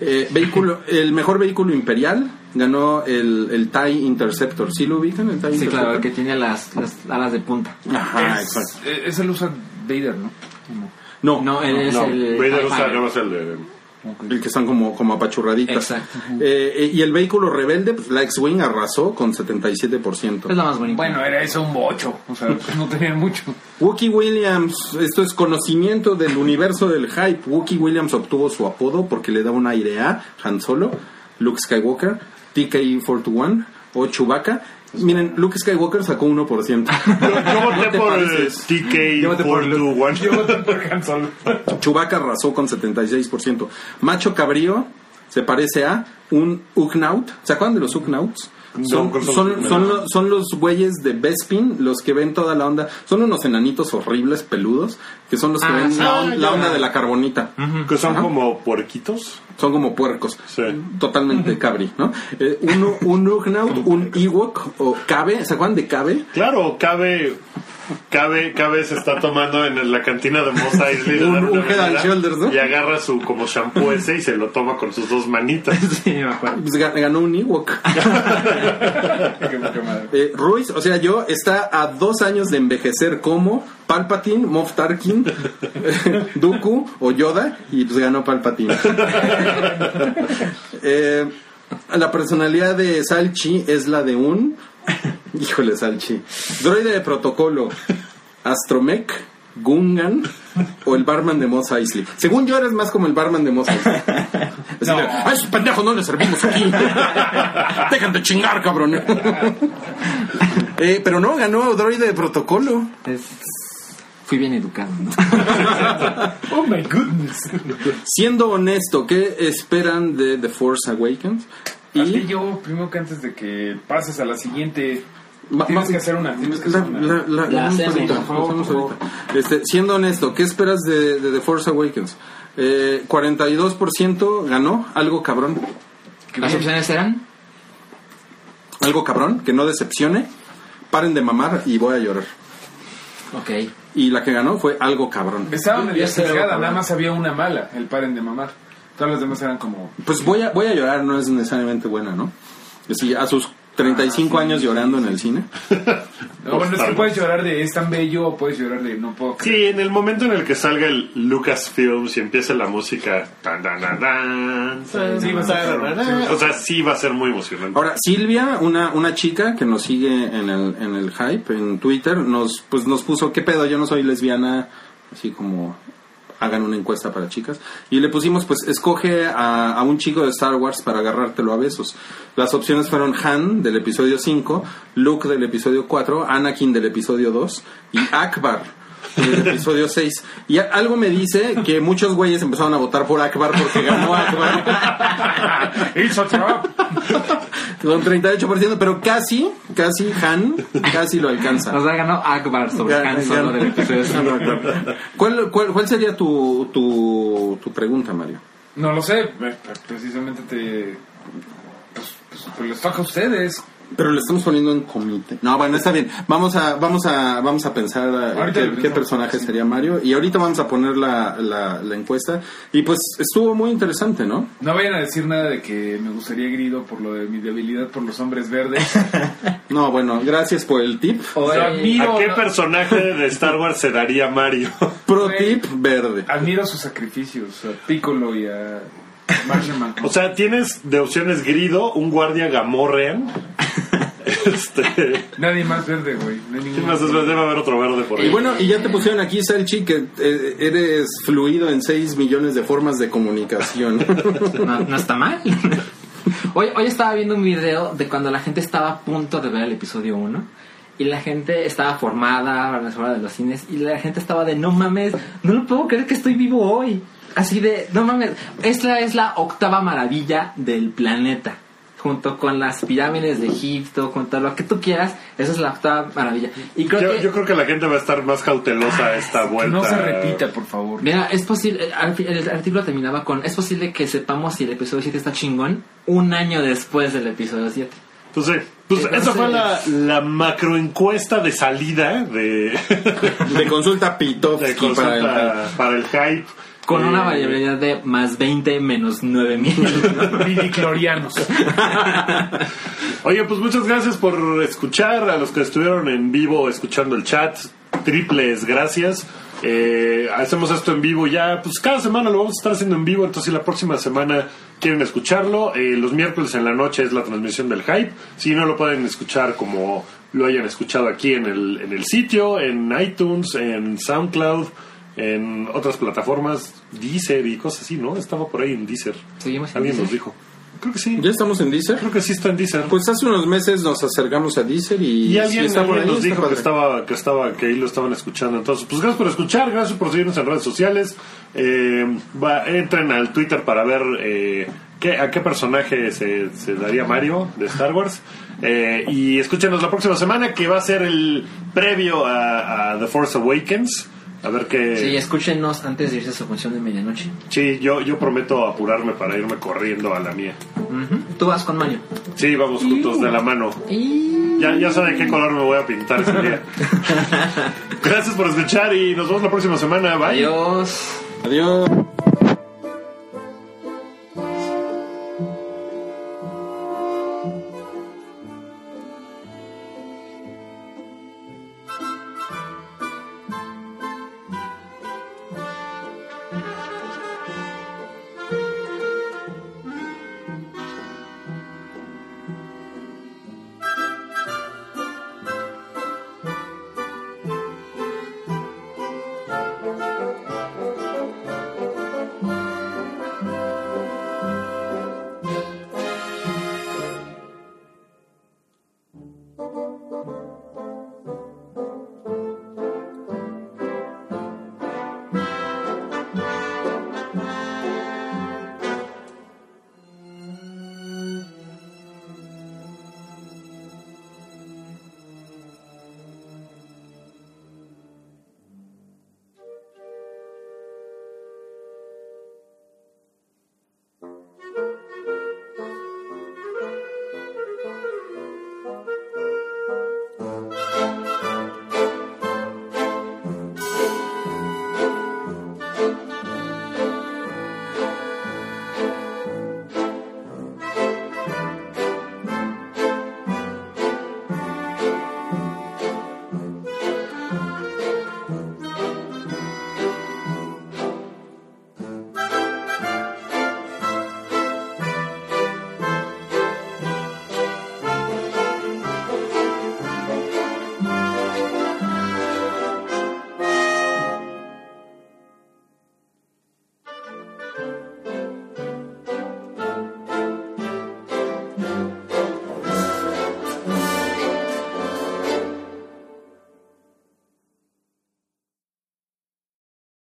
Speaker 3: Eh, vehículo, el mejor vehículo imperial ganó el, el TIE Interceptor. ¿Sí lo ubican? El TIE
Speaker 2: Sí,
Speaker 3: Interceptor.
Speaker 2: claro, que tiene las, las alas de punta.
Speaker 3: Ajá,
Speaker 4: es,
Speaker 3: ah, exacto.
Speaker 4: eh, es el usa Vader, ¿no?
Speaker 3: No,
Speaker 2: No, eh, él es
Speaker 1: No,
Speaker 2: el.
Speaker 1: Vader
Speaker 2: TIE
Speaker 1: usa
Speaker 2: Fighter.
Speaker 1: nada más el de...
Speaker 3: el que están como, como apachurraditas.
Speaker 2: Exacto.
Speaker 3: Eh, eh, y el vehículo rebelde, pues, la X-Wing arrasó con 77%.
Speaker 2: Es la más bonita.
Speaker 4: Bueno, eh. era eso un bocho. O sea, pues, no tenía mucho.
Speaker 3: Wookie Williams, esto es conocimiento del universo del hype. Wookie Williams obtuvo su apodo porque le da un aire a Han Solo, Luke Skywalker, TK-41 o Chewbacca. Miren, Luke Skywalker
Speaker 2: (laughs)
Speaker 3: sacó 1%.
Speaker 1: Yo, yo voté
Speaker 3: No te
Speaker 1: por el
Speaker 3: pareces. Yo voté por
Speaker 1: TK421.
Speaker 3: Chewbacca arrasó con 76%. Macho Cabrío se parece a un Ugnaut. ¿Se acuerdan de los Ugnauts?
Speaker 1: No,
Speaker 3: Son,
Speaker 1: ¿cuáles son
Speaker 3: son,
Speaker 1: los
Speaker 3: son,
Speaker 1: Ugnauts?
Speaker 3: lo- son los güeyes de Bespin, los que ven toda la onda. Son unos enanitos horribles, peludos, que son los que
Speaker 2: Ah,
Speaker 3: ven
Speaker 2: sí.
Speaker 3: la, on-
Speaker 1: Ah,
Speaker 3: la
Speaker 1: ya.
Speaker 3: onda de la carbonita.
Speaker 1: Que son
Speaker 3: Ajá.
Speaker 1: como puerquitos.
Speaker 3: Son como puercos.
Speaker 1: ¿Mm? Sí.
Speaker 3: Totalmente cabri, ¿no? Eh, uno- un Ugnaut,
Speaker 1: (laughs)
Speaker 3: un Ewok o Cabe. ¿Se acuerdan de Cabe?
Speaker 1: Claro, cabe... Cabe, cabe se está tomando en la cantina de Mos Eisley le
Speaker 3: (laughs) Un-
Speaker 1: dan
Speaker 3: un
Speaker 1: una
Speaker 3: Head and
Speaker 1: bebida
Speaker 3: Shoulders, ¿no?
Speaker 1: y agarra su como shampoo ese y se lo toma con sus dos manitas.
Speaker 3: (laughs)
Speaker 2: sí, me
Speaker 4: (laughs)
Speaker 2: acuerdo.
Speaker 3: Pues ga- ganó un Ewok. Eh, Ruiz, o sea, yo está a dos años de envejecer como Palpatine, Moff Tarkin, (laughs) Dooku o Yoda y pues ganó Palpatine. Eh, la personalidad de Salchi es la de un, (laughs) híjole Salchi, droide de protocolo, Astromech, Gungan o el barman de Mos Eisley. Según yo eres más como el barman de Mos Eisley. Así de, "A esos pendejos no les servimos aquí. Dejen de chingar, cabrón. Eh, pero no, ganó droide de protocolo.
Speaker 2: Es- Fui bien educado, ¿no?
Speaker 4: Oh my goodness.
Speaker 3: Siendo honesto, ¿qué esperan de The Force Awakens?
Speaker 4: Y
Speaker 3: Y
Speaker 4: yo, primero que antes de que pases a la siguiente,
Speaker 3: Ma-
Speaker 4: tienes
Speaker 3: ma-
Speaker 4: que hacer una. Tienes que
Speaker 3: la,
Speaker 4: hacer una.
Speaker 3: la, la-
Speaker 2: La
Speaker 3: la hacemos
Speaker 2: hacemos,
Speaker 3: ahorita,
Speaker 2: por favor,
Speaker 3: la hacemos
Speaker 2: por
Speaker 3: ahorita. Este, siendo honesto, ¿qué esperas de, de The Force Awakens? Eh, 42% ganó, algo cabrón.
Speaker 2: Las opciones eran.
Speaker 3: Algo cabrón, que no decepcione. Paren de mamar y voy a llorar.
Speaker 2: Ok.
Speaker 3: Y la que ganó fue algo cabrón.
Speaker 4: Estaba medio
Speaker 2: Ya sé, algo
Speaker 4: sesgada,
Speaker 2: cabrón.
Speaker 4: nada más había una mala, el paren de mamar. Todas las demás eran como.
Speaker 3: Pues voy a, voy a llorar, no es necesariamente buena, ¿no? Sí, a sus
Speaker 4: Ah,
Speaker 3: 35 años llorando en el cine.
Speaker 4: No, bueno, es que
Speaker 1: Bastardos.
Speaker 4: puedes llorar de es tan bello o puedes llorar de no puedo creer.
Speaker 1: Sí, en el momento en el que salga el Lucasfilms y empiece la música tan tan tan tan,
Speaker 4: Sí, va a estar cabrón. Sí, va a estar-
Speaker 1: o sea, sí va a ser muy emocionante.
Speaker 3: Ahora, Silvia, una, una chica que nos sigue en el, en el hype, en Twitter, nos, pues nos puso, ¿qué pedo? Yo no soy lesbiana, así como hagan una encuesta para chicas. Y le pusimos, pues, escoge a, a un chico de Star Wars para agarrártelo a besos. Las opciones fueron Han del episodio 5, Luke del episodio 4, Anakin del episodio 2 y Akbar. del episodio 6 y a- algo me dice que muchos güeyes empezaron a votar por Akbar porque ganó Akbar
Speaker 4: (laughs) It's a trap.
Speaker 3: Con 38%, pero casi, casi Han, casi lo alcanza.
Speaker 2: Nos ha ganado Akbar sobre
Speaker 3: Gan-
Speaker 2: Han Solo
Speaker 3: gan-
Speaker 2: del
Speaker 3: (laughs)
Speaker 2: episodio cinco.
Speaker 3: ¿Cuál, cuál, cuál sería tu, tu, tu pregunta, Mario?
Speaker 4: No lo sé, eh, precisamente te. Pues, pues, pues les toca a ustedes.
Speaker 3: Pero lo estamos poniendo en comité. No, bueno, está bien. Vamos a, vamos a, vamos a pensar eh,
Speaker 4: Ahorita
Speaker 3: qué,
Speaker 4: lo
Speaker 3: qué
Speaker 4: pensamos,
Speaker 3: personaje
Speaker 4: sí.
Speaker 3: sería Mario. Y ahorita vamos a poner la, la, la encuesta. Y pues estuvo muy interesante, ¿no?
Speaker 4: No vayan a decir nada de que me gustaría grido por lo de mi debilidad por los hombres
Speaker 1: (laughs)
Speaker 4: verdes.
Speaker 3: No, bueno, gracias por el tip.
Speaker 4: O sea,
Speaker 2: Sí.
Speaker 4: admiro,
Speaker 1: ¿A qué
Speaker 4: no-
Speaker 1: personaje de Star Wars se daría Mario? (laughs)
Speaker 3: Pro
Speaker 4: Güey.
Speaker 3: tip verde.
Speaker 4: admiro sus sacrificios, a Piccolo y a Martian
Speaker 1: O sea, tienes de opciones Grido, un guardia Gamorrean. (laughs) Este,
Speaker 4: Nadie más verde, güey. No hay
Speaker 1: ¿qué
Speaker 4: ningún
Speaker 1: más es? pues, Debe haber otro verde por
Speaker 3: Y
Speaker 1: ahí.
Speaker 3: bueno, y ya te pusieron aquí, Salchi, que eh, eres
Speaker 1: (laughs)
Speaker 3: fluido en 6 millones de formas de comunicación.
Speaker 2: No, no está mal. Hoy, hoy estaba viendo un video de cuando la gente estaba a punto de ver el episodio 1 y la gente estaba formada para la semana de los cines y la gente estaba de no mames, no lo puedo creer que estoy vivo hoy. Así de, no mames, esta es la octava maravilla del planeta. Junto con las pirámides de Egipto, junto a lo que tú quieras, esa es la octava maravilla. Y creo
Speaker 1: yo,
Speaker 2: que,
Speaker 1: yo creo que la gente va a estar más cautelosa a esta
Speaker 4: Que
Speaker 1: vuelta.
Speaker 4: no se repita, por favor.
Speaker 2: Mira, es posible, el arti- el artículo terminaba con, es posible que sepamos si el episodio 7 está chingón un año después del episodio 7.
Speaker 1: Pues sí. Pues esa
Speaker 2: Entonces-
Speaker 1: fue la, la macroencuesta de salida de, (laughs)
Speaker 3: De consulta Pitovsky
Speaker 1: de consulta
Speaker 3: para el-
Speaker 1: para el hype.
Speaker 2: Con
Speaker 1: Eh,
Speaker 2: una variabilidad de más 20 menos (laughs) 9000.
Speaker 4: Midiclorianos.
Speaker 1: Oye, pues muchas gracias por escuchar a los que estuvieron en vivo escuchando el chat. Triples gracias. Eh, hacemos esto en vivo ya, pues cada semana lo vamos a estar haciendo en vivo, entonces si la próxima semana quieren escucharlo, eh, los miércoles en la noche es la transmisión del hype, si no lo pueden escuchar como lo hayan escuchado aquí en el, en el sitio, en iTunes, en SoundCloud, en otras plataformas, Deezer y cosas así, ¿no? Estaba por ahí en Deezer.
Speaker 2: Seguimos en
Speaker 1: Alguien
Speaker 2: Deezer.
Speaker 1: nos dijo. Creo que sí.
Speaker 3: ¿Ya estamos en Deezer?
Speaker 1: Creo que sí está en Deezer.
Speaker 3: Pues hace unos meses nos acercamos a Deezer y,
Speaker 1: Y
Speaker 3: sí
Speaker 1: alguien,
Speaker 3: está por
Speaker 1: alguien
Speaker 3: ahí,
Speaker 1: nos
Speaker 3: está
Speaker 1: dijo que
Speaker 3: padre.
Speaker 1: estaba, que estaba, que ahí lo estaban escuchando. Entonces, pues gracias por escuchar, gracias por seguirnos en redes sociales. Eh, va- entren al Twitter para ver eh, qué, a qué personaje se, se daría Mario de Star Wars. Eh, y escúchenos la próxima semana que va a ser el previo a, a The Force Awakens. A ver qué.
Speaker 2: Sí, escúchenos antes de irse a su función de medianoche.
Speaker 1: Sí, yo, yo prometo apurarme para irme corriendo a la mía.
Speaker 2: Ujú. Tú vas con Mario.
Speaker 1: Sí, vamos juntos de la mano.
Speaker 2: Y...
Speaker 1: Ya, ya sabe qué color me voy a pintar ese día. Gracias por escuchar y nos vemos la próxima semana. Bye.
Speaker 2: Adiós.
Speaker 3: Adiós.